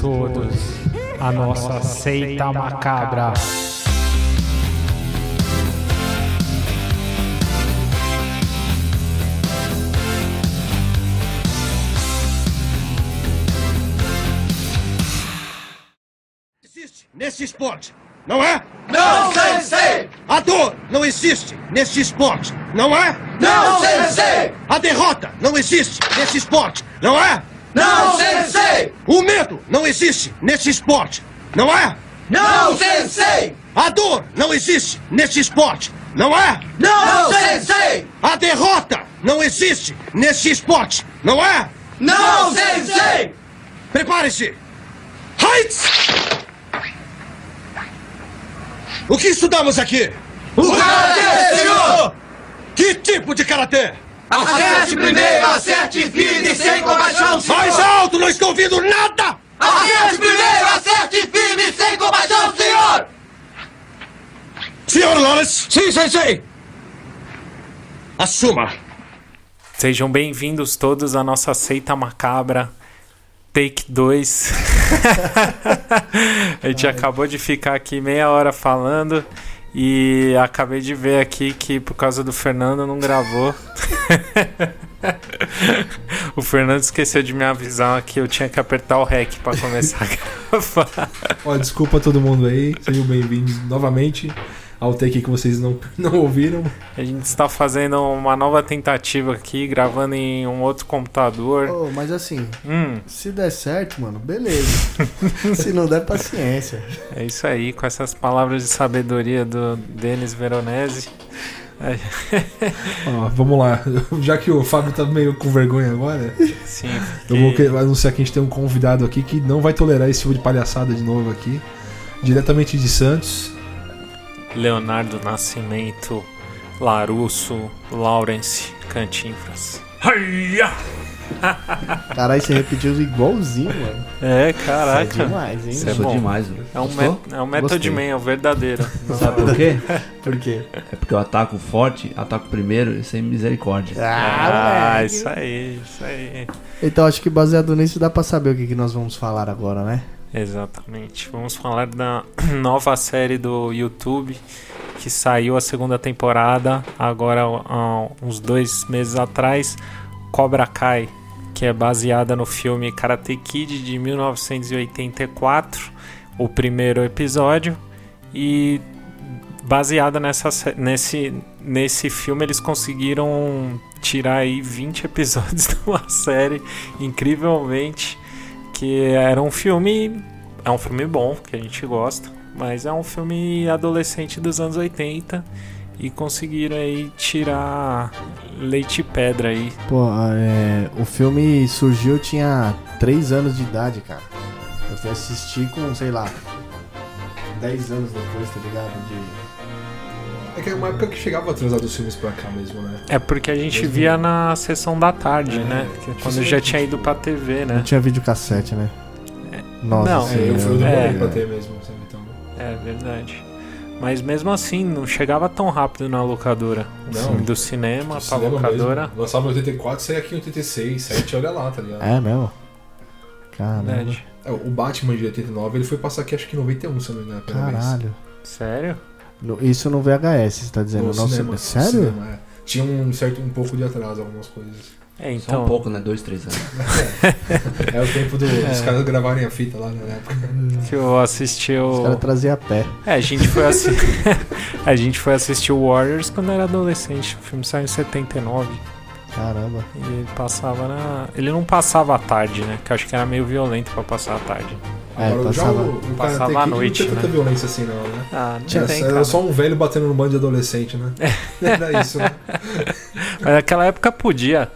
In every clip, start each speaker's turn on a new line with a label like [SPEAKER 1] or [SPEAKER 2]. [SPEAKER 1] todos a nossa seita macabra.
[SPEAKER 2] existe nesse esporte, não é?
[SPEAKER 3] Não, sensei!
[SPEAKER 2] A dor não existe nesse esporte, não é?
[SPEAKER 3] Não, sensei!
[SPEAKER 2] A derrota não existe nesse esporte, não é?
[SPEAKER 3] Não, sensei!
[SPEAKER 2] O medo não existe nesse esporte, não é?
[SPEAKER 3] Não, sensei!
[SPEAKER 2] A dor não existe nesse esporte, não é?
[SPEAKER 3] Não, sensei!
[SPEAKER 2] A derrota não existe nesse esporte, não é?
[SPEAKER 3] Não, sensei!
[SPEAKER 2] Prepare-se! Heights! O que estudamos aqui?
[SPEAKER 3] O karatê, senhor!
[SPEAKER 2] Que tipo de karatê?
[SPEAKER 3] Acerte primeiro, acerte e fine, sem compaixão, senhor!
[SPEAKER 2] Mais alto, não estou ouvindo nada!
[SPEAKER 3] Acerte primeiro, acerte firme, sem compaixão, senhor!
[SPEAKER 2] Senhor Lawrence,
[SPEAKER 3] Sim, sensei!
[SPEAKER 2] assuma.
[SPEAKER 4] Sejam bem-vindos todos à nossa seita macabra, take 2. A gente acabou de ficar aqui meia hora falando e acabei de ver aqui que por causa do Fernando não gravou. o Fernando esqueceu de me avisar que eu tinha que apertar o REC para começar a gravar.
[SPEAKER 5] Ó, desculpa a todo mundo aí, sejam bem-vindos novamente ao take que vocês não, não ouviram.
[SPEAKER 4] A gente está fazendo uma nova tentativa aqui, gravando em um outro computador.
[SPEAKER 6] Ô, mas assim,
[SPEAKER 4] Hum,
[SPEAKER 6] se der certo, mano, beleza. se não der, paciência.
[SPEAKER 4] É isso aí, com essas palavras de sabedoria do Denis Veronese.
[SPEAKER 5] Ó, vamos lá, já que o Fábio tá meio com vergonha agora,
[SPEAKER 4] Sim,
[SPEAKER 5] eu vou
[SPEAKER 4] porque
[SPEAKER 5] que- anunciar que a gente tem um convidado aqui que não vai tolerar esse tipo de palhaçada de novo aqui, diretamente de Santos.
[SPEAKER 4] Leonardo Nascimento, Larusso, Lawrence, Cantinfras. Haia!
[SPEAKER 6] Caralho, você repetiu igualzinho, mano.
[SPEAKER 4] É,
[SPEAKER 6] É
[SPEAKER 4] caraca.
[SPEAKER 6] demais, hein?
[SPEAKER 4] Isso é bom.
[SPEAKER 7] demais, velho.
[SPEAKER 4] É um,
[SPEAKER 7] Gostou?
[SPEAKER 4] met, é um Method
[SPEAKER 7] Gostei.
[SPEAKER 4] Man, é o verdadeiro.
[SPEAKER 7] Sabe por quê?
[SPEAKER 6] Por quê?
[SPEAKER 7] É porque eu ataco forte, ataco primeiro e sem misericórdia.
[SPEAKER 6] Ah,
[SPEAKER 4] Ah,
[SPEAKER 6] moleque.
[SPEAKER 4] isso aí, isso aí.
[SPEAKER 6] Então acho que baseado nisso dá pra saber o que, que nós vamos falar agora, né?
[SPEAKER 4] Exatamente. Vamos falar da nova série do YouTube que saiu a segunda temporada agora há uns dois meses atrás, Cobra Kai, que é baseada no filme Karate Kid de 1984, o primeiro episódio e baseada nessa sé- nesse nesse filme eles conseguiram tirar aí 20 episódios de uma série incrivelmente que era um filme. É um filme bom, que a gente gosta, mas é um filme adolescente dos anos 80 e conseguiram aí tirar leite e pedra aí.
[SPEAKER 6] Pô, é, o filme surgiu, eu tinha 3 anos de idade, cara. Eu fui assistir com, sei lá, 10 anos depois, tá ligado? De...
[SPEAKER 5] É que é uma época que chegava atrasado os filmes pra cá mesmo, né?
[SPEAKER 4] É porque a gente via na sessão da tarde,
[SPEAKER 5] É,
[SPEAKER 4] né?
[SPEAKER 5] que
[SPEAKER 4] Quando
[SPEAKER 5] isso
[SPEAKER 4] já
[SPEAKER 5] é
[SPEAKER 4] tinha ido pra TV, né?
[SPEAKER 6] Não tinha videocassete, né? Nossa,
[SPEAKER 4] Não,
[SPEAKER 5] É,
[SPEAKER 6] senhora.
[SPEAKER 5] eu, eu demorei
[SPEAKER 4] É.
[SPEAKER 5] pra ter mesmo, sabe? Então,
[SPEAKER 4] É verdade. Mas mesmo assim, não chegava tão rápido na locadora. O
[SPEAKER 5] Não.
[SPEAKER 4] filme do cinema, pra
[SPEAKER 5] do cinema
[SPEAKER 4] locadora.
[SPEAKER 5] mesmo. Lançava em 84, saía aqui em 86, 7, olha lá, tá ligado?
[SPEAKER 6] É mesmo? Caramba.
[SPEAKER 4] Verdade.
[SPEAKER 5] É, O Batman de 89, ele foi passar aqui acho que em 91, se eu não me engano, a primeira vez.
[SPEAKER 6] Caralho.
[SPEAKER 4] Sério?
[SPEAKER 6] No- Isso no VHS, você tá dizendo?
[SPEAKER 5] No
[SPEAKER 6] No nosso-
[SPEAKER 5] cinema.
[SPEAKER 6] Sério?
[SPEAKER 5] Cinema, é. Tinha um certo um pouco de atraso algumas coisas.
[SPEAKER 4] É,
[SPEAKER 7] Só
[SPEAKER 4] então.
[SPEAKER 7] um pouco, né? Dois, três anos.
[SPEAKER 5] É o tempo do- dos caras gravarem a fita lá né, na época.
[SPEAKER 4] Que eu assisti o.
[SPEAKER 6] Os caras traziam a pé.
[SPEAKER 4] É, a gente foi assi- a gente foi assistir o Warriors quando era adolescente. O filme saiu em 79
[SPEAKER 6] Caramba.
[SPEAKER 4] e ele passava na, ele não passava à tarde, né? Que eu acho que era meio violento pra passar à tarde.
[SPEAKER 6] É,
[SPEAKER 5] Agora, já
[SPEAKER 6] passava-
[SPEAKER 5] o, o Karate
[SPEAKER 4] passava
[SPEAKER 5] Kid
[SPEAKER 4] a noite,
[SPEAKER 5] Não tinha tanta
[SPEAKER 4] né?
[SPEAKER 5] violência assim, não, né?
[SPEAKER 4] Ah, não
[SPEAKER 5] Tinha,
[SPEAKER 4] tem,
[SPEAKER 5] era
[SPEAKER 4] cara.
[SPEAKER 5] só um velho batendo num bando de adolescente, né?
[SPEAKER 6] É.
[SPEAKER 5] Era isso, né?
[SPEAKER 4] Mas naquela época podia,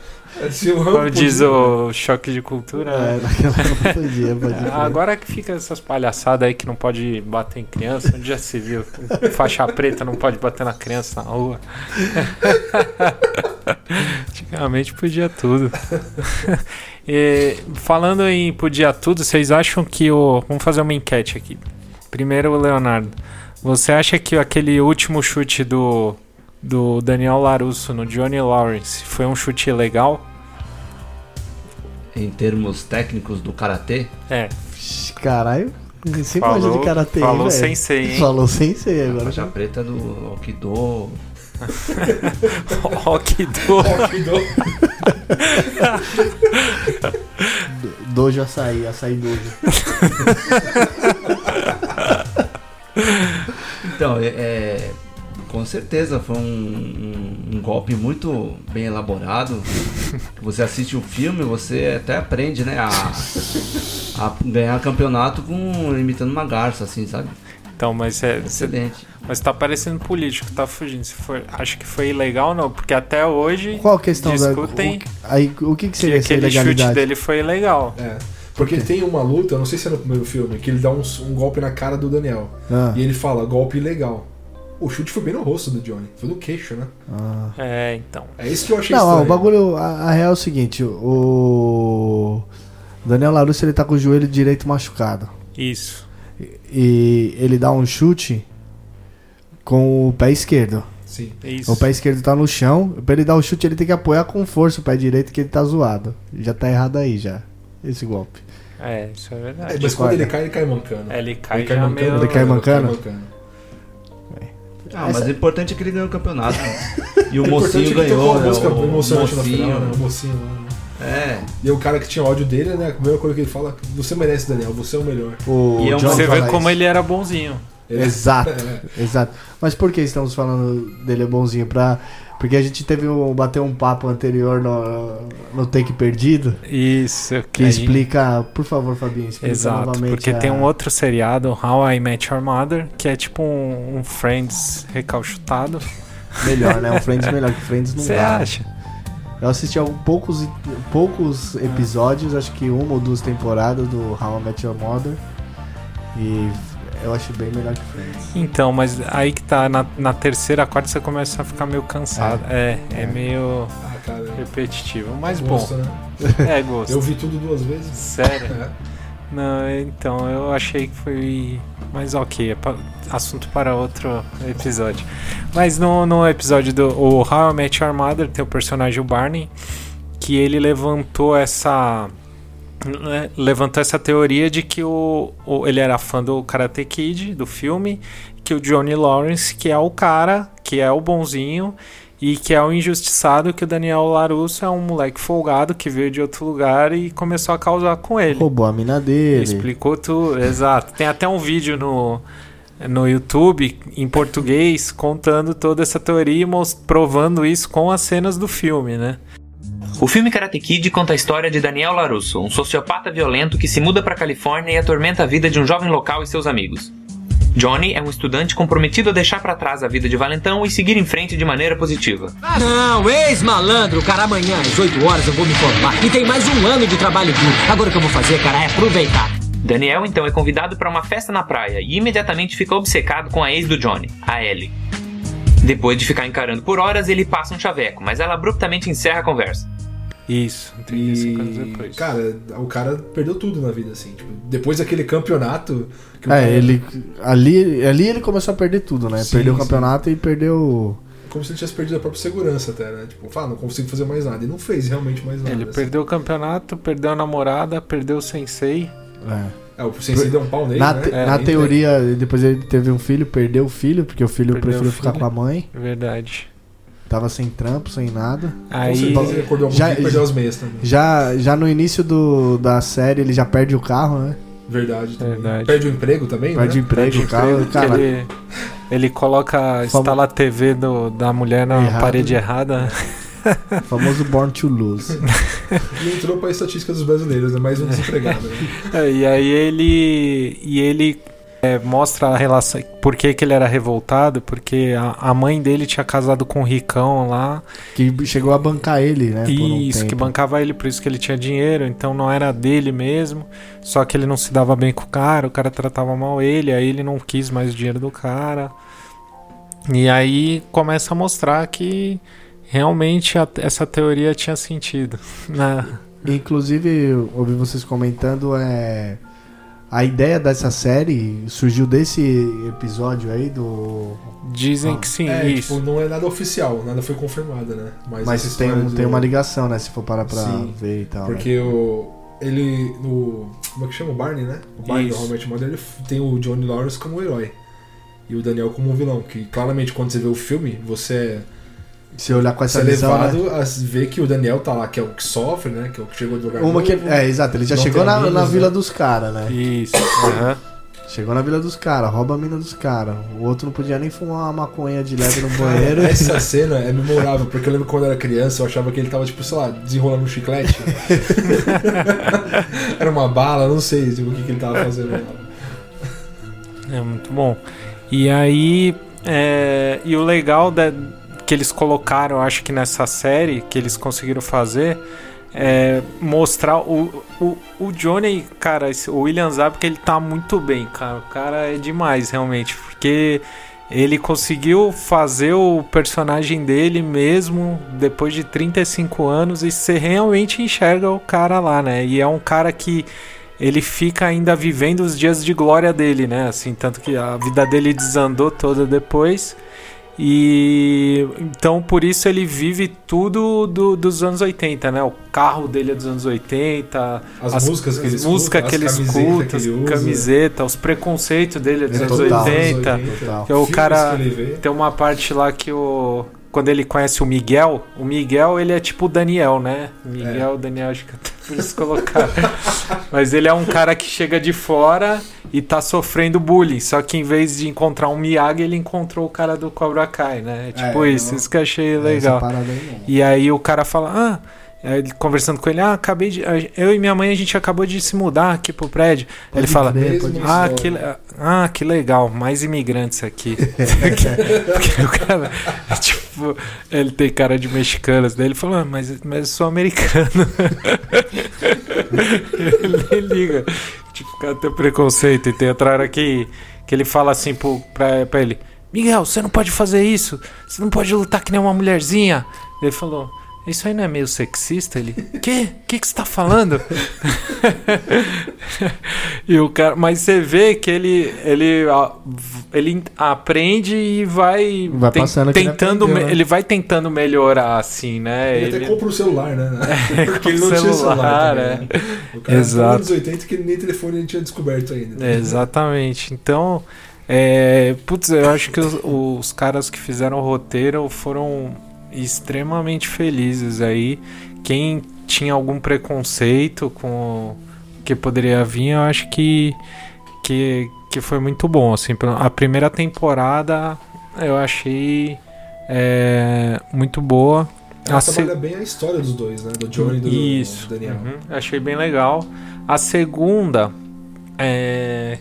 [SPEAKER 5] Se o
[SPEAKER 4] como
[SPEAKER 5] Rambo
[SPEAKER 4] diz
[SPEAKER 5] um podia- né?
[SPEAKER 4] o choque de cultura.
[SPEAKER 6] É, naquela época não podia, tipo, pode
[SPEAKER 4] É,
[SPEAKER 6] crer.
[SPEAKER 4] Agora que fica essas palhaçadas aí que não pode bater em criança, onde já se viu? Faixa preta não pode bater na criança na rua. Antigamente podia tudo. E, falando em podia tudo, vocês acham que o. Vamos fazer uma enquete aqui. Primeiro, Leonardo. Você acha que aquele último chute do, do Daniel Larusso no Johnny Lawrence foi um chute legal?
[SPEAKER 7] Em termos técnicos do karatê,
[SPEAKER 4] É,
[SPEAKER 6] Caralho. Você
[SPEAKER 4] Falou-
[SPEAKER 6] imagina de karatê, hein,
[SPEAKER 4] falou
[SPEAKER 6] velho?
[SPEAKER 4] sensei, hein?
[SPEAKER 6] Falou sensei
[SPEAKER 7] A
[SPEAKER 6] agora.
[SPEAKER 7] faixa preta é do Okidô.
[SPEAKER 4] Okidô.
[SPEAKER 6] Do- Dojo açaí, açaí dojo.
[SPEAKER 7] Então, é, é, com certeza foi um, um- um golpe muito bem elaborado. Você assiste o filme, você até aprende, né, a, a ganhar campeonato com imitando uma garça, assim, sabe?
[SPEAKER 4] Então, mas é, você
[SPEAKER 7] Excelente.
[SPEAKER 4] Mas tá parecendo político, tá fugindo. Se for, acho que foi ilegal ou não, porque até hoje
[SPEAKER 6] Qual a questão
[SPEAKER 4] discutem
[SPEAKER 6] da. O, aí, o que, que
[SPEAKER 4] que
[SPEAKER 6] seria essa
[SPEAKER 4] aquele chute
[SPEAKER 6] ilegalidade? Tá.
[SPEAKER 4] dele foi ilegal.
[SPEAKER 5] É. Porque tem uma luta, eu não sei se é no primeiro filme, que ele dá um, um golpe na cara do Daniel.
[SPEAKER 6] Ah,
[SPEAKER 5] E ele fala, golpe ilegal. O chute foi bem no rosto do Johnny. Foi no queixo, né?
[SPEAKER 6] ah.
[SPEAKER 4] É, então.
[SPEAKER 5] É isso que eu achei
[SPEAKER 6] Não, ó,
[SPEAKER 5] estranho.
[SPEAKER 6] o bagulho. A, a real é o seguinte: o. Daniel Larusso ele tá com o joelho direito machucado.
[SPEAKER 4] Isso.
[SPEAKER 6] E ele dá um chute com o pé esquerdo.
[SPEAKER 5] Sim.
[SPEAKER 4] Isso.
[SPEAKER 6] O pé esquerdo tá no chão. Pra ele dar o chute, ele tem que apoiar com força o pé direito, que ele tá zoado. Já tá errado aí já. Esse golpe.
[SPEAKER 4] É, isso é
[SPEAKER 5] É,
[SPEAKER 4] verdade.
[SPEAKER 5] mas quando ele cai, ele cai mancando.
[SPEAKER 4] É, ele cai,
[SPEAKER 5] Ele cai
[SPEAKER 4] já
[SPEAKER 5] mancando.
[SPEAKER 4] meio...
[SPEAKER 6] ele cai mancando?
[SPEAKER 7] Ah, mas
[SPEAKER 6] Essa-
[SPEAKER 7] o importante é que ele ganhou o campeonato. E o
[SPEAKER 5] É importante
[SPEAKER 7] mocinho
[SPEAKER 5] que tocou
[SPEAKER 7] ganhou,
[SPEAKER 5] uma
[SPEAKER 7] né?
[SPEAKER 5] música
[SPEAKER 7] o
[SPEAKER 5] emocionante na final, né? O
[SPEAKER 7] mocinho.
[SPEAKER 5] mocinho lá, né?
[SPEAKER 7] É,
[SPEAKER 5] E o cara que tinha ódio dele, né? A primeira coisa que ele fala você merece, Daniel, você é o melhor.
[SPEAKER 6] O
[SPEAKER 7] E é um-
[SPEAKER 6] John
[SPEAKER 4] Você
[SPEAKER 6] fala
[SPEAKER 4] vê como
[SPEAKER 6] isso.
[SPEAKER 4] ele era bonzinho.
[SPEAKER 5] Ele-
[SPEAKER 6] Exato,
[SPEAKER 5] É.
[SPEAKER 6] exato. Mas por que estamos falando dele é bonzinho? Pra... Porque a gente teve um, bateu um papo anterior no, no Take Perdido
[SPEAKER 4] Isso,
[SPEAKER 6] que explica. Por favor, Fabinho, explica
[SPEAKER 4] Exato,
[SPEAKER 6] novamente.
[SPEAKER 4] porque
[SPEAKER 6] a-
[SPEAKER 4] tem um outro seriado, How I Met Your Mother, que é tipo um, um Friends recalchutado.
[SPEAKER 6] Melhor, né? Um Friends melhor que Friends não
[SPEAKER 4] Você
[SPEAKER 6] dá.
[SPEAKER 4] acha?
[SPEAKER 6] Eu assisti alguns poucos, poucos
[SPEAKER 5] É.
[SPEAKER 6] episódios, acho que uma ou duas temporadas do How I Met Your Mother. E eu acho bem melhor que Friends.
[SPEAKER 4] Então, mas aí que tá, na, na terceira, quarta você começa a ficar meio cansado. É, é,
[SPEAKER 6] É.
[SPEAKER 4] meio
[SPEAKER 5] Ah, cara.
[SPEAKER 4] repetitivo, mas bom.
[SPEAKER 5] gosto, né?
[SPEAKER 4] É gosto.
[SPEAKER 5] Eu vi tudo duas vezes.
[SPEAKER 4] Sério?
[SPEAKER 5] É.
[SPEAKER 4] Não, então eu achei que foi. Mas ok, é pa- assunto para outro episódio. Mas no, no episódio do o How I Met Your Mother tem o personagem o Barney que ele levantou essa. le- Levantou essa teoria de que o, o- ele era fã do Karate Kid, do filme, que o Johnny Lawrence, que é o cara, que é o bonzinho e que é o injustiçado, que o Daniel Larusso é um moleque folgado que veio de outro lugar e começou a causar com ele.
[SPEAKER 6] Roubou a mina dele.
[SPEAKER 4] Explicou tudo, exato. Tem até um vídeo no, no YouTube em português contando toda essa teoria e mos- provando isso com as cenas do filme, né?
[SPEAKER 8] O filme Karate Kid conta a história de Daniel LaRusso, um sociopata violento que se muda para Califórnia e atormenta a vida de um jovem local e seus amigos. Johnny é um estudante comprometido a deixar para trás a vida de valentão e seguir em frente de maneira positiva.
[SPEAKER 9] Não, ex-malandro, cara, amanhã às 8 horas eu vou me formar. E tem mais um ano de trabalho duro. Agora o que eu vou fazer, cara, é aproveitar.
[SPEAKER 8] Daniel então é convidado para uma festa na praia e imediatamente fica obcecado com a ex do Johnny, a Ellie. Depois de ficar encarando por horas, ele passa um chaveco, mas ela abruptamente encerra a conversa.
[SPEAKER 4] Isso, 35 anos
[SPEAKER 5] E,
[SPEAKER 4] depois.
[SPEAKER 5] cara, o cara perdeu tudo na vida, assim. Tipo, depois daquele campeonato. que o cara-
[SPEAKER 6] É, ele. Ali, ali ele começou a perder tudo, né?
[SPEAKER 5] Sim,
[SPEAKER 6] perdeu o
[SPEAKER 5] sim.
[SPEAKER 6] campeonato e perdeu.
[SPEAKER 5] Como se ele tivesse perdido a própria segurança, até, né? Tipo, fala, não consigo fazer mais nada. E não fez realmente mais nada.
[SPEAKER 4] Ele
[SPEAKER 5] assim.
[SPEAKER 4] perdeu o campeonato, perdeu a namorada, perdeu o sensei.
[SPEAKER 6] é.
[SPEAKER 5] É, o Sensei deu um pau nele,
[SPEAKER 6] Na,
[SPEAKER 5] né?
[SPEAKER 6] te-
[SPEAKER 5] É,
[SPEAKER 6] na
[SPEAKER 5] ele-
[SPEAKER 6] teoria, depois ele teve um filho, perdeu o filho, porque o filho
[SPEAKER 4] Perdeu
[SPEAKER 6] preferiu
[SPEAKER 4] o
[SPEAKER 6] ficar
[SPEAKER 4] filho.
[SPEAKER 6] com a mãe.
[SPEAKER 4] Verdade.
[SPEAKER 6] Tava sem trampo, sem nada.
[SPEAKER 5] Com
[SPEAKER 4] Aí.
[SPEAKER 5] certeza ele acordou um
[SPEAKER 6] Já-
[SPEAKER 5] pouquinho e perdeu as meias também.
[SPEAKER 6] Já, já no início do, da série ele já perde o carro, né?
[SPEAKER 5] Verdade. também.
[SPEAKER 4] Verdade.
[SPEAKER 5] Perde o emprego também,
[SPEAKER 6] Perde o
[SPEAKER 5] né?
[SPEAKER 6] emprego, o carro.
[SPEAKER 4] que
[SPEAKER 6] Cara,
[SPEAKER 4] ele, ele coloca,
[SPEAKER 6] Famo-
[SPEAKER 4] instala a TV do- da mulher na
[SPEAKER 6] Errado.
[SPEAKER 4] parede errada. né?
[SPEAKER 6] famoso Born to Lose.
[SPEAKER 5] E entrou pra estatística dos brasileiros, né? Mais um desempregado, né?
[SPEAKER 4] É, e aí ele e ele é, mostra a relação por que, que ele era revoltado porque a, a mãe dele tinha casado com um ricão lá
[SPEAKER 6] Que chegou a bancar ele, né? por um
[SPEAKER 4] e isso que
[SPEAKER 6] tempo.
[SPEAKER 4] bancava ele por isso que ele tinha dinheiro então não era dele mesmo só que ele não se dava bem com o cara o cara tratava mal ele aí ele não quis mais o dinheiro do cara e aí começa a mostrar que realmente a- essa teoria tinha sentido né?
[SPEAKER 6] Inclusive, eu ouvi vocês comentando, é. A ideia dessa série surgiu desse episódio aí do.
[SPEAKER 4] dizem
[SPEAKER 6] Ah,
[SPEAKER 4] que sim
[SPEAKER 5] É,
[SPEAKER 4] isso
[SPEAKER 5] tipo, não é nada oficial, nada foi confirmado, né?
[SPEAKER 6] Mas
[SPEAKER 5] essa
[SPEAKER 6] tem,
[SPEAKER 5] história
[SPEAKER 6] um-
[SPEAKER 5] do-
[SPEAKER 6] tem uma ligação, né? Se for parar pra
[SPEAKER 5] Sim,
[SPEAKER 6] ver e tal. né?
[SPEAKER 5] Porque o. ele. No, como é que chama? O Barney, né? O Barney
[SPEAKER 4] Isso.
[SPEAKER 5] do Robert Mother, ele f- tem o Johnny Lawrence como herói. E o Daniel como um vilão. Que claramente quando você vê o filme, você é-
[SPEAKER 6] Se eu olhar com
[SPEAKER 5] você
[SPEAKER 6] essa
[SPEAKER 5] é
[SPEAKER 6] visão, né?
[SPEAKER 5] levado a ver que o Daniel tá lá, que é o que sofre, né? Que é o que chegou do lugar.
[SPEAKER 6] Uma que,
[SPEAKER 5] novo.
[SPEAKER 6] é, exato, ele já
[SPEAKER 5] Não
[SPEAKER 6] chegou
[SPEAKER 5] tem
[SPEAKER 6] na,
[SPEAKER 5] amigos,
[SPEAKER 6] na
[SPEAKER 5] né?
[SPEAKER 6] vila dos caras, né?
[SPEAKER 4] Isso. aham.
[SPEAKER 6] Chegou na vila dos caras, rouba a mina dos caras. O outro não podia nem fumar uma maconha de leve no banheiro.
[SPEAKER 5] Essa cena é memorável, porque eu lembro quando eu era criança, eu achava que ele tava, tipo, sei lá, desenrolando um chiclete. era uma bala, não sei tipo, o que, que ele tava fazendo.
[SPEAKER 4] É muito bom. E aí. é, e o legal da- que eles colocaram, eu acho que nessa série, que eles conseguiram fazer, é mostrar o, o, o Johnny, cara, esse- o William Zab, que ele tá muito bem, cara. O cara é demais, realmente. Porque ele conseguiu fazer o personagem dele mesmo depois de 35 anos e você realmente enxerga o cara lá, né? E é um cara que ele fica ainda vivendo os dias de glória dele, né? Assim, tanto que a vida dele desandou toda depois. E então por isso ele vive tudo do- dos anos 80, né? O carro dele é dos anos 80,
[SPEAKER 5] As músicas que ele escuta,
[SPEAKER 4] músicas que
[SPEAKER 5] as
[SPEAKER 4] ele
[SPEAKER 5] camisetas
[SPEAKER 4] escuta,
[SPEAKER 5] que ele
[SPEAKER 4] as
[SPEAKER 5] usa.
[SPEAKER 4] camiseta, os preconceitos dele é dos
[SPEAKER 6] É
[SPEAKER 4] anos
[SPEAKER 6] total,
[SPEAKER 4] 80.
[SPEAKER 6] Total.
[SPEAKER 4] É o
[SPEAKER 5] Filmes
[SPEAKER 4] cara.
[SPEAKER 5] que ele vê.
[SPEAKER 4] Tem uma parte lá que o. Quando ele conhece o Miguel, o Miguel ele é tipo o Daniel, né?
[SPEAKER 5] É.
[SPEAKER 4] Miguel, Daniel, acho que até por isso colocaram. Mas ele é um cara que chega de fora e tá sofrendo bullying. Só que em vez de encontrar um Miyagi, ele encontrou o cara do Cobra Kai, né? É tipo
[SPEAKER 5] É,
[SPEAKER 4] isso,
[SPEAKER 5] não-
[SPEAKER 4] isso que eu achei
[SPEAKER 6] Essa
[SPEAKER 4] legal.
[SPEAKER 6] parada aí,
[SPEAKER 4] E aí o cara fala, ah, aí ele conversando com ele, ah, acabei de. Eu e minha mãe, a gente acabou de se mudar aqui pro prédio. ele fala,
[SPEAKER 6] crer,
[SPEAKER 5] pode crer.
[SPEAKER 4] ah, que, le- ah, que legal, mais imigrantes aqui. Porque o cara, tipo, ele tem cara de mexicano. Daí ele falou, ah, mas, mas eu sou americano. ele nem liga. Tipo, o cara tem preconceito. E tem outra hora que, que ele fala assim pro, pra, pra ele: Miguel, você não pode fazer isso. Você não pode lutar que nem uma mulherzinha. Ele falou. Isso aí não é meio sexista? Ele. Quê? O que, que você tá falando? e o cara, mas você vê que ele ele, a- ele aprende e vai,
[SPEAKER 6] Vai passando o que ele
[SPEAKER 4] tentando
[SPEAKER 6] aprendeu,
[SPEAKER 4] me-
[SPEAKER 6] né?
[SPEAKER 4] ele vai tentando melhorar assim, né?
[SPEAKER 5] Ele, até compra o celular, né? Porque ele não
[SPEAKER 4] É, compra o
[SPEAKER 5] tinha
[SPEAKER 4] celular,
[SPEAKER 5] celular.
[SPEAKER 4] é.
[SPEAKER 5] também, né? O
[SPEAKER 4] Exato.
[SPEAKER 5] cara Exato. nos anos 80 que nem telefone ele tinha descoberto ainda.
[SPEAKER 4] É, Exatamente. Então, é, putz, eu acho que os, os caras que fizeram o roteiro foram extremamente felizes aí. Quem tinha algum preconceito com o que poderia vir, eu acho que, que, que foi muito bom. Assim, Pra- a primeira temporada eu achei é, muito boa.
[SPEAKER 5] Ela
[SPEAKER 4] A se-
[SPEAKER 5] trabalha bem a história dos dois, né? Do Johnny e do,
[SPEAKER 4] isso.
[SPEAKER 5] do Daniel.
[SPEAKER 4] Uhum. Achei bem legal. A segunda. É...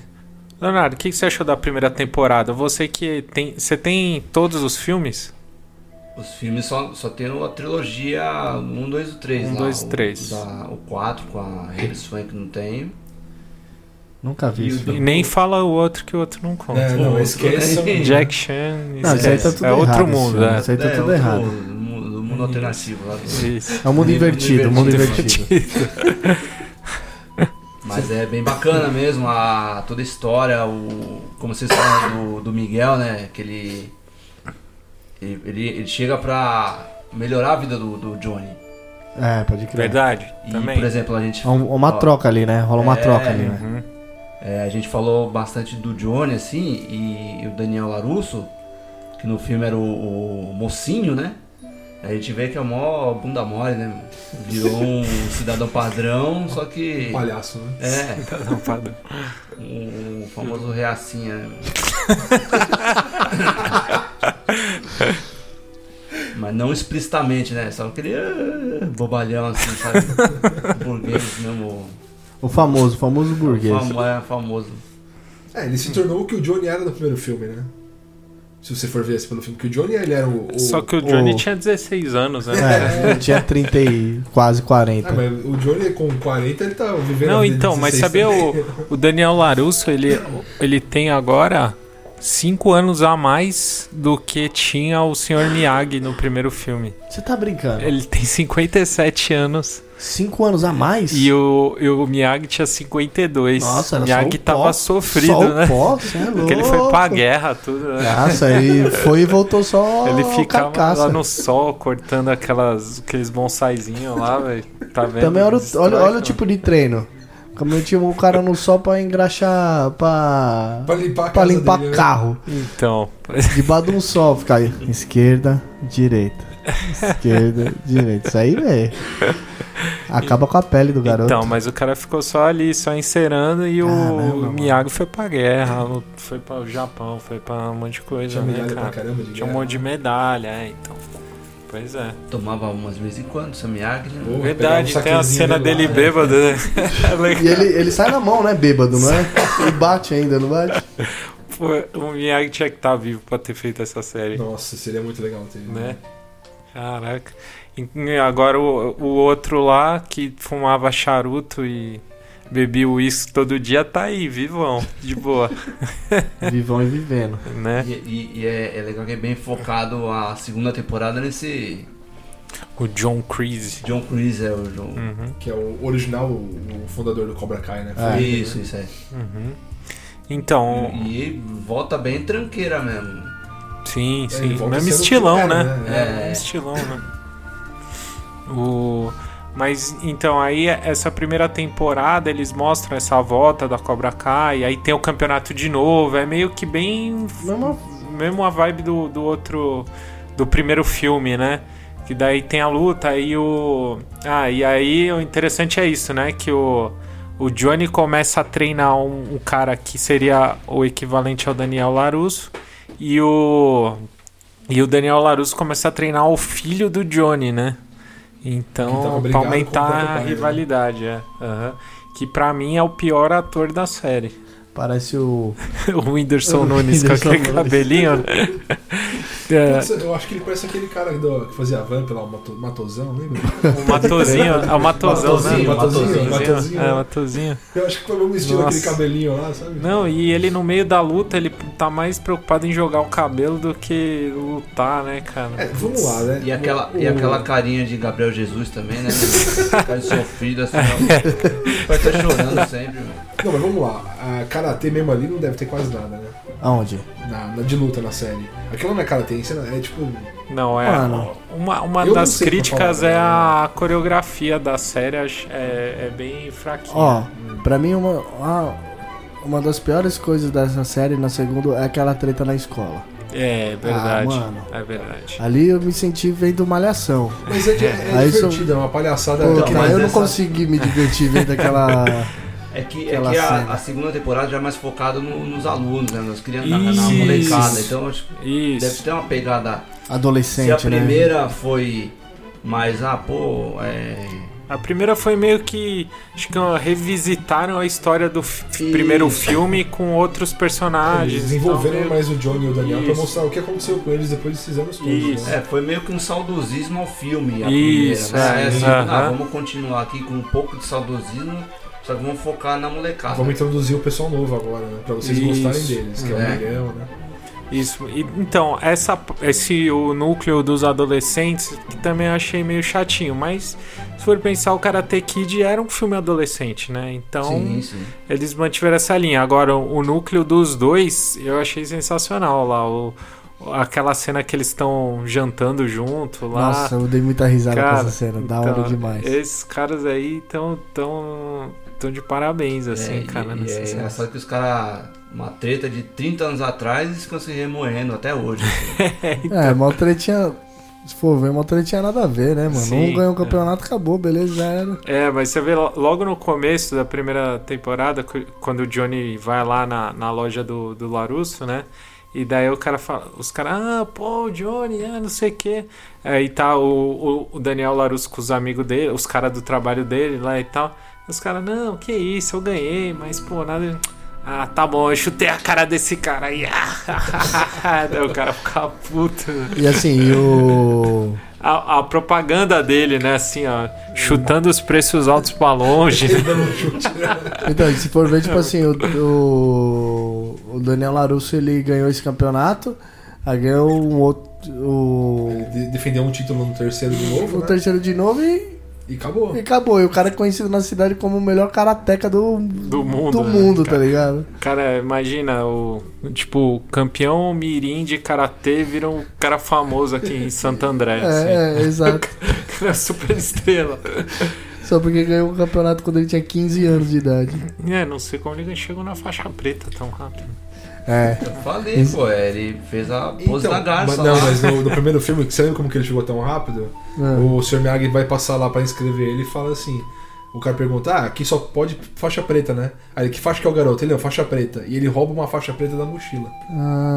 [SPEAKER 4] Leonardo, o que que você achou da primeira temporada? Você que tem. Você tem todos os filmes?
[SPEAKER 7] Os filmes só, só tem a trilogia 1, 2 e 3.
[SPEAKER 4] Um,
[SPEAKER 7] lá,
[SPEAKER 4] dois,
[SPEAKER 7] o,
[SPEAKER 4] três.
[SPEAKER 7] da- o 4 com a Harris Funk não tem.
[SPEAKER 6] Nunca vi isso.
[SPEAKER 4] E nem fala o outro que o outro não conta.
[SPEAKER 5] Uhum. É, não, né?
[SPEAKER 7] Pô,
[SPEAKER 5] esqueçam.
[SPEAKER 7] tudo bem.
[SPEAKER 4] Jack Chan,
[SPEAKER 6] Não, isso aí tá
[SPEAKER 4] esquece.
[SPEAKER 6] tudo
[SPEAKER 4] é
[SPEAKER 6] errado.
[SPEAKER 4] outro
[SPEAKER 6] esse
[SPEAKER 4] mundo.
[SPEAKER 6] filme.
[SPEAKER 4] É.
[SPEAKER 6] Isso aí tá
[SPEAKER 7] É,
[SPEAKER 6] tudo
[SPEAKER 7] o-
[SPEAKER 6] errado.
[SPEAKER 7] o mu- Do mundo alternativo lá. do-
[SPEAKER 4] Isso. é
[SPEAKER 6] É um mundo
[SPEAKER 7] Mundo
[SPEAKER 6] invertido, um mundo
[SPEAKER 7] invertido.
[SPEAKER 6] invertido.
[SPEAKER 7] Mas é bem bacana mesmo a toda a história, o como vocês falam do, do Miguel, né? Que ele, ele ele- ele chega pra melhorar a vida do, do Johnny.
[SPEAKER 6] É, pode crer.
[SPEAKER 4] Verdade.
[SPEAKER 7] E
[SPEAKER 4] também.
[SPEAKER 7] por exemplo, a gente
[SPEAKER 6] É um- uma
[SPEAKER 7] ó,
[SPEAKER 6] troca ali, né? Rola uma
[SPEAKER 7] É.
[SPEAKER 6] troca ali, né?
[SPEAKER 7] é, a gente falou bastante do Johnny assim e, e o Daniel Larusso, que no filme era o, o mocinho, né? A gente vê que é o mó bunda mole, né? Virou um cidadão padrão, só que
[SPEAKER 5] Palhaço, né?
[SPEAKER 7] é
[SPEAKER 4] Não, padrão.
[SPEAKER 7] o famoso reacinha. né? Mas não explicitamente, né? Só aquele ah, bobalhão assim, sabe? Burguês mesmo.
[SPEAKER 6] O famoso, o famoso burguês.
[SPEAKER 7] Famo, é, famoso.
[SPEAKER 5] É, ele se tornou o que o Johnny era no primeiro filme, né? Se você for ver esse pelo filme, que o Johnny ele era o. o-
[SPEAKER 4] Só que o Johnny
[SPEAKER 6] o-
[SPEAKER 4] tinha 16 anos, né?
[SPEAKER 6] É, eu tinha 30 e quase 40.
[SPEAKER 4] É
[SPEAKER 5] Ah, mas o Johnny com 40 ele tá vivendo. a
[SPEAKER 4] Não,
[SPEAKER 5] vida de
[SPEAKER 4] então, mas
[SPEAKER 5] 16
[SPEAKER 4] sabia o,
[SPEAKER 5] também.
[SPEAKER 4] o Daniel Larusso, ele, ele tem agora cinco anos a mais do que tinha o Sr. Miyagi no primeiro filme.
[SPEAKER 6] Você tá brincando?
[SPEAKER 4] Ele tem 57 anos.
[SPEAKER 6] Cinco anos a mais?
[SPEAKER 4] E o, e o Miyagi tinha 52.
[SPEAKER 6] Nossa, era
[SPEAKER 4] Miyagi
[SPEAKER 6] só o pó.
[SPEAKER 4] tava sofrido,
[SPEAKER 6] só
[SPEAKER 4] né?
[SPEAKER 6] O pó, cê é louco. Ah,
[SPEAKER 4] Porque ele foi pra guerra, tudo, né?
[SPEAKER 6] Nossa, aí foi e voltou só
[SPEAKER 4] Ele ficava
[SPEAKER 6] carcaça.
[SPEAKER 4] lá no sol cortando aquelas, aqueles bonsaizinhos lá, velho. Tá vendo?
[SPEAKER 6] Também olha, o-
[SPEAKER 4] Destrói,
[SPEAKER 6] olha, olha
[SPEAKER 4] cara.
[SPEAKER 6] o tipo de treino. Como eu tinha um cara no sol pra engraxar. pra.
[SPEAKER 5] Pra limpar a
[SPEAKER 6] pra
[SPEAKER 5] casa
[SPEAKER 6] limpar
[SPEAKER 5] dele, né?
[SPEAKER 6] carro.
[SPEAKER 4] Então,
[SPEAKER 6] Debaixo de um sol, fica aí. Esquerda, direita. Esquerda, direita. Isso aí, velho. Acaba com a pele do garoto.
[SPEAKER 4] então, mas o cara ficou só ali, só encerando e
[SPEAKER 6] Caramba,
[SPEAKER 4] o
[SPEAKER 6] mano.
[SPEAKER 4] Miyagi foi pra guerra, foi pra o Japão, foi pra um monte de coisa,
[SPEAKER 5] Tinha
[SPEAKER 4] né,
[SPEAKER 5] medalha
[SPEAKER 4] cara?
[SPEAKER 5] pra caramba de
[SPEAKER 4] Tinha um
[SPEAKER 5] guerra.
[SPEAKER 4] monte de medalha, é, então. Pois é.
[SPEAKER 7] Tomava umas vezes em quando, seu Miyagi, né?
[SPEAKER 5] Porra,
[SPEAKER 4] Verdade,
[SPEAKER 5] pegava um
[SPEAKER 4] tem a
[SPEAKER 5] saquezinho
[SPEAKER 4] cena dele
[SPEAKER 5] dele lá, né?
[SPEAKER 4] bêbado, né? É legal.
[SPEAKER 6] E ele, ele sai na mão, né, bêbado, não é? E bate ainda, não bate?
[SPEAKER 4] Pô, o Miyagi tinha que estar vivo pra ter feito essa série,
[SPEAKER 5] Nossa, seria muito legal ter.
[SPEAKER 4] né? Caraca. E- e agora o, o outro lá que fumava charuto e bebia uísque todo dia tá aí, vivão, de boa,
[SPEAKER 6] Vivão e vivendo.
[SPEAKER 4] né?
[SPEAKER 7] E, e- e é, é legal que é bem focado a segunda temporada nesse
[SPEAKER 4] O John Creasy.
[SPEAKER 7] John Cruise, é o John.
[SPEAKER 5] Que é o original, o o fundador do Cobra Kai, né? Foi ele,
[SPEAKER 7] Isso,
[SPEAKER 5] né?
[SPEAKER 7] isso é.
[SPEAKER 4] Então,
[SPEAKER 7] E volta bem tranqueira mesmo.
[SPEAKER 4] sim,
[SPEAKER 5] É,
[SPEAKER 4] sim.
[SPEAKER 5] ele volta
[SPEAKER 4] Mesmo
[SPEAKER 5] sendo
[SPEAKER 4] estilão,
[SPEAKER 5] cara,
[SPEAKER 4] né?
[SPEAKER 7] É.
[SPEAKER 4] É, mesmo estilão, né? O... Mas então aí essa primeira temporada eles mostram essa volta da Cobra Kai, aí tem o campeonato de novo, é meio que bem
[SPEAKER 6] Mesma-
[SPEAKER 4] mesmo a vibe do, do outro do primeiro filme, né? Que daí tem a luta aí o ah e aí o interessante é isso, né? Que o o Johnny começa a treinar um, um cara que seria o equivalente ao Daniel Larusso e o e o Daniel Larusso começa a treinar o filho do Johnny, né?
[SPEAKER 5] Que tava
[SPEAKER 4] Então, pra
[SPEAKER 5] brigado
[SPEAKER 4] aumentar
[SPEAKER 5] com o próprio
[SPEAKER 4] a
[SPEAKER 5] pai, né?
[SPEAKER 4] rivalidade, é. Aham. Que pra mim é o pior ator da série.
[SPEAKER 6] Parece o.
[SPEAKER 4] o Whindersson
[SPEAKER 6] O
[SPEAKER 4] Nunes com
[SPEAKER 6] Whindersson
[SPEAKER 4] aquele
[SPEAKER 6] Nunes.
[SPEAKER 4] cabelinho. né? É,
[SPEAKER 5] Putz, Eu acho que ele parece aquele cara do- que fazia a van pela Mato- Matosão, lembra?
[SPEAKER 4] O Matozinho, é o Matozão, né?
[SPEAKER 7] Matozinho,
[SPEAKER 5] Matozinho, Matozinho.
[SPEAKER 4] É, Matozinho.
[SPEAKER 5] Eu acho que foi o mesmo estilo
[SPEAKER 4] Nossa.
[SPEAKER 5] aquele cabelinho lá, sabe?
[SPEAKER 4] Não, e ele no meio da luta, ele tá mais preocupado em jogar o cabelo do que lutar, né, cara?
[SPEAKER 5] É, vamos lá, né?
[SPEAKER 7] E aquela, e
[SPEAKER 5] O-
[SPEAKER 7] aquela carinha de Gabriel Jesus também, né? Cara sofrido assim, ó. Vai estar chorando sempre, mano.
[SPEAKER 5] Não, mas vamos lá. A Karatê mesmo ali não deve ter quase nada, né?
[SPEAKER 6] Aonde?
[SPEAKER 5] Na, na de luta na série. Aquela não é Karatê, isso é é tipo.
[SPEAKER 4] Não, é.
[SPEAKER 6] Mano.
[SPEAKER 4] Uma, uma
[SPEAKER 5] Eu não
[SPEAKER 4] das
[SPEAKER 5] sei pra
[SPEAKER 4] críticas
[SPEAKER 5] falar,
[SPEAKER 4] é
[SPEAKER 5] né?
[SPEAKER 4] a coreografia da série, acho- é, é bem fraquinha.
[SPEAKER 6] Ó, pra mim, uma, uma, uma das piores coisas dessa série, na segunda, é aquela treta na escola.
[SPEAKER 4] É, é verdade.
[SPEAKER 6] Ah, mano.
[SPEAKER 4] É verdade.
[SPEAKER 6] Ali eu me senti vendo malhação.
[SPEAKER 5] Mas é, de- é
[SPEAKER 6] Aí são-
[SPEAKER 5] divertido, é uma palhaçada.
[SPEAKER 6] Pô,
[SPEAKER 5] Então,
[SPEAKER 6] cara,
[SPEAKER 7] mas
[SPEAKER 6] eu não
[SPEAKER 7] essa-
[SPEAKER 6] consegui me divertir vendo aquela.
[SPEAKER 7] É que, é
[SPEAKER 6] Aquela
[SPEAKER 7] que a,
[SPEAKER 6] cena.
[SPEAKER 7] a segunda temporada já é mais focada no- nos alunos, né? Nas crianças, na, na
[SPEAKER 4] Isso.
[SPEAKER 7] molecada. Então acho que deve
[SPEAKER 4] Isso.
[SPEAKER 7] ter uma pegada.
[SPEAKER 6] adolescente,
[SPEAKER 7] Se a
[SPEAKER 6] né?
[SPEAKER 7] primeira foi mais, ah, pô, é.
[SPEAKER 4] A primeira foi meio que. Acho que ó, revisitaram a história do f- primeiro filme com outros
[SPEAKER 5] Eles
[SPEAKER 4] personagens.
[SPEAKER 5] desenvolveram
[SPEAKER 4] então, meio-
[SPEAKER 5] mais o Johnny e o Daniel pra
[SPEAKER 4] Isso.
[SPEAKER 5] mostrar o que aconteceu com eles depois desses anos todos.
[SPEAKER 4] Isso.
[SPEAKER 5] né?
[SPEAKER 7] É, foi meio que um saudosismo ao filme. A
[SPEAKER 4] Isso,
[SPEAKER 7] primeira, né?
[SPEAKER 4] é,
[SPEAKER 7] É assim,
[SPEAKER 4] aham.
[SPEAKER 7] ah, vamos continuar aqui com um pouco de saudosismo, só que vamos focar na molecada.
[SPEAKER 5] Vamos introduzir o pessoal novo agora, né? Pra vocês
[SPEAKER 4] Isso.
[SPEAKER 5] gostarem deles, que é o
[SPEAKER 7] É.
[SPEAKER 5] Miguel, né?
[SPEAKER 4] Isso. E, então, essa, esse o núcleo dos adolescentes, que também eu achei meio chatinho, mas se for pensar, o Karate Kid era um filme adolescente, né? Então,
[SPEAKER 7] Sim, sim.
[SPEAKER 4] eles mantiveram essa linha. Agora, o núcleo dos dois, eu achei sensacional lá. O, aquela cena que eles estão jantando junto lá.
[SPEAKER 6] Nossa, eu dei muita risada com
[SPEAKER 4] Cara,
[SPEAKER 6] essa cena, da
[SPEAKER 4] então,
[SPEAKER 6] hora demais.
[SPEAKER 4] Esses caras aí estão tão, tão de parabéns, assim,
[SPEAKER 7] É,
[SPEAKER 4] cara.
[SPEAKER 7] e- e
[SPEAKER 4] nessa
[SPEAKER 7] é
[SPEAKER 4] cena.
[SPEAKER 7] engraçado que os caras, uma treta de 30 anos atrás, eles ficam se remoendo até hoje.
[SPEAKER 6] É, mal tretinha. Se for ver, mal tretinha nada a ver, né, mano?
[SPEAKER 4] Sim,
[SPEAKER 6] um ganhou o
[SPEAKER 4] é.
[SPEAKER 6] campeonato, acabou, beleza, já era.
[SPEAKER 4] É, mas você vê lo- logo no começo da primeira temporada, cu- quando o Johnny vai lá na, na loja do, do Larusso, né? E daí o cara fala, os caras, ah, pô, o Johnny, ah, não sei o quê. Aí tá o, o, o Daniel Larusso com os amigos dele, os caras do trabalho dele lá e tal. Os caras, não, que isso, eu ganhei, mas pô, nada. Ah, tá bom, eu chutei a cara desse cara aí. daí o cara fica puto. né?
[SPEAKER 6] E assim, e o.
[SPEAKER 4] A, a propaganda dele, né? Assim, ó, chutando os preços altos pra longe. né?
[SPEAKER 6] Então, se for ver, tipo assim, o, o, o Daniel Larusso ele ganhou esse campeonato, aí ganhou um outro. O,
[SPEAKER 4] É.
[SPEAKER 5] Ele de- defendeu um título no terceiro de novo,
[SPEAKER 6] o
[SPEAKER 5] né?
[SPEAKER 6] terceiro de novo e
[SPEAKER 5] E acabou.
[SPEAKER 6] E acabou. E o cara é conhecido na cidade como o melhor karateca do,
[SPEAKER 4] Do mundo,
[SPEAKER 6] do
[SPEAKER 4] né,
[SPEAKER 6] mundo tá
[SPEAKER 4] cara?
[SPEAKER 6] ligado?
[SPEAKER 4] Cara, imagina, o tipo, o campeão mirim de karatê vira um cara famoso aqui em Santo André. assim.
[SPEAKER 6] É, é, exato.
[SPEAKER 4] Cara, super estrela.
[SPEAKER 6] Só porque ganhou o campeonato quando ele tinha 15 anos de idade.
[SPEAKER 4] É, não sei como ele chegou na faixa preta tão rápido.
[SPEAKER 6] É.
[SPEAKER 7] Eu falei, pô, é, ele fez a pose
[SPEAKER 5] Então,
[SPEAKER 7] da
[SPEAKER 5] mas,
[SPEAKER 7] garça
[SPEAKER 5] não,
[SPEAKER 7] lá.
[SPEAKER 5] mas no, no primeiro filme, você lembra como que ele chegou tão rápido? O Sr. Miyagi vai passar lá pra inscrever ele e fala assim. O cara pergunta, ah, aqui só pode faixa preta, né? Aí ele, que faixa que é o garoto? Ele, não, faixa preta. E ele rouba uma faixa preta da mochila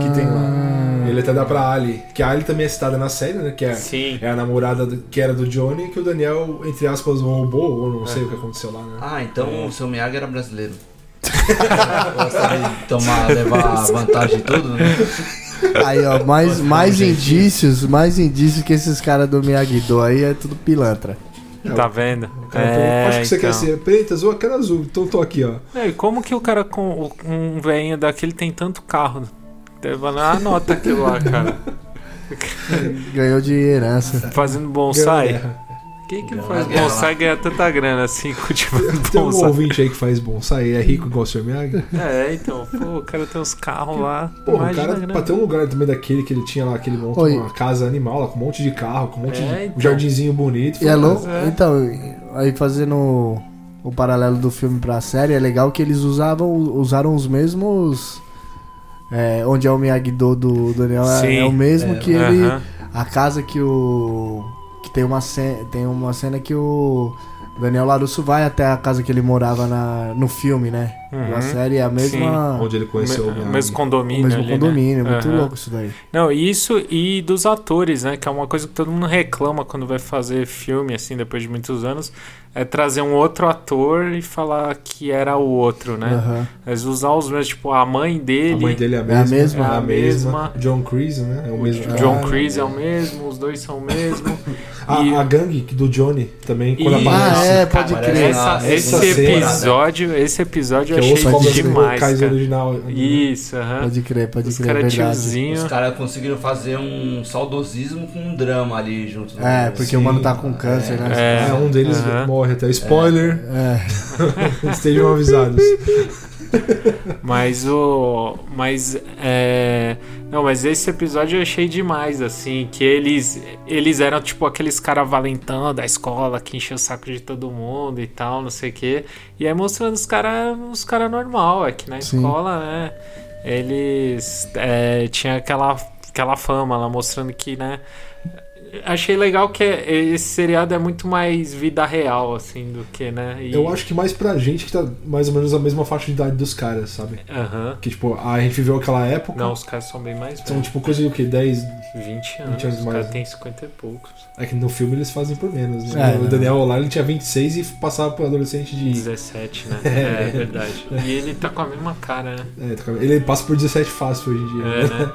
[SPEAKER 5] que tem lá. Ele até dá pra Ali, que a Ali também é citada na série, né? Que é,
[SPEAKER 4] Sim.
[SPEAKER 5] é a namorada do- que era do Johnny, que o Daniel, entre aspas, roubou, ou não sei o que aconteceu lá, né?
[SPEAKER 7] Ah, então
[SPEAKER 4] É.
[SPEAKER 7] o seu Miyagi era brasileiro. Gostava de tomar, levar vantagem de tudo, né?
[SPEAKER 6] Aí, ó, mais, mais indícios, mais indícios que esses caras do Miyagi-Do aí é tudo pilantra.
[SPEAKER 4] Tá vendo?
[SPEAKER 5] É, Cara, então, acho que você quer
[SPEAKER 4] então.
[SPEAKER 5] ser pretas ou aquela azul, então tô aqui, ó.
[SPEAKER 4] É, e como que o cara com o- um velhinho daquele tem tanto carro? Deve valer uma nota aquilo lá, cara.
[SPEAKER 6] Ganhou de herança.
[SPEAKER 4] Fazendo
[SPEAKER 5] Ganhou
[SPEAKER 4] bonsai.
[SPEAKER 5] guerra.
[SPEAKER 4] Quem que
[SPEAKER 7] Ganhou
[SPEAKER 4] faz
[SPEAKER 7] a guerra
[SPEAKER 4] bonsai ganha tanta grana assim, cultivando
[SPEAKER 5] Tem um
[SPEAKER 4] bonsai?
[SPEAKER 5] ouvinte aí que faz bonsai e é rico igual o Sr. Miyagi?
[SPEAKER 4] É, então, pô, o cara tem uns carros lá.
[SPEAKER 5] Porra, o
[SPEAKER 4] imagina né? a
[SPEAKER 5] cara,
[SPEAKER 4] grana.
[SPEAKER 5] pra ter um lugar também daquele que ele tinha lá, aquele monte,
[SPEAKER 6] Oi.
[SPEAKER 5] uma casa animal lá, com um monte de carro, com um monte
[SPEAKER 4] É,
[SPEAKER 5] de
[SPEAKER 4] então.
[SPEAKER 5] jardinzinho bonito.
[SPEAKER 6] E é louco.
[SPEAKER 4] é.
[SPEAKER 6] Então, aí fazendo o paralelo do filme pra série, é legal que eles usavam, usaram os mesmos. é, onde é o Miyagi-Do do Daniel, é-
[SPEAKER 4] Sim.
[SPEAKER 6] é o mesmo
[SPEAKER 7] É,
[SPEAKER 6] que ele.
[SPEAKER 4] Aham.
[SPEAKER 6] A casa que o. Que tem uma cena, tem uma cena que o Daniel Larusso vai até a casa que ele morava na, no filme, né?
[SPEAKER 4] Uhum.
[SPEAKER 6] Na série é a mesma.
[SPEAKER 5] Onde ele conheceu
[SPEAKER 4] Me-
[SPEAKER 5] Miyagi.
[SPEAKER 4] mesmo
[SPEAKER 6] O
[SPEAKER 4] condomínio.
[SPEAKER 6] mesmo
[SPEAKER 4] ali, né?
[SPEAKER 6] condomínio, é muito
[SPEAKER 4] Aham.
[SPEAKER 6] louco isso daí.
[SPEAKER 4] Não, isso e dos atores, né? Que é uma coisa que todo mundo reclama quando vai fazer filme, assim, depois de muitos anos. É trazer um outro ator e falar que era o outro, né?
[SPEAKER 6] Aham.
[SPEAKER 4] Mas usar os mesmos, tipo, a mãe dele.
[SPEAKER 5] A mãe dele é a
[SPEAKER 6] É a
[SPEAKER 5] mesma. é
[SPEAKER 6] mesma.
[SPEAKER 5] a
[SPEAKER 4] É a mesma.
[SPEAKER 5] John Creese, né? É o mesmo. de
[SPEAKER 4] John
[SPEAKER 6] Ah,
[SPEAKER 5] cara.
[SPEAKER 4] Creese é o mesmo, os dois são o mesmo.
[SPEAKER 5] A,
[SPEAKER 4] E-
[SPEAKER 5] a gangue do Johnny também, quando
[SPEAKER 4] E-
[SPEAKER 5] aparece.
[SPEAKER 6] Ah, é, pode
[SPEAKER 7] Parece
[SPEAKER 6] crer.
[SPEAKER 7] na
[SPEAKER 4] Essa- esse
[SPEAKER 7] segunda temporada.
[SPEAKER 4] episódio, esse episódio eu
[SPEAKER 5] né? Que é o Os
[SPEAKER 4] achei assim?
[SPEAKER 5] Cobras
[SPEAKER 4] demais,
[SPEAKER 5] Kaiser
[SPEAKER 4] cara.
[SPEAKER 5] original. né?
[SPEAKER 4] Isso, aham.
[SPEAKER 6] Pode crer, pode
[SPEAKER 4] Os
[SPEAKER 6] crer, é
[SPEAKER 4] caras
[SPEAKER 6] verdade.
[SPEAKER 7] Os
[SPEAKER 4] tiozinho.
[SPEAKER 7] caras conseguiram fazer um saudosismo com um drama ali junto. né?
[SPEAKER 4] né?
[SPEAKER 6] É, porque o mano tá com câncer, né?
[SPEAKER 5] É, um deles
[SPEAKER 4] Aham.
[SPEAKER 5] morre até. Spoiler,
[SPEAKER 6] É.
[SPEAKER 5] estejam avisados.
[SPEAKER 4] Mas o. Mas é. Não, mas esse episódio eu achei demais, assim, que eles eles eram tipo aqueles caras valentão da escola que encheu o saco de todo mundo e tal, não sei o quê. E aí mostrando os caras os cara normal, é que na
[SPEAKER 6] Sim.
[SPEAKER 4] escola, né? Eles é, tinha aquela, aquela fama lá, mostrando que, né? Achei legal que esse seriado é muito mais vida real, assim, do que, né? E-
[SPEAKER 5] Eu acho que mais pra gente que tá mais ou menos a mesma faixa de idade dos caras, sabe?
[SPEAKER 4] Aham.
[SPEAKER 5] Que tipo, a gente viveu aquela época.
[SPEAKER 4] Não, os caras são bem mais
[SPEAKER 5] São tipo coisa de o quê? 10.
[SPEAKER 4] 20 anos,
[SPEAKER 5] 20 anos
[SPEAKER 4] o
[SPEAKER 5] mais,
[SPEAKER 4] cara
[SPEAKER 5] né?
[SPEAKER 4] tem 50 e poucos.
[SPEAKER 5] É que no filme eles fazem por menos, né?
[SPEAKER 6] É,
[SPEAKER 5] o
[SPEAKER 6] né?
[SPEAKER 5] Daniel lá ele tinha 26 e passava por adolescente de.
[SPEAKER 4] 17, né? É, é verdade. E ele tá com a mesma cara, né?
[SPEAKER 5] É, tá com- ele passa por 17 fácil hoje em dia.
[SPEAKER 4] É, né?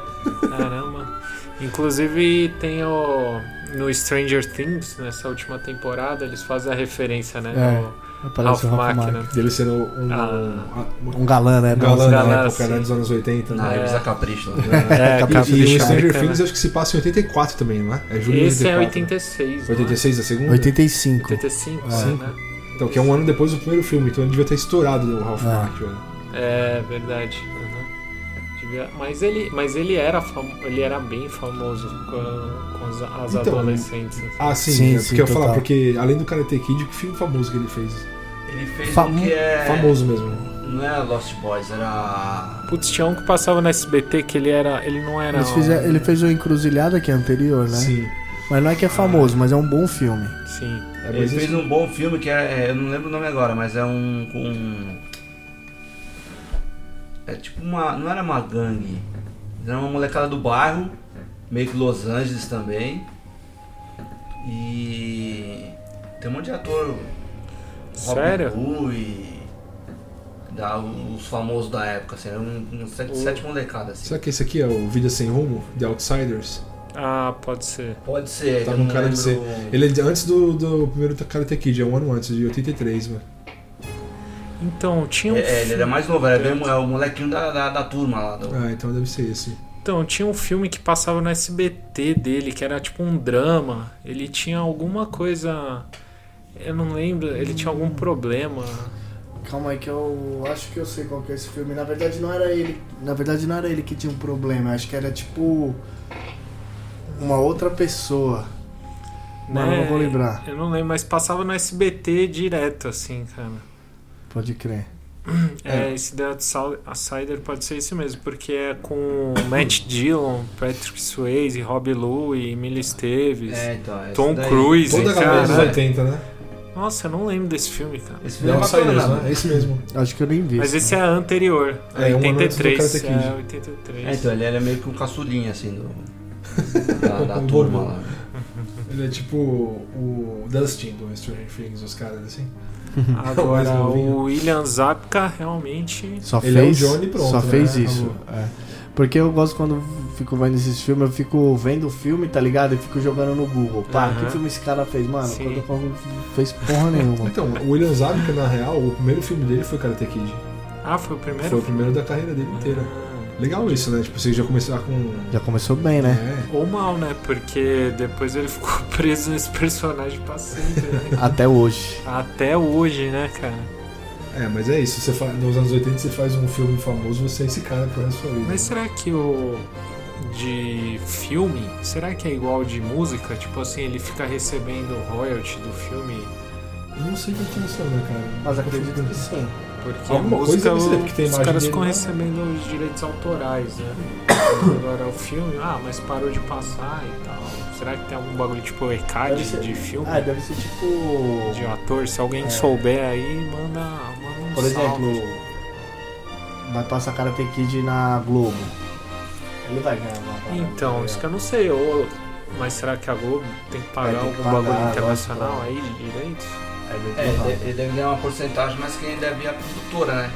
[SPEAKER 4] Caramba. Inclusive tem o. No Stranger Things, nessa última temporada, eles fazem a referência, né?
[SPEAKER 6] É,
[SPEAKER 4] Ao
[SPEAKER 6] Parece o Ralph Mack.
[SPEAKER 4] né?
[SPEAKER 5] Dele sendo um,
[SPEAKER 4] Ah.
[SPEAKER 5] um-
[SPEAKER 6] Um galã, né?
[SPEAKER 5] um galã
[SPEAKER 4] galã,
[SPEAKER 5] na época,
[SPEAKER 4] sim. Ah,
[SPEAKER 5] né? Dos anos 80.
[SPEAKER 7] Na
[SPEAKER 5] Né?
[SPEAKER 7] revista Capricho. lá.
[SPEAKER 4] É,
[SPEAKER 5] E,
[SPEAKER 4] Capricho
[SPEAKER 5] e o Stranger
[SPEAKER 4] Americano. né?
[SPEAKER 5] Things acho que se passa em 84 também, não é? É julho de
[SPEAKER 4] Esse é
[SPEAKER 5] 84, né?
[SPEAKER 4] 86. não é?
[SPEAKER 5] 86 a segunda?
[SPEAKER 6] 85.
[SPEAKER 4] 85, né?
[SPEAKER 5] Então, que é um ano depois do primeiro filme, então ele devia ter estourado o Ralph
[SPEAKER 6] É.
[SPEAKER 4] Ah.
[SPEAKER 5] Macchio. né?
[SPEAKER 4] É verdade. Uhum. Devia- Mas ele, mas ele era fam- ele era bem famoso com, com as, as
[SPEAKER 5] Então,
[SPEAKER 4] adolescentes.
[SPEAKER 5] Ah, sim,
[SPEAKER 6] Sim,
[SPEAKER 5] é
[SPEAKER 6] sim,
[SPEAKER 5] porque eu ia falar,
[SPEAKER 6] total.
[SPEAKER 5] porque além do Karate Kid, que filme famoso que ele fez?
[SPEAKER 7] Ele fez
[SPEAKER 6] Famo-
[SPEAKER 7] um que é.
[SPEAKER 5] Famoso mesmo. né?
[SPEAKER 7] Não é Lost Boys, era.
[SPEAKER 4] Putz, tinha um que passava na SBT que ele era. Ele não era.
[SPEAKER 6] Eles
[SPEAKER 4] um-
[SPEAKER 6] fizeram- ele fez o Encruzilhada, que é anterior, né?
[SPEAKER 5] Sim.
[SPEAKER 6] Mas não é que é famoso, mas é um bom filme.
[SPEAKER 4] Sim.
[SPEAKER 5] É,
[SPEAKER 7] Ele
[SPEAKER 5] mas
[SPEAKER 7] fez
[SPEAKER 5] isso-
[SPEAKER 7] um bom filme que é. é, Eu não lembro o nome agora, mas é um. com. É tipo uma. Não era uma gangue. Era uma molecada do bairro, meio que Los Angeles também. E. Tem um monte de ator.
[SPEAKER 4] Sério?
[SPEAKER 7] Rui. Da, os famosos da época, assim, era um, um sete, sete molecada assim.
[SPEAKER 5] Será que esse aqui é o Vida Sem Rumo, The Outsiders?
[SPEAKER 4] Ah, pode ser.
[SPEAKER 7] Pode ser,
[SPEAKER 5] Tá
[SPEAKER 7] É eu
[SPEAKER 5] com
[SPEAKER 7] não
[SPEAKER 5] cara de ser.
[SPEAKER 7] lembro-
[SPEAKER 5] Ele é de- antes do, do primeiro Karate Kid, é um ano antes, de 83, mano.
[SPEAKER 4] Então, tinha um.
[SPEAKER 7] É, ele era mais novo, era bem,
[SPEAKER 4] Certo.
[SPEAKER 7] é o molequinho da, da, da turma lá. do-
[SPEAKER 5] Ah, então deve ser esse.
[SPEAKER 4] Então, tinha um filme que passava no SBT dele, que era tipo um drama. Ele tinha alguma coisa. Eu não lembro, ele tinha algum problema.
[SPEAKER 10] Calma aí que eu acho que eu sei qual que é esse filme. Na verdade não era ele. Na verdade não era ele que tinha um problema, acho que era tipo uma outra pessoa. Mano,
[SPEAKER 4] né?
[SPEAKER 10] não vou lembrar.
[SPEAKER 4] Eu não lembro, mas passava no SBT direto, assim, cara.
[SPEAKER 6] Pode crer.
[SPEAKER 4] É, esse The Outsou- Outsider pode ser isso mesmo, porque é com Matt Dillon, Patrick Swayze, Rob Lowe, Emily Esteves,
[SPEAKER 7] É, então, é
[SPEAKER 4] Tom
[SPEAKER 7] esse daí.
[SPEAKER 4] Cruise,
[SPEAKER 5] Toda a galera dos
[SPEAKER 4] cara.
[SPEAKER 5] 80, né?
[SPEAKER 4] Nossa, eu não lembro desse filme, cara.
[SPEAKER 7] Esse
[SPEAKER 5] The
[SPEAKER 7] filme é
[SPEAKER 5] Outsiders,
[SPEAKER 7] bacana,
[SPEAKER 5] né? É esse mesmo.
[SPEAKER 6] Acho que eu nem vi.
[SPEAKER 4] Mas esse é anterior, é,
[SPEAKER 5] É, um ano antes do
[SPEAKER 4] 83.
[SPEAKER 5] Karate Kid.
[SPEAKER 4] É, 83.
[SPEAKER 7] É, então, ele era meio que um caçulinha, assim, do, da, da
[SPEAKER 5] Um
[SPEAKER 7] turma
[SPEAKER 5] gordo.
[SPEAKER 7] lá.
[SPEAKER 5] Ele é tipo o Dustin do Stranger Things, os caras assim.
[SPEAKER 4] Agora,
[SPEAKER 5] Mais novinho.
[SPEAKER 4] o William Zabka realmente.
[SPEAKER 6] Só
[SPEAKER 5] Ele é o
[SPEAKER 6] fez,
[SPEAKER 5] Johnny e pronto,
[SPEAKER 6] Só
[SPEAKER 5] né?
[SPEAKER 6] fez
[SPEAKER 5] Acabou.
[SPEAKER 6] isso. é. Porque eu gosto quando fico vendo esses filmes, eu fico vendo o filme, tá ligado? E fico jogando no Google. Pá,
[SPEAKER 4] Aham.
[SPEAKER 6] que filme esse cara fez, mano?
[SPEAKER 4] Sim.
[SPEAKER 6] Quando eu falo, não fez porra nenhuma.
[SPEAKER 5] Então, o William Zabka, na real, o primeiro filme dele foi Karate Kid.
[SPEAKER 4] Ah, foi o primeiro?
[SPEAKER 5] Foi o primeiro da carreira dele inteira.
[SPEAKER 4] Ah,
[SPEAKER 5] Legal isso, né? Tipo, você já começar com.
[SPEAKER 6] Já começou bem, né?
[SPEAKER 5] É.
[SPEAKER 4] Ou mal, né? Porque depois ele ficou preso nesse personagem pra sempre, né?
[SPEAKER 6] Até hoje.
[SPEAKER 4] Até hoje, né, cara?
[SPEAKER 5] É, mas é isso. Você faz, nos anos 80 você faz um filme famoso, você é esse cara pro resto da sua vida.
[SPEAKER 4] Mas será que o. De filme, será que é igual de música? Tipo assim, ele fica recebendo royalty do filme?
[SPEAKER 5] Eu não sei como funciona, né, cara.
[SPEAKER 6] Mas Ah, acredito que sim.
[SPEAKER 4] Porque
[SPEAKER 5] Alguma
[SPEAKER 4] a música,
[SPEAKER 5] coisa deve ser,
[SPEAKER 4] o-
[SPEAKER 5] porque tem
[SPEAKER 4] os
[SPEAKER 5] imagem
[SPEAKER 4] caras
[SPEAKER 5] dele
[SPEAKER 4] ficam
[SPEAKER 5] lá.
[SPEAKER 4] recebendo os direitos autorais, né? Agora o filme, ah, mas parou de passar e tal. Será que tem algum bagulho tipo ECAD
[SPEAKER 6] Deve ser-
[SPEAKER 4] de filme?
[SPEAKER 6] Ah, deve ser tipo.
[SPEAKER 4] de um ator, se alguém souber aí, manda, manda um
[SPEAKER 6] Por exemplo,
[SPEAKER 4] salve.
[SPEAKER 6] vai passar Karate Kid na Globo. Ele vai ganhar uma parada,
[SPEAKER 4] Então,
[SPEAKER 6] né?
[SPEAKER 4] isso que eu não sei, ou... mas será que a Globo tem que pagar
[SPEAKER 6] Vai ter que
[SPEAKER 4] algum
[SPEAKER 6] pagar,
[SPEAKER 4] bagulho
[SPEAKER 6] lógico,
[SPEAKER 4] internacional
[SPEAKER 6] né?
[SPEAKER 4] aí de direitos?
[SPEAKER 6] Aí vai ter
[SPEAKER 7] É, ele
[SPEAKER 6] que
[SPEAKER 7] deve- ele deve ganhar uma porcentagem, mas quem deve é a produtora, né?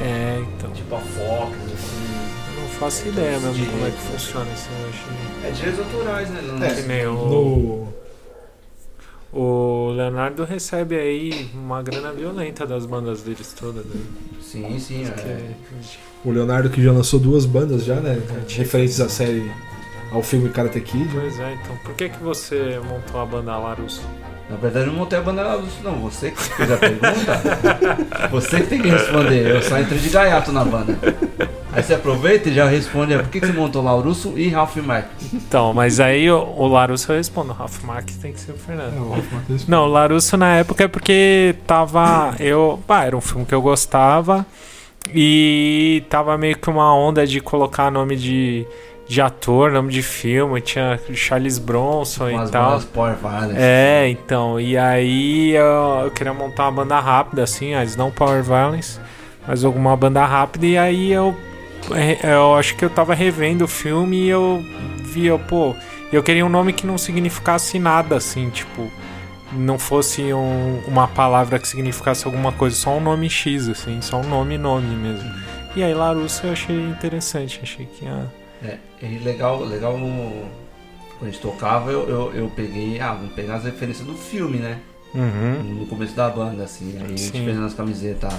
[SPEAKER 4] É, então.
[SPEAKER 7] Tipo a Fox, assim.
[SPEAKER 4] Eu não faço ideia
[SPEAKER 7] Esses
[SPEAKER 4] mesmo como é que
[SPEAKER 7] direitos.
[SPEAKER 4] funciona esse negócio.
[SPEAKER 7] É direitos autorais, né? Não-
[SPEAKER 4] Que nem o,
[SPEAKER 5] No.
[SPEAKER 4] o Leonardo recebe aí uma grana violenta das bandas deles todas. Né?
[SPEAKER 7] Sim, sim, é.
[SPEAKER 4] Que-
[SPEAKER 5] O Leonardo que já lançou duas bandas já, né? Referentes à série. ao filme Karate Kid.
[SPEAKER 4] Pois é, então. Por que, que você montou a banda Larus?
[SPEAKER 7] Na verdade, eu não montei a bandeira russa, não. Você que fez a pergunta, você que tem que responder. Eu só entrei de gaiato na banda. Aí você aproveita e já responde: "É, por que, que você montou Laurusso e Ralph Marques?
[SPEAKER 4] Então, mas aí o, o Larusso eu respondo. O Ralph Marques tem que ser É, o Fernando. Não, o Larusso na época é porque tava. Eu. Pá, era um filme que eu gostava. E tava meio que uma onda de colocar nome de, de ator, nome de filme. Tinha Charles Bronson
[SPEAKER 7] Com as
[SPEAKER 4] e tal.
[SPEAKER 7] bandas Power Violence.
[SPEAKER 4] É, então. E aí eu, eu queria montar uma banda rápida, assim, mas não Power Violence, mas alguma banda rápida. E aí eu. Eu acho que eu tava revendo o filme e eu vi, eu, pô. Eu queria um nome que não significasse nada, assim, tipo. Não fosse um- uma palavra que significasse alguma coisa, só um nome X, assim, só um nome, nome mesmo. E aí, Larusso eu achei interessante, achei que ia.
[SPEAKER 7] É, e legal, legal no- quando a gente tocava, eu, eu, eu peguei, ah, vamos pegar as referências do filme, né?
[SPEAKER 4] Uhum.
[SPEAKER 7] No começo da banda, assim. Aí a gente
[SPEAKER 4] Sim.
[SPEAKER 7] fez nas camisetas.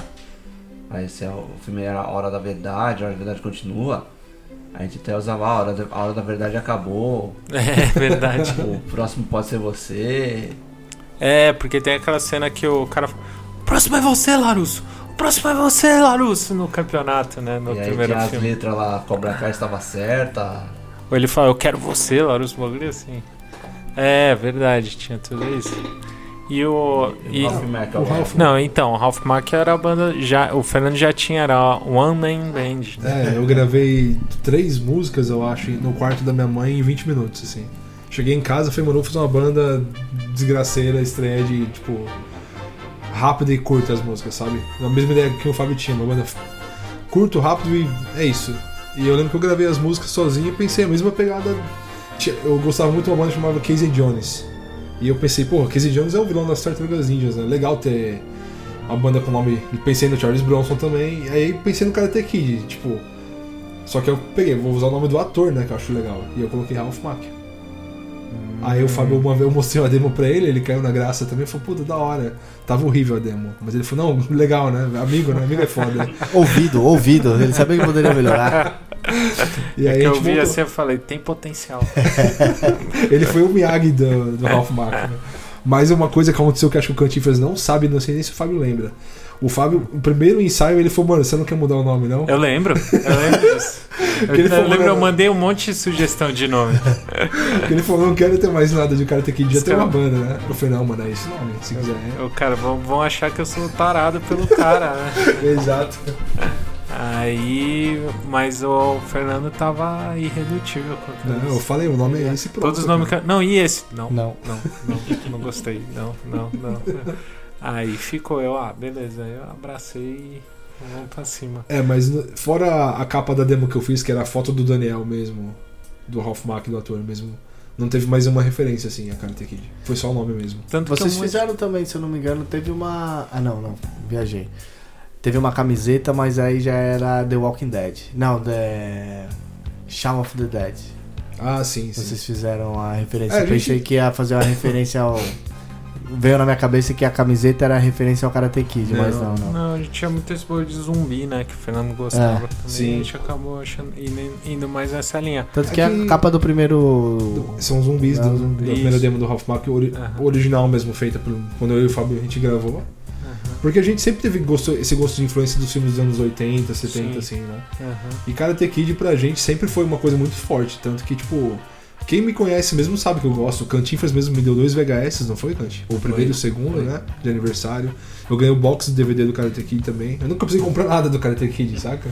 [SPEAKER 7] Aí esse é o o filme era A Hora da Verdade, A Hora da Verdade continua. A gente até usava a hora, da, a hora da verdade acabou.
[SPEAKER 4] É verdade.
[SPEAKER 7] O próximo pode ser você.
[SPEAKER 4] É, porque tem aquela cena que o cara fala: "O próximo é você, Larusso! O próximo é você, Larusso! No campeonato, né? No
[SPEAKER 7] e aí
[SPEAKER 4] primeiro
[SPEAKER 7] tinha as
[SPEAKER 4] filme.
[SPEAKER 7] letras lá, Cobra Kai estava certa.
[SPEAKER 4] Ou ele fala: Eu quero você, Larusso, um bagulho assim. É, verdade, tinha tudo isso. E o. E,
[SPEAKER 7] Ralph Merkel.
[SPEAKER 5] O Ralph.
[SPEAKER 4] não, então, o Ralph Mack era a banda. Já, o Fernando já tinha, era a One Man Band. Né?
[SPEAKER 5] É, eu gravei três músicas, eu acho, no quarto da minha mãe em 20 minutos, assim. Cheguei em casa, falei, mano, eu vou fazer uma banda desgraceira, estreia de, tipo, rápida e curta as músicas, sabe? A mesma ideia que o Fábio tinha, uma banda curto, rápido e é isso. E eu lembro que eu gravei as músicas sozinho e pensei a mesma pegada. Tinha- Eu gostava muito de uma banda chamada Casey Jones. E eu pensei, porra, Casey Jones é o vilão das Tartarugas Ninjas, né? Legal ter uma banda com nome. Pensei no Charles Bronson também, e aí pensei no Karate Kid, tipo. Só que eu peguei, vou usar o nome do ator, né, que eu acho legal. E eu coloquei Ralph Mack. Aí o Fábio, uma vez eu mostrei uma demo pra ele, ele caiu na graça também, falou, puta, da hora. Tava horrível a demo. Mas ele falou, não, legal, né? Amigo, né? Amigo é foda.
[SPEAKER 6] Ouvido, ouvido. Ele sabia que poderia melhorar.
[SPEAKER 5] E
[SPEAKER 4] É
[SPEAKER 5] aí
[SPEAKER 4] que
[SPEAKER 5] tipo, a
[SPEAKER 4] eu
[SPEAKER 5] gente
[SPEAKER 4] vi
[SPEAKER 5] montou-
[SPEAKER 4] assim, eu falei: Tem potencial.
[SPEAKER 5] Ele foi o Miyagi do, do Ralph Mack. né? Mas uma coisa que aconteceu que eu acho que o Cantinflas não sabe, não sei nem se o Fábio lembra. O Fábio, o primeiro ensaio, ele falou, mano, você não quer mudar o nome, não?
[SPEAKER 4] Eu lembro, eu lembro disso. Eu,
[SPEAKER 5] ele falou,
[SPEAKER 4] lembro,
[SPEAKER 5] né?
[SPEAKER 4] eu mandei um monte de sugestão de nome.
[SPEAKER 5] Porque ele falou, não quero ter mais nada de Karate Kid, já
[SPEAKER 4] Esse
[SPEAKER 5] tem uma
[SPEAKER 4] cara-
[SPEAKER 5] banda, né? Eu falei, não, mano, é esse nome, se quiser.
[SPEAKER 4] O cara, vão, vão achar que eu sou tarado pelo cara, né?
[SPEAKER 5] É. Exato.
[SPEAKER 4] Aí, mas o Fernando tava irredutível contra
[SPEAKER 5] Não, eu
[SPEAKER 4] isso.
[SPEAKER 5] falei, o nome é esse e pronto.
[SPEAKER 4] Todos os nomes. que- Não, e esse? Não, não,
[SPEAKER 11] Não.
[SPEAKER 4] não, não, gostei. Não, não, não. Aí ficou eu, ah, beleza. Aí eu abracei e vamos pra cima.
[SPEAKER 5] É, mas n- fora a capa da demo que eu fiz, que era a foto do Daniel mesmo, do Ralph Mack, do ator mesmo, não teve mais uma referência assim a Karate Kid. Foi só o nome mesmo.
[SPEAKER 4] Tanto
[SPEAKER 6] Vocês
[SPEAKER 4] que eu
[SPEAKER 6] fizeram também, se eu não me engano, teve uma. Ah não, não, viajei. Teve uma camiseta, mas aí já era The Walking Dead. Não, The. Shaun of the Dead.
[SPEAKER 5] Ah, sim, sim.
[SPEAKER 6] Vocês fizeram a referência.
[SPEAKER 5] É, a
[SPEAKER 6] eu pensei
[SPEAKER 5] gente-
[SPEAKER 6] que ia fazer uma referência ao. Veio na minha cabeça que a camiseta era a referência ao Karate Kid, mas não, não.
[SPEAKER 4] Não, a gente tinha muito esse bolo de zumbi, né? Que o Fernando gostava também.
[SPEAKER 5] É, sim.
[SPEAKER 4] A gente acabou achando, indo, indo mais nessa linha.
[SPEAKER 6] Tanto
[SPEAKER 5] É
[SPEAKER 6] que a
[SPEAKER 5] que-
[SPEAKER 6] capa do primeiro.
[SPEAKER 5] São zumbis do,
[SPEAKER 6] Não,
[SPEAKER 5] da
[SPEAKER 4] isso.
[SPEAKER 5] primeira demo do Ralph Mack, ori-
[SPEAKER 4] Aham.
[SPEAKER 5] original mesmo, feita por, um, quando eu e o Fábio a gente gravou. Porque a gente sempre teve gosto- esse gosto de influência dos filmes dos anos 80, 70, assim, né?
[SPEAKER 4] Aham.
[SPEAKER 5] E Karate Kid pra gente sempre foi uma coisa muito forte. Tanto que, tipo, quem me conhece mesmo sabe que eu gosto. O Cantinflas mesmo me deu dois VHS, não foi, Cant? O primeiro e o segundo, né? De aniversário. Eu ganhei o box do DVD do Karate Kid também. Eu nunca precisei comprar nada do Karate Kid, saca?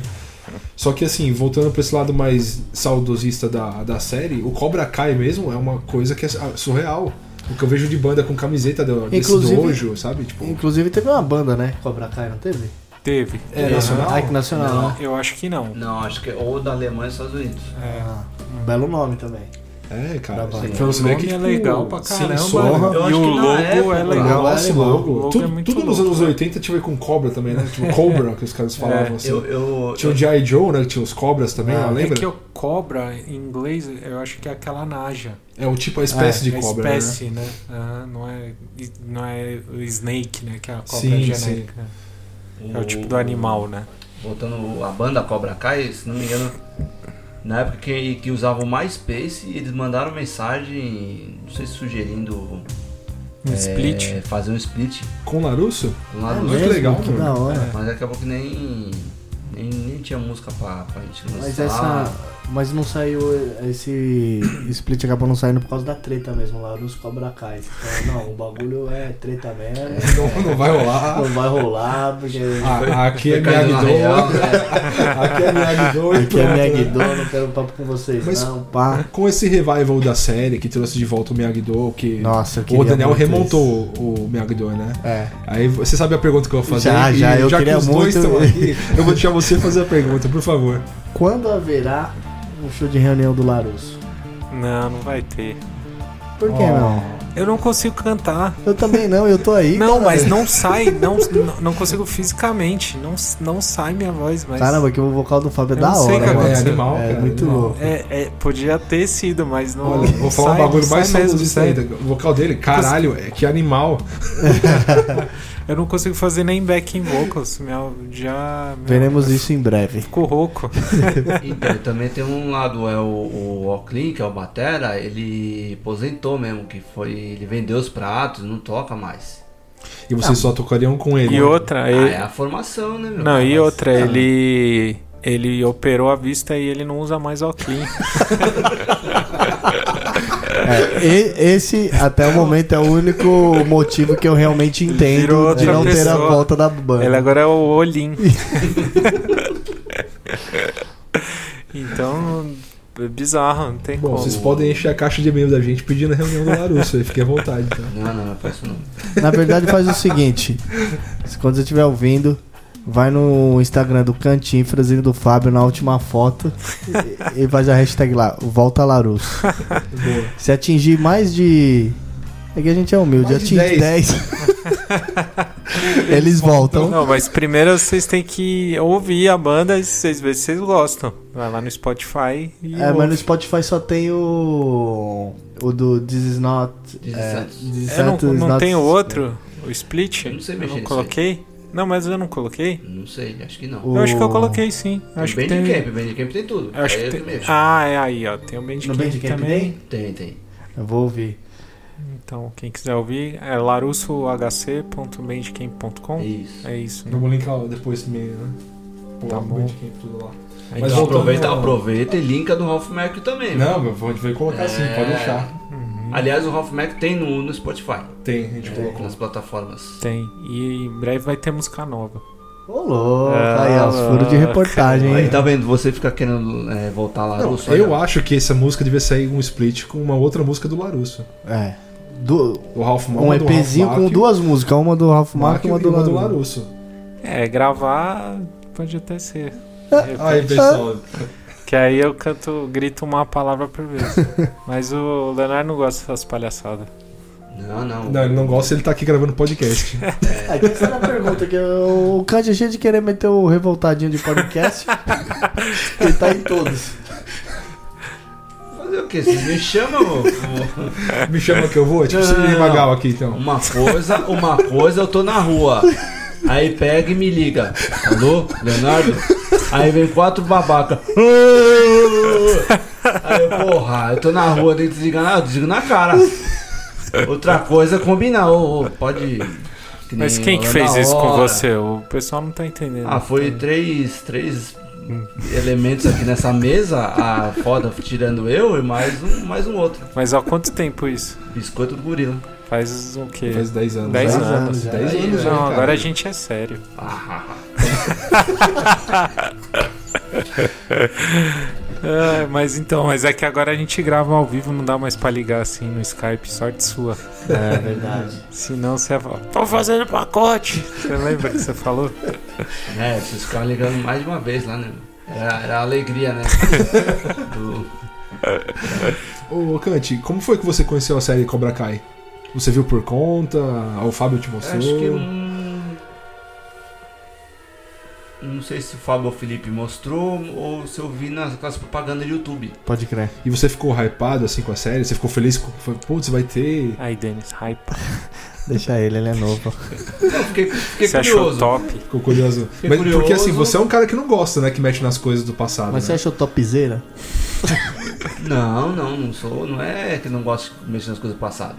[SPEAKER 5] Só que assim, voltando pra esse lado mais saudosista da, da série, o Cobra Kai mesmo é uma coisa que é surreal. O que eu vejo de banda com camiseta do, desse
[SPEAKER 6] Inclusive-
[SPEAKER 5] dojo, sabe? Tipo,
[SPEAKER 6] Inclusive teve uma banda, né? Cobra Kai, não teve?
[SPEAKER 4] Teve.
[SPEAKER 5] é nacional.
[SPEAKER 6] Ah, que nacional, né?
[SPEAKER 4] Eu acho que não.
[SPEAKER 7] Não, acho que é ou da Alemanha ou Estados Unidos.
[SPEAKER 4] Ah,
[SPEAKER 6] Um belo nome também.
[SPEAKER 5] É, cara.
[SPEAKER 6] Pra
[SPEAKER 5] Pra você
[SPEAKER 4] O
[SPEAKER 5] ver
[SPEAKER 4] nome é
[SPEAKER 5] que, tipo,
[SPEAKER 4] legal pra
[SPEAKER 5] sim,
[SPEAKER 4] caramba. né?
[SPEAKER 5] sorra.
[SPEAKER 7] Eu
[SPEAKER 4] E
[SPEAKER 7] acho
[SPEAKER 4] o
[SPEAKER 7] que na
[SPEAKER 4] logo
[SPEAKER 7] época-
[SPEAKER 4] é legal.
[SPEAKER 5] Nossa, logo.
[SPEAKER 4] O logo
[SPEAKER 5] tudo
[SPEAKER 4] é muito
[SPEAKER 5] tudo nos
[SPEAKER 4] louco,
[SPEAKER 5] anos
[SPEAKER 4] né?
[SPEAKER 5] 80 tinha a ver com cobra também, né? Tipo, cobra, que os caras falavam assim.
[SPEAKER 7] Eu, eu,
[SPEAKER 5] Tinha o G.I. Joe, né? Que tinha os cobras também,
[SPEAKER 6] Ah,
[SPEAKER 5] ó, lembra?
[SPEAKER 4] É que o cobra, em inglês, eu acho que é aquela naja.
[SPEAKER 5] É o tipo, a espécie de
[SPEAKER 4] é
[SPEAKER 5] cobra, né?
[SPEAKER 4] espécie, né? Ah, não, é, não é o snake, né? Que é a cobra
[SPEAKER 5] Sim,
[SPEAKER 4] genérica. É o tipo do animal, né?
[SPEAKER 7] Voltando a banda Cobra Kai, se não me engano, na época que, que usava o MySpace, eles mandaram mensagem, não sei se sugerindo
[SPEAKER 4] Um
[SPEAKER 7] é,
[SPEAKER 4] split.
[SPEAKER 7] fazer um split.
[SPEAKER 5] Com Larusso? Ah,
[SPEAKER 7] Um lado
[SPEAKER 5] muito
[SPEAKER 6] Mesmo?
[SPEAKER 5] legal,
[SPEAKER 6] que
[SPEAKER 5] mano.
[SPEAKER 6] da hora.
[SPEAKER 7] Mas acabou que nem, nem, nem tinha música pra, pra gente lançar.
[SPEAKER 6] Mas
[SPEAKER 7] Ah.
[SPEAKER 6] essa. Mas não saiu. Esse split acabou não saindo por causa da treta mesmo lá dos Cobra Kai. Então, não, o bagulho é treta mesmo.
[SPEAKER 5] Não, não vai rolar.
[SPEAKER 6] Não vai rolar, porque.
[SPEAKER 5] Ah, aqui é
[SPEAKER 7] Foi caindo na real,
[SPEAKER 5] Miyagi-Do.
[SPEAKER 7] né?
[SPEAKER 5] Aqui é Miyagi-Do. e
[SPEAKER 6] Aqui é
[SPEAKER 5] pronto, né?
[SPEAKER 6] Miyagi-Do, não quero papo com vocês,
[SPEAKER 5] Mas-
[SPEAKER 6] não, pá.
[SPEAKER 5] Com esse revival da série que trouxe de volta o Miyagi-Do, que
[SPEAKER 6] Nossa, eu
[SPEAKER 5] o
[SPEAKER 6] queria
[SPEAKER 5] Daniel
[SPEAKER 6] muito
[SPEAKER 5] remontou o o Miyagi-Do, né?
[SPEAKER 6] isso. É.
[SPEAKER 5] Aí você sabe a pergunta que eu vou fazer?
[SPEAKER 6] Já,
[SPEAKER 5] E
[SPEAKER 6] já, eu
[SPEAKER 5] já que
[SPEAKER 6] queria
[SPEAKER 5] os dois
[SPEAKER 6] muito-
[SPEAKER 5] estão aqui, eu vou deixar você fazer a pergunta, por favor.
[SPEAKER 6] Quando haverá um show de reunião do Larusso?
[SPEAKER 4] Não, não vai ter.
[SPEAKER 6] Por que não?
[SPEAKER 4] Eu não consigo cantar.
[SPEAKER 6] Eu também não, eu tô aí.
[SPEAKER 4] Não,
[SPEAKER 6] cara.
[SPEAKER 4] mas
[SPEAKER 5] é?
[SPEAKER 4] não sai, não, não- não consigo fisicamente, não, não sai minha voz, mas.
[SPEAKER 6] Caramba, que o vocal do Fábio é
[SPEAKER 4] Eu
[SPEAKER 6] da
[SPEAKER 4] não sei,
[SPEAKER 6] hora,
[SPEAKER 4] cara,
[SPEAKER 6] mano.
[SPEAKER 5] é animal,
[SPEAKER 6] É
[SPEAKER 5] cara,
[SPEAKER 6] muito
[SPEAKER 5] animal.
[SPEAKER 6] louco.
[SPEAKER 4] É, é, podia ter sido, mas não.
[SPEAKER 5] Olha, vou falar
[SPEAKER 4] sai,
[SPEAKER 5] um bagulho
[SPEAKER 4] não
[SPEAKER 5] mais
[SPEAKER 4] sai mesmo,
[SPEAKER 5] saudosista
[SPEAKER 4] sai.
[SPEAKER 5] ainda. O vocal dele, caralho, é que animal.
[SPEAKER 4] Eu não consigo fazer nem backing vocals, meu, já. Meu,
[SPEAKER 6] Veremos isso em breve.
[SPEAKER 4] Ficou rouco.
[SPEAKER 7] Então, também tem um lado, é o, o Oclean, que é o Batera, ele aposentou mesmo, que foi. Ele vendeu os pratos, não toca mais.
[SPEAKER 5] E vocês só tocariam com ele.
[SPEAKER 4] E outra,
[SPEAKER 7] Ah,
[SPEAKER 4] ele-
[SPEAKER 7] é a formação, né, meu?
[SPEAKER 4] não, e
[SPEAKER 7] Mas-
[SPEAKER 4] outra, ele. Ele operou a vista e ele não usa mais o clean.
[SPEAKER 6] É, e- esse, até o momento, é o único motivo que eu realmente
[SPEAKER 4] Virou
[SPEAKER 6] entendo de
[SPEAKER 4] outra
[SPEAKER 6] não ter a
[SPEAKER 4] pessoa.
[SPEAKER 6] volta da banda.
[SPEAKER 4] Ele agora é o Olim. então, é bizarro, não tem
[SPEAKER 5] Bom,
[SPEAKER 4] como.
[SPEAKER 5] vocês podem encher a caixa de e-mail da gente pedindo a reunião do Larusso, aí fiquem à vontade, tá?
[SPEAKER 7] Não, não, não faço não.
[SPEAKER 4] é-
[SPEAKER 6] Na verdade, faz o seguinte: se quando você estiver ouvindo, vai no Instagram do Cantinfras e do Fábio na última foto e, e faz a hashtag lá, Volta Larusso.
[SPEAKER 5] Boa.
[SPEAKER 6] Se atingir mais de. É que a gente é humilde,
[SPEAKER 5] Mais de
[SPEAKER 6] atingir 10. Eles voltam.
[SPEAKER 4] Não, mas primeiro vocês têm que ouvir a banda e vocês verem se vocês gostam. Vai lá no Spotify e.
[SPEAKER 6] É, mas
[SPEAKER 4] ouve.
[SPEAKER 6] no Spotify só tem o. O do This Is Not.
[SPEAKER 7] This is
[SPEAKER 6] é,
[SPEAKER 7] Not.
[SPEAKER 6] This Is
[SPEAKER 4] Eu não,
[SPEAKER 6] Not- Is
[SPEAKER 4] não
[SPEAKER 6] Not-
[SPEAKER 4] tem o outro? O Split?
[SPEAKER 7] Eu não sei
[SPEAKER 4] Eu
[SPEAKER 7] mexer
[SPEAKER 4] não
[SPEAKER 7] nisso aí.
[SPEAKER 4] coloquei? Não, mas eu não coloquei?
[SPEAKER 7] Não sei, acho que não.
[SPEAKER 6] O-
[SPEAKER 4] Eu acho que eu coloquei sim. Acho que tem.
[SPEAKER 7] Bandcamp, Bandcamp tem tudo.
[SPEAKER 4] Eu acho
[SPEAKER 7] Aí é
[SPEAKER 4] que
[SPEAKER 7] eu
[SPEAKER 4] tem...
[SPEAKER 5] Ah.
[SPEAKER 7] mexo.
[SPEAKER 4] Ah, é aí, ó. Tem o Bandcamp,
[SPEAKER 6] No Bandcamp
[SPEAKER 4] também.
[SPEAKER 6] tem?
[SPEAKER 7] Tem, tem.
[SPEAKER 6] Eu vou ouvir.
[SPEAKER 4] Então, quem quiser ouvir é
[SPEAKER 5] Então,
[SPEAKER 4] larussohc.bandcamp.com.
[SPEAKER 7] Isso.
[SPEAKER 4] É isso,
[SPEAKER 5] Eu
[SPEAKER 4] né?
[SPEAKER 5] vou linkar depois meio, né? Pô,
[SPEAKER 4] Tá
[SPEAKER 5] o
[SPEAKER 4] bom.
[SPEAKER 5] Bandcamp, tudo lá.
[SPEAKER 4] Aí
[SPEAKER 5] Mas
[SPEAKER 4] tá.
[SPEAKER 5] voltando
[SPEAKER 7] Então Aproveita,
[SPEAKER 5] ao-
[SPEAKER 7] aproveita e linka do Ralph Mac também. viu?
[SPEAKER 5] Não, meu, a gente vai colocar sim,
[SPEAKER 7] É.
[SPEAKER 5] pode deixar.
[SPEAKER 4] Uhum.
[SPEAKER 7] Aliás, o Ralph Mac tem no, no Spotify, É,
[SPEAKER 5] Tem, a gente colocou.
[SPEAKER 7] nas plataformas.
[SPEAKER 4] Tem. E em breve vai ter música nova.
[SPEAKER 6] Ô, louco.
[SPEAKER 4] Ah,
[SPEAKER 6] aí, ó, os furos de reportagem,
[SPEAKER 7] Aí
[SPEAKER 6] hein?
[SPEAKER 7] tá vendo, você fica querendo é, voltar lá
[SPEAKER 5] Não,
[SPEAKER 7] Russo,
[SPEAKER 5] eu
[SPEAKER 7] olha.
[SPEAKER 5] acho que essa música devia sair um split com uma outra música do Larusso.
[SPEAKER 6] É. Do,
[SPEAKER 5] O Ralph
[SPEAKER 6] um EPzinho com duas músicas, uma do Ralph Mark e uma do
[SPEAKER 5] do
[SPEAKER 6] Larusso.
[SPEAKER 5] Larusso.
[SPEAKER 4] É, gravar pode até ser.
[SPEAKER 5] Aí, pessoal.
[SPEAKER 4] Que aí eu canto, grito uma palavra por vez. Mas o Leonardo não gosta dessas palhaçadas.
[SPEAKER 7] Não, não.
[SPEAKER 5] Não, ele não gosta, ele tá aqui gravando podcast.
[SPEAKER 6] Aí, É, que será a pergunta que eu- o Kant é cheio de querer meter o revoltadinho de podcast. ele tá em todos.
[SPEAKER 7] Fazer o quê? Vocês me chamam, ô, ô.
[SPEAKER 5] Me chama que eu vou, é tipo
[SPEAKER 7] Não, não,
[SPEAKER 5] Sidney
[SPEAKER 7] não.
[SPEAKER 5] Magal aqui, então.
[SPEAKER 7] Uma coisa, uma coisa, eu tô na rua. Aí pega e me liga. Alô, Leonardo? Aí vem quatro babaca. Aí eu, porra, eu tô na rua, tem que desligar. na- Eu desligo na cara. Outra coisa, é combinar. Ô, ô, pode. que
[SPEAKER 4] Mas
[SPEAKER 7] nem
[SPEAKER 5] é
[SPEAKER 4] quem que
[SPEAKER 7] na
[SPEAKER 4] fez isso com
[SPEAKER 7] hora.
[SPEAKER 4] você? O pessoal não tá entendendo.
[SPEAKER 7] Ah, foi três, três elementos aqui nessa mesa. A foda tirando eu e mais um, mais um outro.
[SPEAKER 4] Mas há quanto tempo isso?
[SPEAKER 7] Biscoito do gorila.
[SPEAKER 4] Faz o quê?
[SPEAKER 5] Faz 10 anos.
[SPEAKER 4] 10
[SPEAKER 5] né?
[SPEAKER 4] anos.
[SPEAKER 5] 10
[SPEAKER 7] Aí,
[SPEAKER 5] anos já,
[SPEAKER 4] Não,
[SPEAKER 5] cara.
[SPEAKER 4] agora a gente é sério.
[SPEAKER 7] Ah,
[SPEAKER 4] É, mas então, mas é que agora a gente grava ao vivo, não dá mais pra ligar assim no Skype, sorte sua.
[SPEAKER 6] É verdade.
[SPEAKER 4] Senão você fala, tô fazendo pacote. Você lembra que você falou?
[SPEAKER 7] É, vocês ficaram ligando mais de uma vez lá, né? Era, era a alegria, né? Do-
[SPEAKER 5] Ô, Kant, como foi que você conheceu a série Cobra Kai? Você viu por conta? Ah, O Fábio te
[SPEAKER 7] Eu
[SPEAKER 5] mostrou?
[SPEAKER 7] acho que um. Não sei se o Fábio ou o Felipe mostrou ou se eu vi nas, nas propagandas do YouTube.
[SPEAKER 6] Pode crer.
[SPEAKER 5] E você ficou hypado assim com a série? Você ficou feliz? Com... Foi, Putz, vai ter.
[SPEAKER 4] Aí, Denis, hype.
[SPEAKER 6] Deixa ele, ele é novo.
[SPEAKER 7] Eu fiquei, fiquei
[SPEAKER 4] Você achou
[SPEAKER 7] curioso.
[SPEAKER 4] top?
[SPEAKER 5] Ficou curioso.
[SPEAKER 7] Fiquei
[SPEAKER 5] Mas, Porque
[SPEAKER 7] curioso.
[SPEAKER 5] assim, você é um cara que não gosta, né? Que mete nas coisas do passado.
[SPEAKER 6] Mas você
[SPEAKER 5] né?
[SPEAKER 6] achou topzera?
[SPEAKER 7] Não, não, não sou. Não é que não gosto de mexer nas coisas do passado.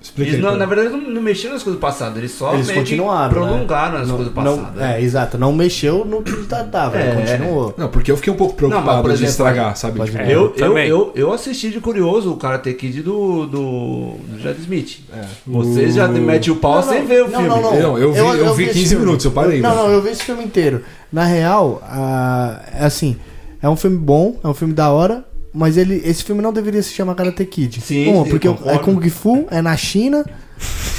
[SPEAKER 5] Explica
[SPEAKER 7] Eles,
[SPEAKER 5] aí,
[SPEAKER 7] não,
[SPEAKER 5] pô.
[SPEAKER 7] na verdade, não, não mexeram nas coisas do passado. Eles só
[SPEAKER 6] então? Eles
[SPEAKER 7] meio que
[SPEAKER 6] continuaram, né?
[SPEAKER 7] prolongaram as
[SPEAKER 6] Não-
[SPEAKER 7] coisas do
[SPEAKER 6] não-
[SPEAKER 7] passado. né?
[SPEAKER 6] é, exato. Não mexeu no que tá, tava,
[SPEAKER 7] É.
[SPEAKER 6] continuou.
[SPEAKER 5] Não, porque eu fiquei um pouco preocupado
[SPEAKER 7] Não, mas, por
[SPEAKER 5] de
[SPEAKER 7] exemplo,
[SPEAKER 5] estragar, sabe?
[SPEAKER 6] pode
[SPEAKER 5] Tipo,
[SPEAKER 6] ver.
[SPEAKER 7] Eu, eu,
[SPEAKER 4] É, também.
[SPEAKER 7] eu, eu assisti de curioso o Karate Kid do, do, do Jared Smith.
[SPEAKER 5] é.
[SPEAKER 7] Vocês já
[SPEAKER 5] O-
[SPEAKER 7] metem o pau sem ver o filme.
[SPEAKER 6] Não, não,
[SPEAKER 5] Não,
[SPEAKER 6] não.
[SPEAKER 5] eu vi- eu vi
[SPEAKER 6] esse
[SPEAKER 5] 15
[SPEAKER 6] filme.
[SPEAKER 5] minutos, eu parei, né?
[SPEAKER 6] Não,
[SPEAKER 5] mano.
[SPEAKER 6] não, eu vi esse filme inteiro. Na real, ah, é assim, é um filme bom, é um filme da hora, mas ele, esse filme não deveria se chamar Karate Kid.
[SPEAKER 7] Sim,
[SPEAKER 6] Uma,
[SPEAKER 7] sim,
[SPEAKER 6] porque é
[SPEAKER 7] concordo.
[SPEAKER 6] Kung Fu, é na China,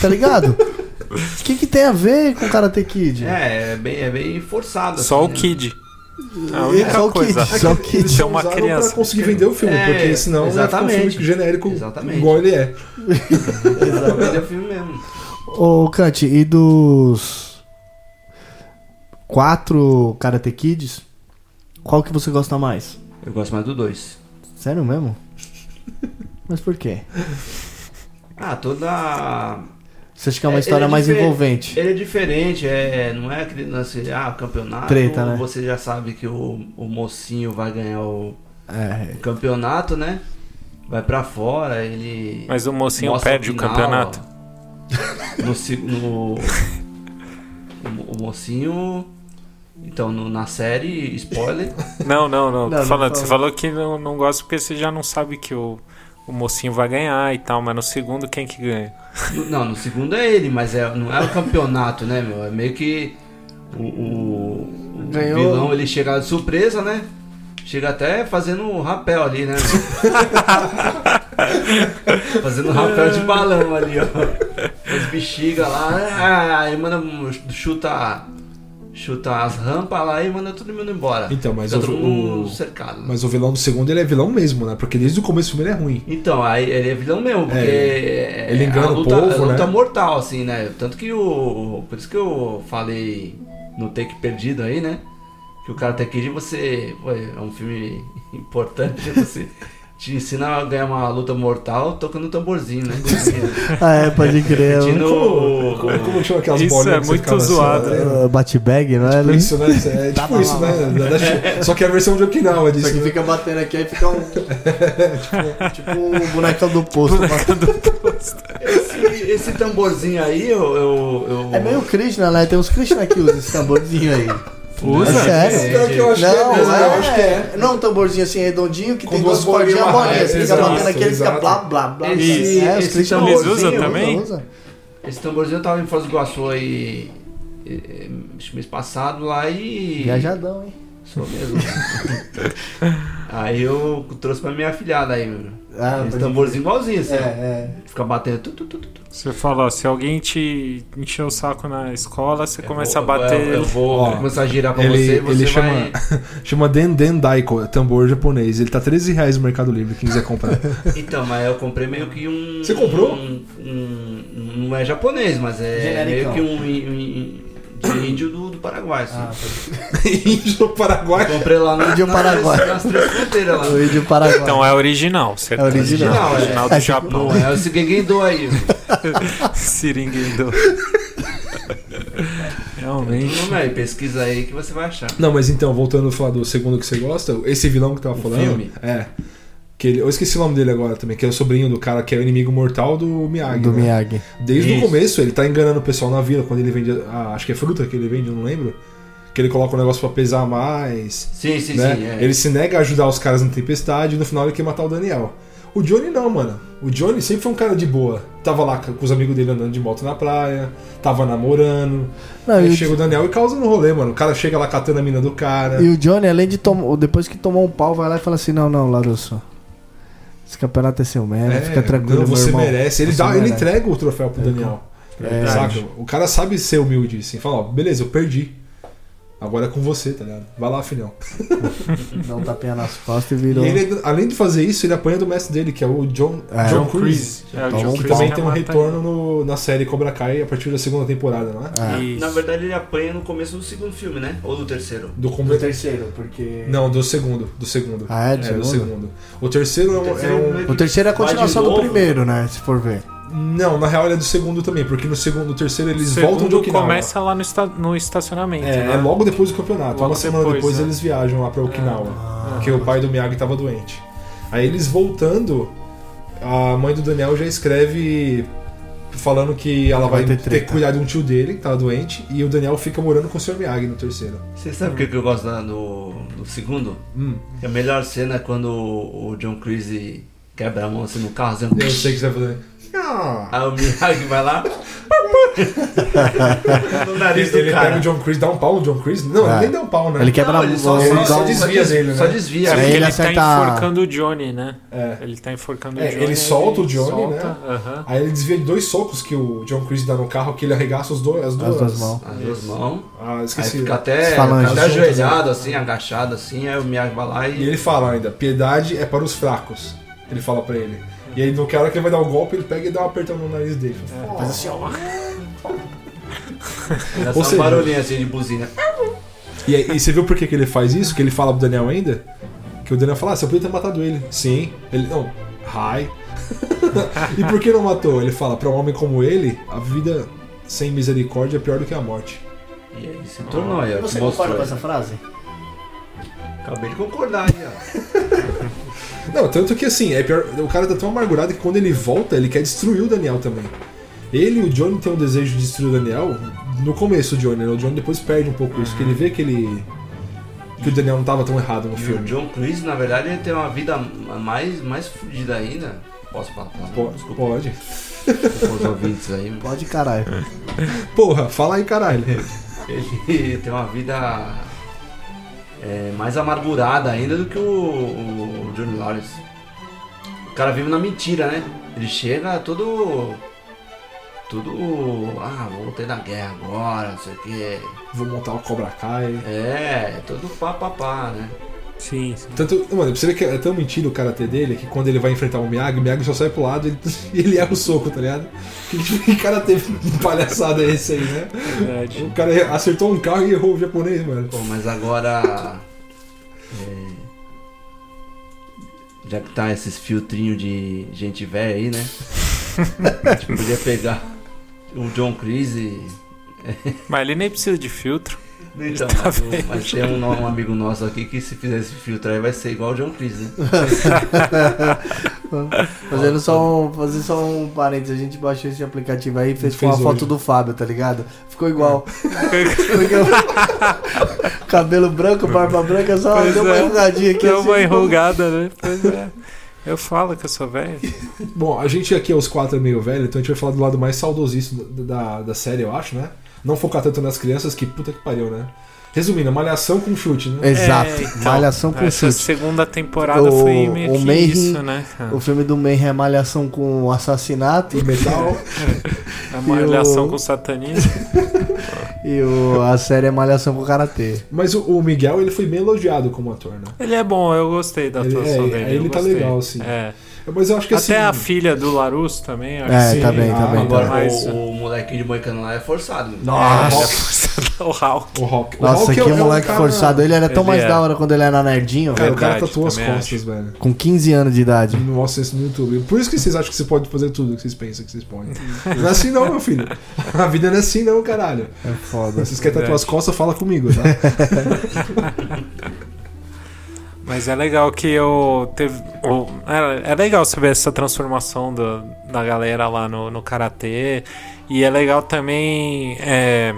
[SPEAKER 6] tá ligado? O que, que tem a ver com Karate Kid?
[SPEAKER 7] É, é bem, é bem forçado.
[SPEAKER 4] Só o
[SPEAKER 7] né?
[SPEAKER 4] Kid. A
[SPEAKER 6] É
[SPEAKER 4] única
[SPEAKER 6] só o Kid,
[SPEAKER 4] coisa.
[SPEAKER 6] só o Kid.
[SPEAKER 4] Isso é uma
[SPEAKER 5] usaram
[SPEAKER 4] criança.
[SPEAKER 5] Pra conseguir vender o filme,
[SPEAKER 7] É,
[SPEAKER 5] porque senão vai ficar um
[SPEAKER 7] exatamente.
[SPEAKER 5] filme genérico
[SPEAKER 7] Exatamente.
[SPEAKER 5] igual ele é.
[SPEAKER 7] Exatamente, é o filme mesmo.
[SPEAKER 6] Ô, Kant, e dos quatro Karate Kids, qual que você gosta mais?
[SPEAKER 7] Eu gosto mais do 2.
[SPEAKER 6] Sério mesmo? Mas por quê?
[SPEAKER 7] Ah, toda.
[SPEAKER 6] Você acha que é uma
[SPEAKER 7] É,
[SPEAKER 6] história
[SPEAKER 7] ele é
[SPEAKER 6] mais
[SPEAKER 7] difer-
[SPEAKER 6] envolvente?
[SPEAKER 7] Ele é diferente, é, não é aquele lance, ah, campeonato.
[SPEAKER 6] Treta, né?
[SPEAKER 7] Você já sabe que o, o mocinho vai ganhar o,
[SPEAKER 6] É,
[SPEAKER 7] o campeonato, né? Vai pra fora, ele.
[SPEAKER 4] Mas o mocinho
[SPEAKER 7] Mostra
[SPEAKER 4] assim, perde o
[SPEAKER 7] final,
[SPEAKER 4] campeonato.
[SPEAKER 7] ó. No, se- no- o, mo- o mocinho. Então, no- na série, spoiler.
[SPEAKER 4] Não, não, não.
[SPEAKER 6] Não,
[SPEAKER 4] tô
[SPEAKER 6] não
[SPEAKER 4] falando, você
[SPEAKER 6] fala.
[SPEAKER 4] falou que não, não gosta porque você já não sabe que o, o mocinho vai ganhar e tal, mas no segundo quem que ganha?
[SPEAKER 7] No- não, no segundo é ele, mas é, não é o campeonato, né, meu? É meio que. O, o- o
[SPEAKER 6] Ganhou.
[SPEAKER 7] vilão ele chega de surpresa, né? Chega até fazendo um rapel ali, né? meu? fazendo um rapel de balão ali, ó. As bexigas lá. ah, Aí manda. um- Chuta. Chuta as rampas lá e manda todo mundo embora.
[SPEAKER 5] Então, mas
[SPEAKER 7] Fica
[SPEAKER 5] o-
[SPEAKER 7] todo mundo
[SPEAKER 5] o-
[SPEAKER 7] cercado.
[SPEAKER 5] Mas o vilão do segundo, ele é vilão mesmo, né? Porque desde o começo do filme ele é ruim.
[SPEAKER 7] Então, aí ele é vilão mesmo, porque é,
[SPEAKER 5] Ele engana
[SPEAKER 7] a
[SPEAKER 5] o
[SPEAKER 7] luta,
[SPEAKER 5] povo,
[SPEAKER 7] a luta
[SPEAKER 5] né?
[SPEAKER 7] mortal, assim, né? Tanto que o. Por isso que eu falei no take perdido aí, né? Que o Karate Kid você. pô, é um filme importante, você te ensina a ganhar uma luta mortal tocando um tamborzinho, né?
[SPEAKER 6] Ah, é, pode crer.
[SPEAKER 7] Repetindo o-
[SPEAKER 5] Como, como chama aquelas
[SPEAKER 4] É. Isso
[SPEAKER 5] bolinhas
[SPEAKER 4] é
[SPEAKER 5] que você
[SPEAKER 4] muito
[SPEAKER 5] ficava assim,
[SPEAKER 4] zoado.
[SPEAKER 5] né?
[SPEAKER 6] Uh, Batbag, não é? Tá
[SPEAKER 5] Tipo
[SPEAKER 6] Luiz?
[SPEAKER 5] isso, né? É tipo isso, né? Da- da Chi- Só que é a versão de Okinawa disso.
[SPEAKER 10] Isso aqui
[SPEAKER 5] né?
[SPEAKER 10] fica batendo aqui, aí fica um. tipo, tipo um bonecão do posto.
[SPEAKER 7] Esse, esse tamborzinho aí, eu. eu, eu-
[SPEAKER 10] É meio Krishna, né? Tem uns Krishna que usam esse tamborzinho aí.
[SPEAKER 4] Usa?
[SPEAKER 10] É sério?
[SPEAKER 5] Esse é o que eu acho que é
[SPEAKER 10] Não,
[SPEAKER 5] mesmo, eu
[SPEAKER 10] é,
[SPEAKER 5] acho que é.
[SPEAKER 10] não é um tamborzinho assim redondinho que
[SPEAKER 5] Com
[SPEAKER 10] tem
[SPEAKER 5] duas
[SPEAKER 10] duas cordinhas
[SPEAKER 5] bolinhas
[SPEAKER 10] bolinhas. Você
[SPEAKER 5] amarradas,
[SPEAKER 10] fica batendo
[SPEAKER 5] exato,
[SPEAKER 10] aqui, ele fica
[SPEAKER 5] exato.
[SPEAKER 10] blá blá blá.
[SPEAKER 7] Esse,
[SPEAKER 6] É, os
[SPEAKER 7] esse
[SPEAKER 6] Christian
[SPEAKER 4] Eles usam
[SPEAKER 7] tamborzinho,
[SPEAKER 4] também?
[SPEAKER 6] Usa?
[SPEAKER 7] esse tamborzinho eu tava em Foz do Iguaçu aí. eh, acho que mês passado lá e.
[SPEAKER 6] Viajadão, hein?
[SPEAKER 7] Sou mesmo. aí eu trouxe pra minha filhada aí, meu.
[SPEAKER 6] Ah,
[SPEAKER 7] Esse
[SPEAKER 6] pode-
[SPEAKER 7] tamborzinho igualzinho, assim.
[SPEAKER 6] É, é.
[SPEAKER 7] Fica batendo. Tu, tu, tu, tu, tu.
[SPEAKER 4] Você fala, ó, se alguém te encher o saco na escola, você começa
[SPEAKER 7] Eu
[SPEAKER 4] a
[SPEAKER 7] vou-
[SPEAKER 4] bater.
[SPEAKER 7] Eu, eu vou
[SPEAKER 5] Ó,
[SPEAKER 7] começar a girar pra
[SPEAKER 5] ele,
[SPEAKER 7] você e você
[SPEAKER 5] ele chama,
[SPEAKER 7] vai.
[SPEAKER 5] chama Den Den Daiko, é tambor japonês. Ele tá 13 reais no Mercado Livre, quem quiser comprar.
[SPEAKER 7] Então, mas eu comprei meio que um.
[SPEAKER 5] Você comprou?
[SPEAKER 7] um- um- não é japonês, mas é
[SPEAKER 10] Genericão.
[SPEAKER 7] meio que um, um- um- de índio do, do Paraguai. Assim.
[SPEAKER 5] Ah, Índio do Paraguai.
[SPEAKER 7] comprei lá
[SPEAKER 5] é
[SPEAKER 7] no
[SPEAKER 6] Índio
[SPEAKER 7] nas-
[SPEAKER 6] Paraguai.
[SPEAKER 7] Nas três fronteiras lá.
[SPEAKER 6] O vídeo Paraguai.
[SPEAKER 4] Então é original, certo?
[SPEAKER 6] É original.
[SPEAKER 4] Original,
[SPEAKER 7] Não, é-
[SPEAKER 4] original do
[SPEAKER 6] é-
[SPEAKER 4] Japão.
[SPEAKER 7] Não, é o Sigenguendô aí.
[SPEAKER 4] Siringuindo. Realmente.
[SPEAKER 7] Não, aí, pesquisa aí que você vai achar.
[SPEAKER 5] Não, mas então, voltando a falar do segundo que você gosta, esse vilão que eu tava falando.
[SPEAKER 7] filme.
[SPEAKER 5] É. Que ele, eu esqueci o nome dele agora também, que é o sobrinho do cara que é o inimigo mortal do Miyagi.
[SPEAKER 6] Do
[SPEAKER 5] né?
[SPEAKER 6] Miyagi.
[SPEAKER 5] Desde
[SPEAKER 7] Isso.
[SPEAKER 5] o começo, ele tá enganando o pessoal na vila quando ele vende. a- acho que é fruta que ele vende, eu não lembro. Que ele coloca um negócio pra pesar mais.
[SPEAKER 7] Sim, sim,
[SPEAKER 5] né?
[SPEAKER 7] sim. É.
[SPEAKER 5] Ele se nega a ajudar os caras na tempestade e no final ele quer matar o Daniel. O Johnny não, mano. O Johnny sempre foi um cara de boa. Tava lá com os amigos dele andando de moto na praia, tava namorando.
[SPEAKER 6] Não,
[SPEAKER 5] aí
[SPEAKER 6] e o-
[SPEAKER 5] chega o Daniel e causa no rolê, mano. O cara chega lá catando a mina do cara.
[SPEAKER 6] E o Johnny, além de tomar. Depois que tomou um pau, vai lá e fala assim: não, não, Larusso. Esse campeonato é seu mesmo, fica tranquilo.
[SPEAKER 5] não,
[SPEAKER 6] meu
[SPEAKER 5] você
[SPEAKER 6] irmão.
[SPEAKER 5] merece. Ele,
[SPEAKER 6] Você
[SPEAKER 5] dá, ele
[SPEAKER 6] merece.
[SPEAKER 5] entrega o troféu pro Daniel.
[SPEAKER 6] É,
[SPEAKER 5] Saca? O cara sabe ser humilde, assim. Fala, ó, beleza, eu perdi. Agora é com você, tá ligado? Vai lá, filhão.
[SPEAKER 6] Dá um tapinha nas costas e
[SPEAKER 5] E
[SPEAKER 6] virou.
[SPEAKER 5] ele, além de fazer isso, ele apanha do mestre dele, que é o John,
[SPEAKER 6] É.
[SPEAKER 4] John
[SPEAKER 5] John, Creese.
[SPEAKER 4] Creese. É, o
[SPEAKER 6] Então,
[SPEAKER 4] John
[SPEAKER 5] Que
[SPEAKER 4] Creese
[SPEAKER 5] também
[SPEAKER 4] já
[SPEAKER 5] tem um
[SPEAKER 4] mata ele.
[SPEAKER 5] retorno no- na série Cobra Kai a partir da segunda temporada, não é?
[SPEAKER 6] Ah.
[SPEAKER 4] Isso.
[SPEAKER 7] Na verdade, ele apanha no começo do segundo filme, né? Ou do terceiro.
[SPEAKER 10] Do
[SPEAKER 5] Do começo.
[SPEAKER 10] terceiro, porque.
[SPEAKER 5] Não, do segundo. Do segundo.
[SPEAKER 6] Ah, é? Do
[SPEAKER 5] do
[SPEAKER 6] segundo?
[SPEAKER 5] segundo. O terceiro é um- é um.
[SPEAKER 7] meio que
[SPEAKER 6] O terceiro é a
[SPEAKER 7] vai de
[SPEAKER 6] continuação do
[SPEAKER 7] novo.
[SPEAKER 6] primeiro, né? Se for ver.
[SPEAKER 5] Não, na real ele é do segundo também, porque no segundo, no terceiro
[SPEAKER 4] O
[SPEAKER 5] eles voltam de
[SPEAKER 4] segundo
[SPEAKER 5] Okinawa.
[SPEAKER 4] começa lá no, esta- no estacionamento.
[SPEAKER 5] É,
[SPEAKER 4] né?
[SPEAKER 5] é logo depois do campeonato.
[SPEAKER 4] Logo
[SPEAKER 5] Uma semana
[SPEAKER 4] depois, Ah.
[SPEAKER 5] depois
[SPEAKER 4] né?
[SPEAKER 5] eles viajam lá pra Okinawa. porque o pai do Miyagi tava doente. Aí eles voltando, a mãe do Daniel já escreve falando que ela vai,
[SPEAKER 6] Vai ter
[SPEAKER 5] ter, que
[SPEAKER 6] treta.
[SPEAKER 5] cuidar de um tio dele que tava doente. E o Daniel fica morando com o Sr. Miyagi no terceiro.
[SPEAKER 7] Você sabe o que que eu gosto da- do, do segundo?
[SPEAKER 5] Hum.
[SPEAKER 7] A melhor cena é quando o o John Creasy quebra a mão assim no carro, assim,
[SPEAKER 5] Eu sei que você vai fazer. Ah.
[SPEAKER 7] aí o Miyagi vai lá. no nariz
[SPEAKER 5] Ele,
[SPEAKER 7] do
[SPEAKER 5] ele pega
[SPEAKER 4] tá
[SPEAKER 7] cara.
[SPEAKER 5] o John Creese, dá um pau no John Creese? Não,
[SPEAKER 6] Ah.
[SPEAKER 5] ele nem dá um pau, né?
[SPEAKER 6] Ele quebra
[SPEAKER 7] Não,
[SPEAKER 6] a
[SPEAKER 7] ele
[SPEAKER 6] mão.
[SPEAKER 7] só, só,
[SPEAKER 5] Ele só
[SPEAKER 7] só
[SPEAKER 5] desvia dele, né?
[SPEAKER 7] Só desvia.
[SPEAKER 4] Porque
[SPEAKER 6] Aí
[SPEAKER 4] ele,
[SPEAKER 6] ele acerta-
[SPEAKER 4] tá enforcando o Johnny, né?
[SPEAKER 5] É.
[SPEAKER 4] Ele tá enforcando
[SPEAKER 5] É,
[SPEAKER 4] o Johnny.
[SPEAKER 5] ele
[SPEAKER 4] aí
[SPEAKER 5] solta o Johnny,
[SPEAKER 4] solta,
[SPEAKER 5] né?
[SPEAKER 4] aham.
[SPEAKER 5] Aí ele desvia de dois socos que o John Creese dá no carro, que ele arregaça os dois, as duas.
[SPEAKER 6] As duas mãos.
[SPEAKER 7] As duas mãos.
[SPEAKER 5] Ah,
[SPEAKER 7] Aí
[SPEAKER 5] esqueci. né?
[SPEAKER 7] fica até, fica
[SPEAKER 6] falanges.
[SPEAKER 7] até ajoelhado, assim, agachado, assim. Aí o Miyagi vai lá
[SPEAKER 5] E
[SPEAKER 7] e.
[SPEAKER 5] ele fala ainda, piedade é para os fracos. Ele fala pra ele. E aí no cara que ele vai dar o golpe, ele pega e dá um apertão no nariz dele.
[SPEAKER 10] Mas assim, ó.
[SPEAKER 7] Dá
[SPEAKER 5] Ou
[SPEAKER 7] só um
[SPEAKER 5] seja-
[SPEAKER 7] barulhinho assim de buzina.
[SPEAKER 5] E, aí, e você viu por que, que ele faz isso? Que ele fala pro Daniel ainda? Que o Daniel fala, ah, você podia ter matado ele. Sim. Ele, não, hi. e por que não matou? Ele fala, pra um homem como ele, a vida sem misericórdia é pior do que a morte.
[SPEAKER 7] E aí se tornou aí, ó.
[SPEAKER 10] Você
[SPEAKER 7] mostrou
[SPEAKER 10] concorda com
[SPEAKER 7] aí.
[SPEAKER 10] essa frase?
[SPEAKER 7] Acabei de concordar aí, ó.
[SPEAKER 5] Não, tanto que assim, é pior, o cara tá tão amargurado que quando ele volta, ele quer destruir o Daniel também. Ele e o Johnny tem um desejo de destruir o Daniel no começo, o Johnny. né? O Johnny depois perde um pouco isso, que ele vê que ele. que o Daniel não tava tão errado no
[SPEAKER 7] E o
[SPEAKER 5] filme.
[SPEAKER 7] John Chris, na verdade, ele tem uma vida mais, mais fodida ainda. Posso falar? palavrão?
[SPEAKER 5] Po-
[SPEAKER 7] Desculpa
[SPEAKER 5] Pode.
[SPEAKER 7] com os ouvintes aí.
[SPEAKER 6] Pode, caralho.
[SPEAKER 5] Porra, fala aí, caralho.
[SPEAKER 7] Ele tem uma vida é, mais amargurada ainda do que o, o Johnny Lawrence. O cara vive na mentira, né? Ele chega todo. Tudo. Ah, voltei da guerra agora, não sei o quê.
[SPEAKER 5] Vou montar o Cobra Kai.
[SPEAKER 7] É, todo pá, pá, pá, né?
[SPEAKER 4] Sim, sim.
[SPEAKER 5] Tanto, mano, você vê que é tão mentira o karatê dele que quando ele vai enfrentar o Miyagi, o Miyagi só sai pro lado e ele, e ele erra o soco, tá ligado? Que, que karatê palhaçada é esse aí, né?
[SPEAKER 4] Verdade.
[SPEAKER 5] O cara acertou um carro e errou o japonês, mano.
[SPEAKER 7] Pô, mas agora. é, Já que tá esses filtrinhos de gente velha aí, né? a gente podia pegar o John Creasy.
[SPEAKER 4] Mas ele nem precisa de filtro.
[SPEAKER 7] Então, mas, o- mas tem um, um amigo nosso aqui que se fizer esse filtro aí vai ser igual o John Creasy, né?
[SPEAKER 6] Fazendo só um, fazer só um parênteses, a gente baixou esse aplicativo aí e fez, com
[SPEAKER 5] Fez
[SPEAKER 6] a foto
[SPEAKER 5] hoje.
[SPEAKER 6] do Fábio, tá ligado? Ficou igual. Porque o- Cabelo branco, barba branca, só
[SPEAKER 4] Pois
[SPEAKER 6] deu uma
[SPEAKER 4] é.
[SPEAKER 6] enrugadinha aqui.
[SPEAKER 4] Deu uma
[SPEAKER 6] assim,
[SPEAKER 4] enrugada, né? Pois é. Eu falo que eu sou velho.
[SPEAKER 5] Bom, a gente aqui, os quatro, é meio velho, então a gente vai falar do lado mais saudosista da, da, da série, eu acho, né? Não focar tanto nas crianças, que puta que pariu, né? Resumindo, a malhação com chute, né?
[SPEAKER 6] Exato.
[SPEAKER 4] É, então,
[SPEAKER 6] Malhação com
[SPEAKER 4] Essa
[SPEAKER 6] chute.
[SPEAKER 4] segunda temporada
[SPEAKER 6] O-
[SPEAKER 4] foi meio
[SPEAKER 6] o
[SPEAKER 4] que
[SPEAKER 6] Mayhem-
[SPEAKER 4] isso, né? cara?
[SPEAKER 6] O filme do Mayhem é malhação com assassinato
[SPEAKER 5] E metal.
[SPEAKER 4] A malhação
[SPEAKER 6] o-
[SPEAKER 4] com o satanismo.
[SPEAKER 6] e o, a série é malhação com karatê.
[SPEAKER 5] Mas o, o Miguel, ele foi bem elogiado como ator, né?
[SPEAKER 4] Ele é bom, eu gostei da
[SPEAKER 5] Ele-
[SPEAKER 4] atuação
[SPEAKER 5] é,
[SPEAKER 4] dele.
[SPEAKER 5] ele
[SPEAKER 4] eu
[SPEAKER 5] tá
[SPEAKER 4] gostei.
[SPEAKER 5] legal, assim.
[SPEAKER 4] É.
[SPEAKER 5] Mas eu acho que assim.
[SPEAKER 4] Até a filha do Larus também, acho
[SPEAKER 6] É,
[SPEAKER 4] que
[SPEAKER 6] tá
[SPEAKER 4] sim.
[SPEAKER 6] bem, tá
[SPEAKER 5] ah,
[SPEAKER 6] bem. Tá
[SPEAKER 7] Agora
[SPEAKER 6] bem.
[SPEAKER 4] Mas-
[SPEAKER 7] o, o molequinho de Moicano lá é forçado.
[SPEAKER 4] o Hulk.
[SPEAKER 5] O Hulk. o
[SPEAKER 6] Nossa,
[SPEAKER 5] Hulk
[SPEAKER 6] que
[SPEAKER 5] é- é um
[SPEAKER 6] moleque
[SPEAKER 5] cara-
[SPEAKER 6] forçado. Ele era tão
[SPEAKER 4] Ele
[SPEAKER 6] mais
[SPEAKER 4] é.
[SPEAKER 6] da hora quando ele era nerdinho,
[SPEAKER 5] Cara,
[SPEAKER 6] velho.
[SPEAKER 5] o cara
[SPEAKER 4] Verdade,
[SPEAKER 5] tatuou as
[SPEAKER 4] também
[SPEAKER 5] costas, velho.
[SPEAKER 6] Com 15 anos de idade.
[SPEAKER 5] Nossa, isso no YouTube. Por isso que vocês acham que você pode fazer tudo que vocês pensam que vocês podem. Não é assim não, meu filho. A vida não é assim não, caralho.
[SPEAKER 6] É foda.
[SPEAKER 5] Se vocês querem tatuar as costas, fala comigo, tá?
[SPEAKER 4] Mas é legal que eu teve. o- é, é legal saber essa transformação do- da galera lá no, no karatê. E é legal também. é,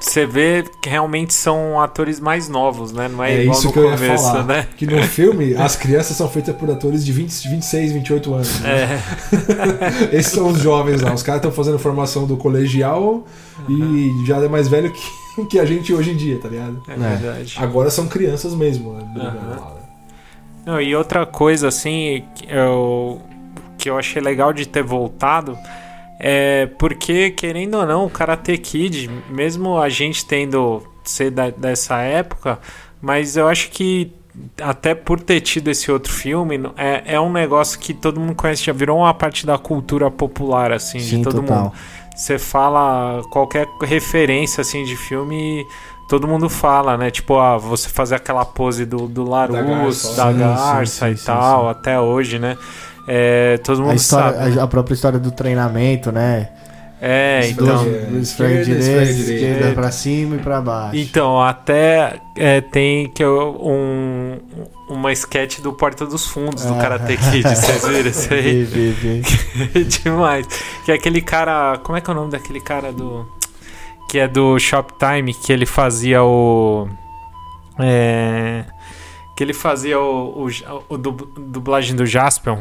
[SPEAKER 4] você vê que realmente são atores mais novos, né? Não é,
[SPEAKER 5] É
[SPEAKER 4] igual
[SPEAKER 5] isso
[SPEAKER 4] no
[SPEAKER 5] que eu ia
[SPEAKER 4] começo,
[SPEAKER 5] falar.
[SPEAKER 4] né?
[SPEAKER 5] Que no filme, as crianças são feitas por atores de 20, 26, 28 anos.
[SPEAKER 4] É.
[SPEAKER 5] né? Esses são os jovens lá. Os caras estão fazendo formação do colegial e já é mais velho que, que a gente hoje em dia, tá ligado?
[SPEAKER 4] É
[SPEAKER 6] Né?
[SPEAKER 4] verdade.
[SPEAKER 5] Agora são crianças mesmo, né?
[SPEAKER 4] Aham. Não, e outra coisa, assim, que eu, que eu achei legal de ter voltado é porque, querendo ou não, o Karate Kid, mesmo a gente tendo ser da- dessa época, mas eu acho que até por ter tido esse outro filme, no- é, é um negócio que todo mundo conhece, já virou uma parte da cultura popular, assim,
[SPEAKER 6] Sim,
[SPEAKER 4] de todo
[SPEAKER 6] total.
[SPEAKER 4] mundo. Você fala qualquer referência, assim, de filme, todo mundo fala, né? Tipo, ah, você fazer aquela pose do, do Larus,
[SPEAKER 5] Da
[SPEAKER 4] da
[SPEAKER 5] garça.
[SPEAKER 4] garça,
[SPEAKER 6] Sim, sim,
[SPEAKER 4] e
[SPEAKER 6] sim,
[SPEAKER 4] tal, até hoje, né? É, todo mundo
[SPEAKER 6] A,
[SPEAKER 4] sabe. né?
[SPEAKER 6] história, a, a própria história do treinamento, né?
[SPEAKER 4] É, então.
[SPEAKER 5] Explode.
[SPEAKER 6] Do esfregue
[SPEAKER 5] Esquerda,
[SPEAKER 6] direita,
[SPEAKER 5] esfregue direita.
[SPEAKER 6] esquerda pra cima e pra baixo.
[SPEAKER 4] Então, até é, tem que eu- um, uma sketch do Porta dos Fundos
[SPEAKER 6] É.
[SPEAKER 4] do Karate Kid, vocês viram isso aí?
[SPEAKER 6] Vê, vê, vê.
[SPEAKER 4] Demais. Que é aquele cara. Como é que é o nome daquele cara do. Que é do Shoptime, que ele fazia o. É. Que ele fazia o, o, o dub- dublagem do Jaspion.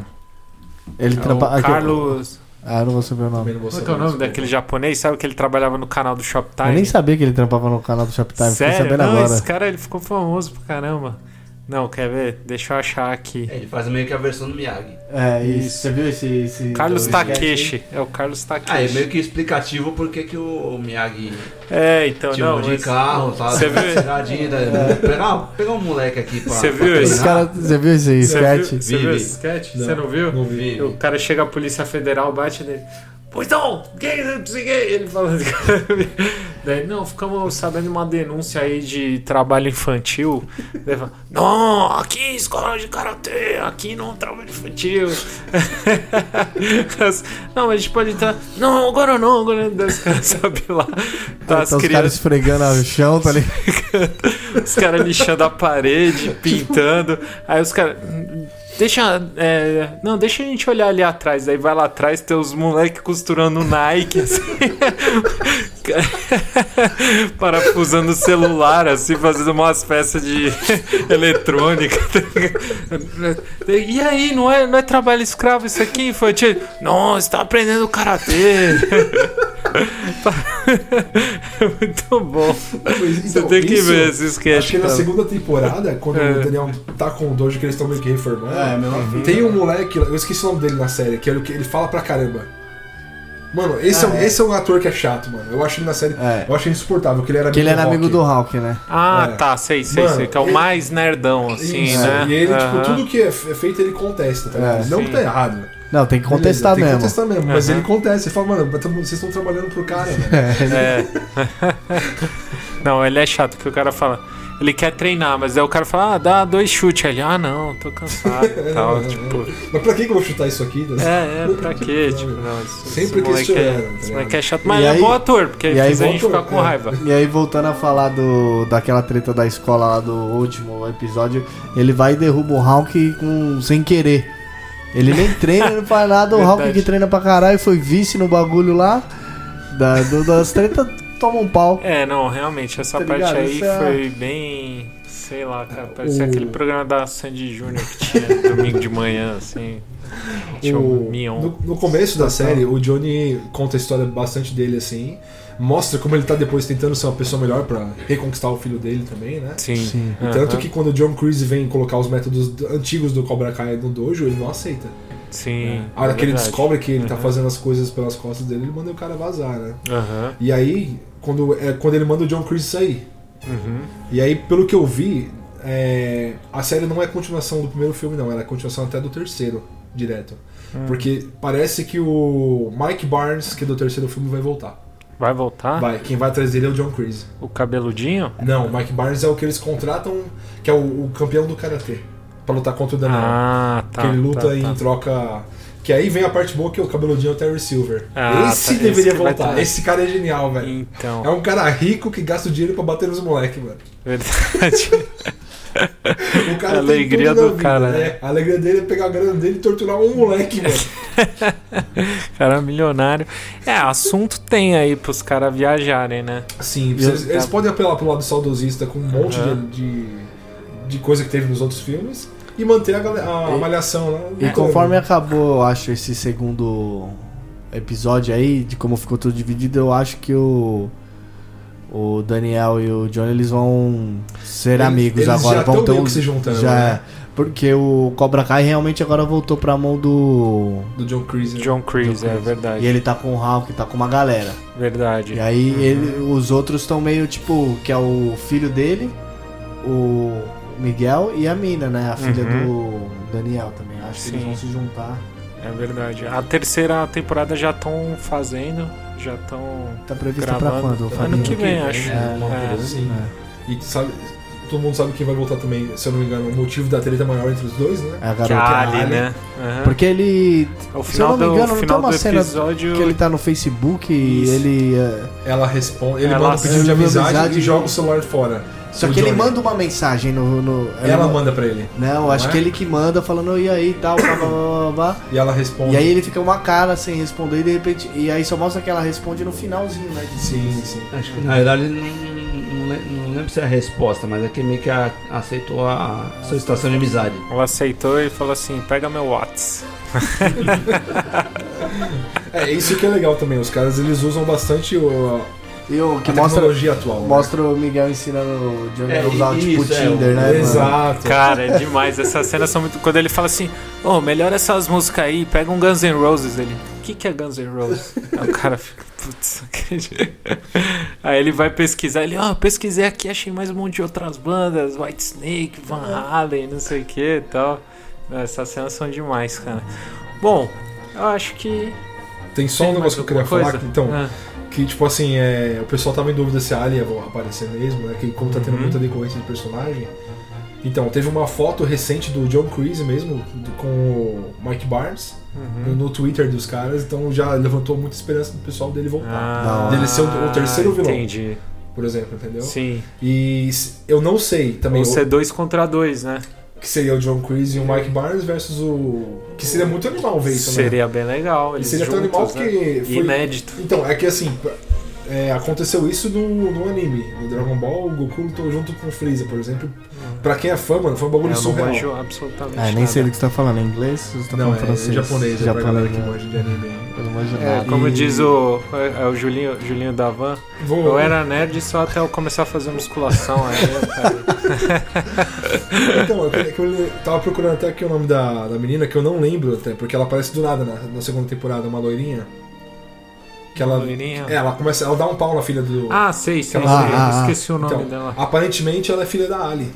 [SPEAKER 6] Ele
[SPEAKER 4] É
[SPEAKER 6] trampa-
[SPEAKER 4] o
[SPEAKER 6] aqui,
[SPEAKER 4] Carlos.
[SPEAKER 6] Ah, eu não vou saber o nome.
[SPEAKER 4] Como é que é o nome daquele japonês? Sabe que ele trabalhava no canal do Shoptime?
[SPEAKER 6] Eu nem sabia que ele trampava no canal do Shoptime, fiquei
[SPEAKER 4] Sério?
[SPEAKER 6] sabendo
[SPEAKER 4] Não,
[SPEAKER 6] agora.
[SPEAKER 4] esse cara ele ficou famoso pra caramba. Não, quer ver? Deixa eu achar aqui.
[SPEAKER 7] Ele faz meio que a versão do Miyagi.
[SPEAKER 6] É, isso. Você viu esse. esse
[SPEAKER 4] Carlos
[SPEAKER 6] do-
[SPEAKER 4] Takeshi. É o Carlos
[SPEAKER 7] Ah, é
[SPEAKER 4] Takeshi.
[SPEAKER 7] meio que explicativo porque que o, o Miyagi
[SPEAKER 4] é, então,
[SPEAKER 7] tinha
[SPEAKER 4] não.
[SPEAKER 7] um de
[SPEAKER 4] mas-
[SPEAKER 7] carro, tá?
[SPEAKER 4] Você viu-
[SPEAKER 7] Tiradinha da- Pegar, pegar um moleque aqui pra.
[SPEAKER 4] Você
[SPEAKER 7] pra
[SPEAKER 4] viu esse
[SPEAKER 6] Esse
[SPEAKER 7] treinar.
[SPEAKER 6] cara, você viu esse
[SPEAKER 4] Você viu,
[SPEAKER 6] sketch?
[SPEAKER 4] você
[SPEAKER 7] Vi,
[SPEAKER 4] viu
[SPEAKER 7] vi.
[SPEAKER 4] esse sketch?
[SPEAKER 5] Não,
[SPEAKER 4] você não viu?
[SPEAKER 5] não vi.
[SPEAKER 4] E O cara chega, a Polícia Federal bate nele. Pois não, quem não sei quem", Ele falando. Daí, não, ficamos sabendo uma denúncia aí de trabalho infantil. Daí fala, não, aqui é escola de karatê, aqui não trabalho infantil. não, mas a gente pode entrar. Não, agora não, agora não. Daí os caras sobem lá. Tá as
[SPEAKER 6] Tá os caras
[SPEAKER 4] crianças
[SPEAKER 6] esfregando o chão, tá ligado?
[SPEAKER 4] os caras lixando a parede, pintando. Aí os caras. Deixa. é, não, deixa a gente olhar ali atrás. Aí vai lá atrás, tem os moleques costurando Nike, assim. Parafusando o celular, assim, fazendo umas peças de eletrônica. tá E aí, não é, não é trabalho escravo isso aqui, infantil? Não, você tá aprendendo karatê. Muito bom. Você tem que ver esse
[SPEAKER 5] Então, Acho
[SPEAKER 4] sketch.
[SPEAKER 5] que na
[SPEAKER 4] cara.
[SPEAKER 5] segunda temporada, quando
[SPEAKER 4] É.
[SPEAKER 5] o Daniel tá com o dojo que eles estão meio que reformando,
[SPEAKER 6] mesma vida.
[SPEAKER 5] tem um moleque, lá- eu esqueci o nome dele na série, que é o que ele fala pra caramba. Mano, esse, é, um- esse é um ator que é chato, mano. Eu acho ele na série.
[SPEAKER 6] Ah, É.
[SPEAKER 5] Eu acho ele insuportável, que ele era
[SPEAKER 6] Que ele era
[SPEAKER 5] Rock.
[SPEAKER 6] amigo do Hulk, né?
[SPEAKER 4] Ah,
[SPEAKER 5] É.
[SPEAKER 4] tá, sei, sei,
[SPEAKER 5] Mano,
[SPEAKER 4] sei. Que é o
[SPEAKER 5] ele-
[SPEAKER 4] mais nerdão, assim,
[SPEAKER 5] Isso,
[SPEAKER 4] né?
[SPEAKER 5] E ele,
[SPEAKER 4] Aham.
[SPEAKER 5] tipo, tudo que é f- é feito ele contesta, tá ligado?
[SPEAKER 6] É,
[SPEAKER 5] Não
[SPEAKER 4] sim.
[SPEAKER 5] que tá errado.
[SPEAKER 6] Não, tem que contestar
[SPEAKER 5] Beleza,
[SPEAKER 6] mesmo.
[SPEAKER 5] Tem que contestar mesmo, mas
[SPEAKER 4] Aham.
[SPEAKER 5] ele contesta. Ele fala, mano, mas tamo- vocês estão trabalhando pro cara, né?" velho.
[SPEAKER 4] É. não, ele é chato, porque o cara fala. Ele quer treinar, mas aí o cara fala, ah, dá dois chutes ali. Ah, não, tô cansado e tal. tipo,
[SPEAKER 5] Mas pra que que eu vou chutar isso aqui? tá
[SPEAKER 4] é, é, pra quê? Tipo, não, esse,
[SPEAKER 5] Sempre
[SPEAKER 4] esse moleque
[SPEAKER 5] questionando, tá
[SPEAKER 4] é, esse
[SPEAKER 5] ligado?
[SPEAKER 4] moleque é chato, mas
[SPEAKER 6] E
[SPEAKER 4] é
[SPEAKER 6] aí-
[SPEAKER 4] bom ator, porque
[SPEAKER 6] e
[SPEAKER 4] fez
[SPEAKER 6] aí
[SPEAKER 4] a gente
[SPEAKER 5] bom ator,
[SPEAKER 4] ficar com
[SPEAKER 5] é.
[SPEAKER 4] raiva.
[SPEAKER 6] E aí, voltando a falar do, daquela treta da escola lá do último episódio, ele vai e derruba o Hulk com, sem querer. Ele nem treina, não faz nada. O
[SPEAKER 4] Verdade.
[SPEAKER 6] Hulk que treina pra caralho foi vice no bagulho lá. Da, do- das tretas, toma um pau.
[SPEAKER 4] É, não, realmente, essa
[SPEAKER 6] Tá
[SPEAKER 4] parte
[SPEAKER 6] ligado?
[SPEAKER 4] aí
[SPEAKER 6] Isso é-
[SPEAKER 4] foi bem. Sei lá, cara, parecia
[SPEAKER 5] o-
[SPEAKER 4] aquele programa da Sandy Júnior que tinha domingo de manhã, assim. Tinha o,
[SPEAKER 5] O-
[SPEAKER 4] Mion.
[SPEAKER 5] No, no começo da série, o Johnny conta a história bastante dele assim. Mostra como ele tá depois tentando ser uma pessoa melhor pra reconquistar o filho dele também, né?
[SPEAKER 4] Sim. Ah,
[SPEAKER 6] Sim.
[SPEAKER 4] Aham.
[SPEAKER 5] Tanto que quando o John Creasy vem colocar os métodos d- antigos do Cobra Kai no dojo, ele não aceita.
[SPEAKER 4] Sim.
[SPEAKER 5] A hora
[SPEAKER 4] é
[SPEAKER 5] que ele
[SPEAKER 4] verdade.
[SPEAKER 5] descobre que ele tá
[SPEAKER 4] Uhum.
[SPEAKER 5] fazendo as coisas pelas costas dele, ele manda o cara vazar, né?
[SPEAKER 4] Aham.
[SPEAKER 5] E aí, quando, é, quando ele manda o John Creasy sair.
[SPEAKER 4] Uhum.
[SPEAKER 5] E aí, pelo que eu vi, é, a série não é continuação do primeiro filme, não. Ela é continuação até do terceiro, direto.
[SPEAKER 4] Hum.
[SPEAKER 5] Porque parece que o Mike Barnes, que é do terceiro filme, vai voltar.
[SPEAKER 4] Vai voltar?
[SPEAKER 5] Vai, quem vai atrás dele é o John Creasy.
[SPEAKER 4] O cabeludinho?
[SPEAKER 5] Não, o Mike Barnes é o que eles contratam, que é o, o campeão do Karatê, pra lutar contra o Daniel.
[SPEAKER 4] Ah, tá.
[SPEAKER 5] que ele luta
[SPEAKER 4] tá,
[SPEAKER 5] em
[SPEAKER 4] tá.
[SPEAKER 5] troca... Que aí vem a parte boa que é o cabeludinho é o Terry Silver.
[SPEAKER 4] Ah, tá,
[SPEAKER 5] esse
[SPEAKER 4] esse
[SPEAKER 5] deveria
[SPEAKER 4] que vai
[SPEAKER 5] voltar.
[SPEAKER 4] ter-
[SPEAKER 5] Esse cara é genial, velho.
[SPEAKER 4] Então.
[SPEAKER 5] É um cara rico que gasta o dinheiro pra bater nos moleques, mano.
[SPEAKER 4] Verdade.
[SPEAKER 5] O cara
[SPEAKER 4] A
[SPEAKER 5] tem
[SPEAKER 4] alegria
[SPEAKER 5] tudo na
[SPEAKER 4] do cara,
[SPEAKER 5] né?
[SPEAKER 4] né?
[SPEAKER 5] A alegria dele é pegar a grana dele e torturar um moleque, mano.
[SPEAKER 4] cara milionário. É, assunto tem aí pros caras viajarem, né?
[SPEAKER 5] Assim, vocês- eles podem apelar pro lado saudosista com um monte
[SPEAKER 4] Aham.
[SPEAKER 5] de, de, de coisa que teve nos outros filmes e manter a, gale- a
[SPEAKER 6] E-
[SPEAKER 5] malhação, né?
[SPEAKER 6] E conforme acabou, eu acho, esse segundo episódio aí, de como ficou tudo dividido, eu acho que o. O Daniel e o Johnny eles vão ser
[SPEAKER 5] Eles-
[SPEAKER 6] amigos
[SPEAKER 5] eles
[SPEAKER 6] agora.
[SPEAKER 5] já
[SPEAKER 6] vão
[SPEAKER 5] tão
[SPEAKER 6] ter
[SPEAKER 5] meio
[SPEAKER 6] um-
[SPEAKER 5] que se juntando,
[SPEAKER 6] já
[SPEAKER 5] né?
[SPEAKER 6] é. Porque o Cobra Kai realmente agora voltou pra mão do.
[SPEAKER 5] Do John Creasy.
[SPEAKER 4] John Creese, é verdade.
[SPEAKER 6] E ele tá com o Hulk, tá com uma galera.
[SPEAKER 4] Verdade.
[SPEAKER 6] E aí ele, os outros estão meio tipo, que é o filho dele, o Miguel e a mina, né? A filha do Daniel também. Acho que eles
[SPEAKER 4] Sim.
[SPEAKER 6] vão se juntar.
[SPEAKER 4] É verdade. A terceira temporada já estão fazendo, já estão.
[SPEAKER 6] Tá prevista pra
[SPEAKER 4] Gravando.
[SPEAKER 6] quando?
[SPEAKER 4] Ano
[SPEAKER 6] Fabinho?
[SPEAKER 4] que vem, acho.
[SPEAKER 7] né? Uma
[SPEAKER 4] É.
[SPEAKER 7] coisa
[SPEAKER 6] assim.
[SPEAKER 5] Sim. E sabe, todo mundo sabe quem vai voltar também, se eu não me engano, o motivo da treta maior entre os dois, né?
[SPEAKER 6] É a
[SPEAKER 4] Que
[SPEAKER 6] garota.
[SPEAKER 4] a Ali,
[SPEAKER 5] Ali.
[SPEAKER 4] né? Aham.
[SPEAKER 6] Porque ele.
[SPEAKER 4] O
[SPEAKER 6] Se eu
[SPEAKER 4] final
[SPEAKER 6] não me
[SPEAKER 4] do,
[SPEAKER 6] engano, não tem
[SPEAKER 4] final
[SPEAKER 6] uma
[SPEAKER 4] do
[SPEAKER 6] cena
[SPEAKER 4] episódio.
[SPEAKER 6] que ele tá no Facebook
[SPEAKER 4] Isso.
[SPEAKER 6] e ele. é,
[SPEAKER 5] Ela responde, ele
[SPEAKER 4] Ela
[SPEAKER 5] manda um pedido de
[SPEAKER 6] recebe
[SPEAKER 5] amizade,
[SPEAKER 6] amizade
[SPEAKER 5] e
[SPEAKER 6] e-
[SPEAKER 5] joga o celular fora.
[SPEAKER 6] Só
[SPEAKER 5] O
[SPEAKER 6] que ele
[SPEAKER 5] Johnny.
[SPEAKER 6] manda uma mensagem no. no-
[SPEAKER 5] Ela manda pra ele.
[SPEAKER 6] Não, né? acho
[SPEAKER 5] é?
[SPEAKER 6] que ele que manda falando, "Oh, e aí tal, blá blá blá blá blá.
[SPEAKER 5] E ela responde.
[SPEAKER 6] E aí ele fica uma cara sem responder e de repente. E aí só mostra que ela responde no finalzinho, né?
[SPEAKER 5] Sim, sim.
[SPEAKER 7] Acho que na verdade ele não, não, le- não lembro se é a resposta, mas é que meio que a- aceitou a solicitação de amizade.
[SPEAKER 4] Ela aceitou e falou assim: pega meu Whats.
[SPEAKER 5] É, isso que é legal também. Os caras eles usam bastante o,
[SPEAKER 6] E o que
[SPEAKER 5] a
[SPEAKER 6] mostra.
[SPEAKER 5] tecnologia atual. né?
[SPEAKER 6] Mostra o Miguel ensinando o Johnny
[SPEAKER 7] É,
[SPEAKER 6] a usar tipo
[SPEAKER 7] isso, é,
[SPEAKER 6] Tinder,
[SPEAKER 7] o-
[SPEAKER 6] né? mano?
[SPEAKER 5] Exato.
[SPEAKER 4] Cara, é demais. Essas cenas são muito. Quando ele fala assim, ô, melhora essas músicas aí, pega um Guns N' Roses ele. O que, que é Guns N' Roses? aí o cara fica, putz, não acredito. Aí ele vai pesquisar, ele, ó, pesquisei aqui, achei mais um monte de outras bandas, White Snake, Van Halen, não sei o que e tal. Essas cenas são demais, cara. Bom, eu acho que.
[SPEAKER 5] Tem
[SPEAKER 4] tem
[SPEAKER 5] só um
[SPEAKER 4] mais
[SPEAKER 5] negócio que eu queria
[SPEAKER 4] alguma
[SPEAKER 5] falar,
[SPEAKER 4] coisa?
[SPEAKER 5] que, então,
[SPEAKER 4] Ah,
[SPEAKER 5] que tipo assim, é, o pessoal tava em dúvida se a Alia vai aparecer mesmo, né? Que como tá tendo
[SPEAKER 4] Uhum.
[SPEAKER 5] muita decorrência de personagem. Então, teve uma foto recente do John Creasy mesmo, do- com o Mike Barnes,
[SPEAKER 6] Uhum.
[SPEAKER 5] no, no Twitter dos caras, então já levantou muita esperança do pessoal dele voltar.
[SPEAKER 4] ah,
[SPEAKER 5] Dele ser o- o terceiro vilão.
[SPEAKER 4] Entendi.
[SPEAKER 5] Por exemplo, entendeu?
[SPEAKER 4] Sim.
[SPEAKER 5] E s- eu não sei também
[SPEAKER 4] Ou
[SPEAKER 5] o-
[SPEAKER 4] ser dois contra dois, né?
[SPEAKER 5] que seria o John Creasy e o Mike Barnes versus o. Que seria muito animal ver isso, né?
[SPEAKER 4] Seria bem legal.
[SPEAKER 5] E
[SPEAKER 4] Eles
[SPEAKER 5] seria tão animal
[SPEAKER 4] juntos,
[SPEAKER 5] que
[SPEAKER 4] né?
[SPEAKER 5] foi.
[SPEAKER 4] Inédito.
[SPEAKER 5] Então, é que assim, é, aconteceu isso no, no anime. No Dragon Ball, o Goku lutou junto com o Freeza, por exemplo. Pra quem é fã, mano, foi um bagulho
[SPEAKER 4] Eu não
[SPEAKER 5] surreal.
[SPEAKER 4] manjo absolutamente
[SPEAKER 6] Ah, nem
[SPEAKER 4] nada.
[SPEAKER 6] sei do que você tá falando, em inglês ou você tá
[SPEAKER 5] Não,
[SPEAKER 6] falando
[SPEAKER 5] é
[SPEAKER 6] francês?
[SPEAKER 5] japonês, é pra galera que
[SPEAKER 6] né?
[SPEAKER 5] manja de anime. aí.
[SPEAKER 6] Eu não manjo
[SPEAKER 4] É,
[SPEAKER 6] nada.
[SPEAKER 4] como
[SPEAKER 5] E-
[SPEAKER 4] diz o, é, é o Julinho, Julinho da Van,
[SPEAKER 5] Vou,
[SPEAKER 4] eu era nerd só até eu começar a fazer musculação. Aí, cara.
[SPEAKER 5] Então, eu, que eu tava procurando até aqui o nome da, da menina, que eu não lembro até, porque ela aparece do nada na, na segunda temporada, uma loirinha. Que ela.
[SPEAKER 4] Loirinha?
[SPEAKER 5] É, ela começa. Ela dá um pau na filha do.
[SPEAKER 4] Ah, sei, sei,
[SPEAKER 5] Ah,
[SPEAKER 4] sei.
[SPEAKER 6] ah, ah.
[SPEAKER 4] esqueci o nome
[SPEAKER 5] então,
[SPEAKER 4] dela.
[SPEAKER 5] aparentemente ela é filha da Ali.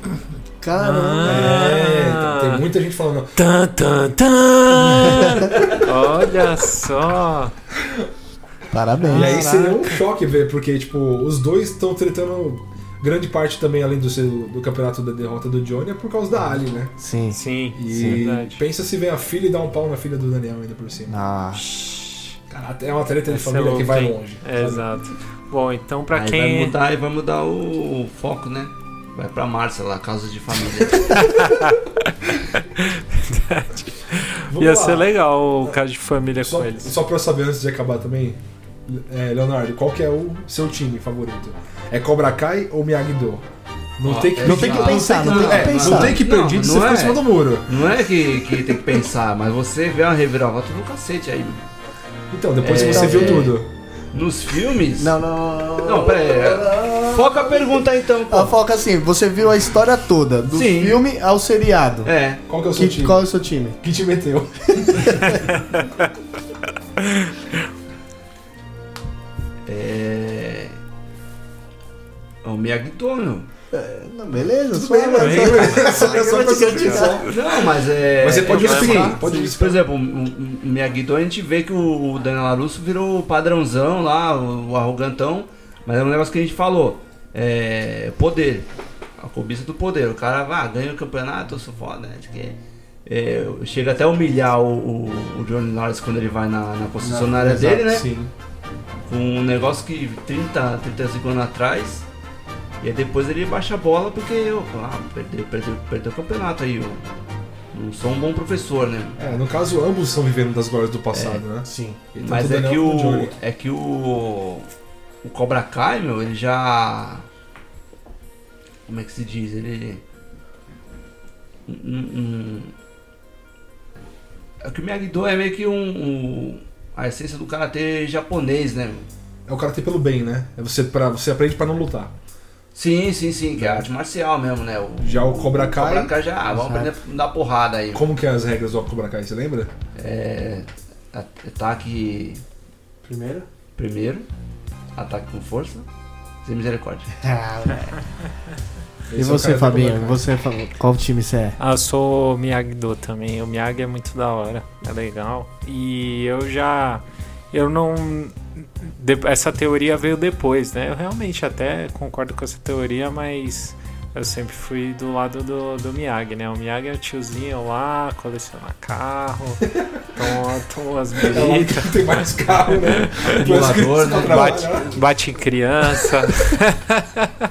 [SPEAKER 6] Caramba!
[SPEAKER 4] Ah.
[SPEAKER 5] É, então, tem muita gente falando.
[SPEAKER 4] Tan, tan, tan. Olha só.
[SPEAKER 6] Parabéns.
[SPEAKER 5] Ah. E aí seria um choque ver, porque, tipo, os dois estão tretando grande parte também, além do, seu- do campeonato da derrota do Johnny, é por causa da Ali, né?
[SPEAKER 6] Sim.
[SPEAKER 4] Sim, sim,
[SPEAKER 5] E
[SPEAKER 4] verdade.
[SPEAKER 5] pensa se vem a filha e dá um pau na filha do Daniel ainda por cima.
[SPEAKER 6] Ah,
[SPEAKER 5] Cara, é uma treta de
[SPEAKER 4] Essa é
[SPEAKER 5] família que
[SPEAKER 4] louca,
[SPEAKER 5] vai
[SPEAKER 4] hein?
[SPEAKER 5] longe.
[SPEAKER 4] É,
[SPEAKER 5] sabe?
[SPEAKER 4] exato. Bom, então pra
[SPEAKER 7] aí vai
[SPEAKER 4] quem.
[SPEAKER 7] mudar, aí vai mudar o, o foco, né? Vai pra Márcia lá, causa de família.
[SPEAKER 5] Vamos
[SPEAKER 4] Ia
[SPEAKER 5] lá.
[SPEAKER 4] ser legal o caso de família
[SPEAKER 5] Só,
[SPEAKER 4] com eles.
[SPEAKER 5] só pra eu saber antes de acabar também, é, Leonardo, qual que é o seu time favorito? É Cobra Kai ou Miyagi-Do? Não,
[SPEAKER 7] Ó,
[SPEAKER 5] tem que
[SPEAKER 7] É, não tem que
[SPEAKER 6] pensar, não tem que
[SPEAKER 5] é,
[SPEAKER 6] pensar.
[SPEAKER 5] Não tem que
[SPEAKER 7] Não,
[SPEAKER 5] perder de
[SPEAKER 7] não
[SPEAKER 5] você ficar
[SPEAKER 7] é.
[SPEAKER 5] em cima do muro.
[SPEAKER 7] Não é que, que tem que pensar, mas você vê uma reviravolta do cacete aí.
[SPEAKER 5] Então, depois
[SPEAKER 7] É,
[SPEAKER 5] que você viu
[SPEAKER 7] é.
[SPEAKER 5] tudo.
[SPEAKER 7] Nos filmes.
[SPEAKER 6] não, não, não, não.
[SPEAKER 7] Não, pera aí. Foca a pergunta então,
[SPEAKER 6] Ela
[SPEAKER 7] pô.
[SPEAKER 6] foca assim, você viu a história toda, do
[SPEAKER 7] Sim.
[SPEAKER 6] filme ao seriado.
[SPEAKER 7] É.
[SPEAKER 5] Qual que é o seu
[SPEAKER 6] Que,
[SPEAKER 5] time?
[SPEAKER 6] qual é o seu time?
[SPEAKER 5] Que te meteu?
[SPEAKER 7] É. É o Miyagi-Do, meu.
[SPEAKER 6] Não, beleza, só mas-
[SPEAKER 5] Olha só pra você pensar.
[SPEAKER 7] Não, mas é.
[SPEAKER 5] Mas você pode
[SPEAKER 7] eu acho
[SPEAKER 5] explicar,
[SPEAKER 7] que,
[SPEAKER 5] pode
[SPEAKER 7] se-
[SPEAKER 5] explicar.
[SPEAKER 7] Por exemplo, um, o o- o Miyagi-Do a gente vê que o o Daniel Larusso virou o padrãozão lá, o o arrogantão. Mas é um negócio que a gente falou. É. Poder. A cobiça do poder. O cara vai, ganha o campeonato, eu sou foda, né? Acho que é, chega até a humilhar o, o, o Johnny Lawrence quando ele vai na, na concessionária
[SPEAKER 5] Exato,
[SPEAKER 7] dele, né?
[SPEAKER 5] Sim.
[SPEAKER 7] com um negócio que 30, 35 anos atrás. E aí depois ele baixa a bola porque eu, ah, perdeu, perdeu, perdeu o campeonato aí. Eu não sou um bom professor, né?
[SPEAKER 5] É, no caso, ambos estão vivendo das glórias do passado, né?
[SPEAKER 6] Sim.
[SPEAKER 5] E tanto
[SPEAKER 7] Mas é
[SPEAKER 5] Daniel
[SPEAKER 7] que
[SPEAKER 5] quanto
[SPEAKER 7] o.
[SPEAKER 5] Johnny.
[SPEAKER 7] É que o. O Cobra Kai, meu, ele já. Como é que se diz? Ele. um- um- é que o Miyagi-Do é meio que um, um- A essência do karatê japonês, né? meu?
[SPEAKER 5] É o cara ter pelo bem, né? É você, pra, você aprende pra não lutar.
[SPEAKER 7] Sim, sim, sim, que é arte marcial mesmo, né? O,
[SPEAKER 5] Já o Cobra Kai-
[SPEAKER 7] Cobra Kai já, ah, vamos aprender a dar porrada aí.
[SPEAKER 5] Como que é as regras do Cobra Kai, você lembra?
[SPEAKER 7] É, a- ataque
[SPEAKER 6] Primeiro?
[SPEAKER 7] primeiro, ataque com força, sem misericórdia.
[SPEAKER 5] Esse
[SPEAKER 6] Ah, E
[SPEAKER 5] é o cara
[SPEAKER 6] você,
[SPEAKER 5] do Cobra
[SPEAKER 6] Fabinho?
[SPEAKER 5] Kai.
[SPEAKER 6] Você, Fa- qual time você é?
[SPEAKER 4] Ah, eu sou Miyagi-Do também. O Miyagi é muito da hora, é legal. E eu já. Eu não. de- Essa teoria veio depois, né? Eu realmente até concordo com essa teoria, mas eu sempre fui do lado do, do Miyagi, né? O Miyagi é o tiozinho lá, coleciona carro, toma, toma as bolitas,
[SPEAKER 5] Tem mais carro, né? Depois que
[SPEAKER 7] Voador,
[SPEAKER 5] você tá
[SPEAKER 7] né?
[SPEAKER 5] trabalhando.
[SPEAKER 4] bate em criança,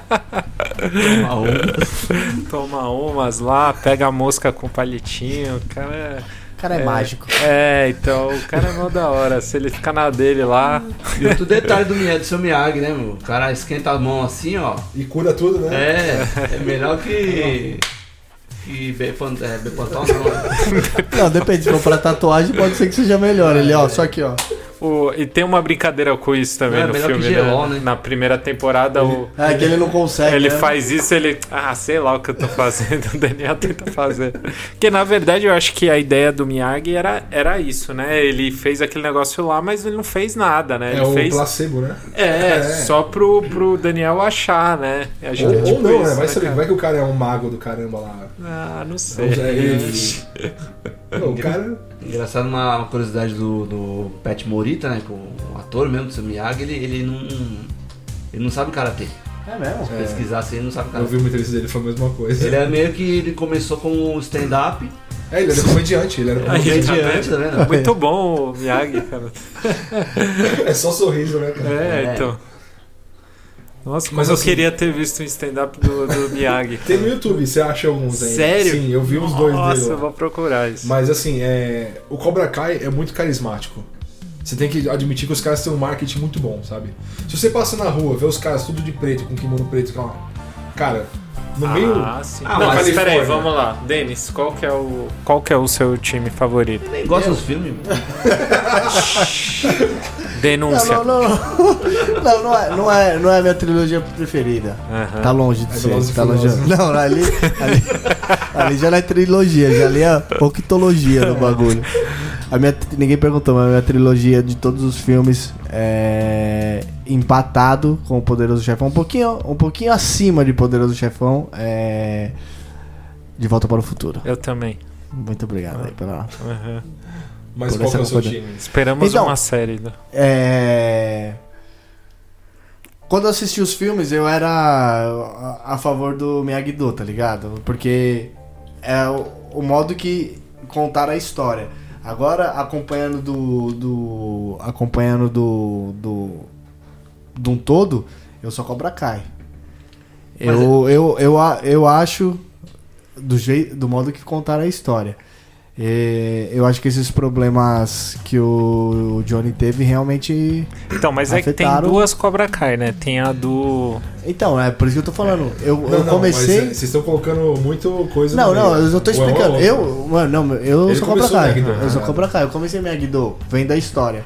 [SPEAKER 7] Uma onda. assim.
[SPEAKER 4] toma umas lá, pega a mosca com palitinho. O cara é.
[SPEAKER 6] O cara é, mágico.
[SPEAKER 4] É, então o cara é mó da hora. Se ele ficar na dele lá.
[SPEAKER 7] E outro detalhe do, Miyagi, do seu Miyagi, né, meu? O cara esquenta a mão assim, ó.
[SPEAKER 5] E cura tudo, né?
[SPEAKER 7] É, é melhor que. que Bepantol, é, Bepantol não.
[SPEAKER 6] Não, depende. Se for pra tatuagem, pode ser que seja melhor. Ele, ó, só aqui, ó.
[SPEAKER 4] o- e tem uma brincadeira com isso também
[SPEAKER 7] É,
[SPEAKER 4] no
[SPEAKER 7] melhor que
[SPEAKER 4] filme,
[SPEAKER 7] Gelol,
[SPEAKER 4] né?
[SPEAKER 7] né?
[SPEAKER 4] Na primeira temporada, o.
[SPEAKER 6] É que ele não consegue.
[SPEAKER 4] Ele
[SPEAKER 6] né?
[SPEAKER 4] faz isso, ele. Ah, sei lá o que eu tô fazendo. O Daniel tenta fazer. Porque na verdade eu acho que a ideia do Miyagi era, era isso, né? Ele fez aquele negócio lá, mas ele não fez nada, né?
[SPEAKER 5] É,
[SPEAKER 4] Ele
[SPEAKER 5] o
[SPEAKER 4] fez.
[SPEAKER 5] placebo, né?
[SPEAKER 4] É,
[SPEAKER 5] é.
[SPEAKER 4] só pro, pro Daniel achar, né? A gente,
[SPEAKER 5] Ou, ou
[SPEAKER 4] tipo,
[SPEAKER 5] não,
[SPEAKER 4] isso,
[SPEAKER 5] né? Vai saber.
[SPEAKER 4] cara?
[SPEAKER 5] Vai que o cara é um mago do caramba lá.
[SPEAKER 4] Ah, não sei.
[SPEAKER 5] Vamos aí. Não, o cara.
[SPEAKER 7] Engraçado uma uma curiosidade do, do Pat Morita, né? Que o ator mesmo do seu Miyagi, ele, ele não. Ele não sabe karatê.
[SPEAKER 6] É mesmo?
[SPEAKER 7] Se pesquisar assim, ele não sabe
[SPEAKER 5] Eu
[SPEAKER 7] karatê.
[SPEAKER 5] vi uma entrevista dele, foi a mesma coisa.
[SPEAKER 7] Ele é meio que ele começou com o stand-up,
[SPEAKER 5] É, ele era comediante, Ah, ele era
[SPEAKER 4] Aí,
[SPEAKER 5] comediante.
[SPEAKER 7] comediante,
[SPEAKER 4] tá vendo?
[SPEAKER 7] tá vendo?
[SPEAKER 4] Muito bom o Miyagi, cara.
[SPEAKER 5] É só sorriso, né, cara?
[SPEAKER 4] É,
[SPEAKER 7] É.
[SPEAKER 4] então. Nossa, como
[SPEAKER 5] Mas
[SPEAKER 4] eu
[SPEAKER 5] assim-
[SPEAKER 4] queria ter visto um stand-up do, do Miyagi.
[SPEAKER 5] Tem no YouTube, você acha alguns aí?
[SPEAKER 4] Sério?
[SPEAKER 5] Sim, eu vi uns dois dele.
[SPEAKER 4] Nossa,
[SPEAKER 5] lá.
[SPEAKER 4] eu vou procurar isso.
[SPEAKER 5] Mas assim, é... o Cobra Kai é muito carismático. Você tem que admitir que os caras têm um marketing muito bom, sabe? Se você passa na rua, vê os caras tudo de preto, com kimono preto, calma. Cara, no meio.
[SPEAKER 4] Ah, sim.
[SPEAKER 5] Ah,
[SPEAKER 4] Não,
[SPEAKER 5] mas
[SPEAKER 4] mas peraí,
[SPEAKER 5] Califórnia.
[SPEAKER 4] vamos lá. Denis, qual que é o, qual que é o seu time favorito?
[SPEAKER 7] Nem gosta dos filmes.
[SPEAKER 6] Não,
[SPEAKER 4] Denúncia.
[SPEAKER 6] não, não. Não, não, não, é, não, é, não é a minha trilogia preferida.
[SPEAKER 4] Aham.
[SPEAKER 6] Tá longe de
[SPEAKER 5] É Velozes
[SPEAKER 6] ser.
[SPEAKER 5] e
[SPEAKER 6] Tá longe.
[SPEAKER 5] Furiosos.
[SPEAKER 6] Não, ali, ali, ali já não é trilogia, já ali é octologia no bagulho. A minha, ninguém perguntou, mas a minha trilogia de todos os filmes é empatado com o Poderoso Chefão, um pouquinho, um pouquinho acima de Poderoso Chefão, é De Volta para o Futuro.
[SPEAKER 4] Eu também.
[SPEAKER 6] Muito obrigado aí pela
[SPEAKER 4] Aham.
[SPEAKER 5] Mas
[SPEAKER 6] Por
[SPEAKER 5] qual que
[SPEAKER 6] essa
[SPEAKER 5] é o seu
[SPEAKER 6] concordância.
[SPEAKER 5] time?
[SPEAKER 4] Esperamos
[SPEAKER 6] Então-
[SPEAKER 4] uma série. né?
[SPEAKER 6] É... Quando eu assisti os filmes, eu era a- a favor do Miyagi-Do, tá ligado? Porque é o, o modo que contaram a história. Agora, acompanhando do... do acompanhando do... do... de um todo, eu só Cobra Kai. Eu, eu, eu, a- eu acho, do, jeito, do modo que contaram a história, é, eu acho que esses problemas que o Johnny teve realmente
[SPEAKER 4] Então, mas é que tem
[SPEAKER 6] Afetaram-
[SPEAKER 4] duas Cobra Kai, né? Tem a do.
[SPEAKER 6] Então, é por isso que eu tô falando. Eu, eu
[SPEAKER 5] Não, não,
[SPEAKER 6] comecei.
[SPEAKER 5] mas, é, Vocês estão colocando muito coisa
[SPEAKER 6] Não,
[SPEAKER 5] no meio.
[SPEAKER 6] não, eu só tô
[SPEAKER 5] Ou é um
[SPEAKER 6] explicando.
[SPEAKER 5] ou outro.
[SPEAKER 6] Eu, mano, não, eu
[SPEAKER 5] Ele
[SPEAKER 6] sou Cobra
[SPEAKER 5] começou
[SPEAKER 6] Kai.
[SPEAKER 5] Miyagi-Do,
[SPEAKER 6] Eu sou
[SPEAKER 5] né?
[SPEAKER 6] Cobra Kai. Eu comecei Miyagi-Do, vem da história.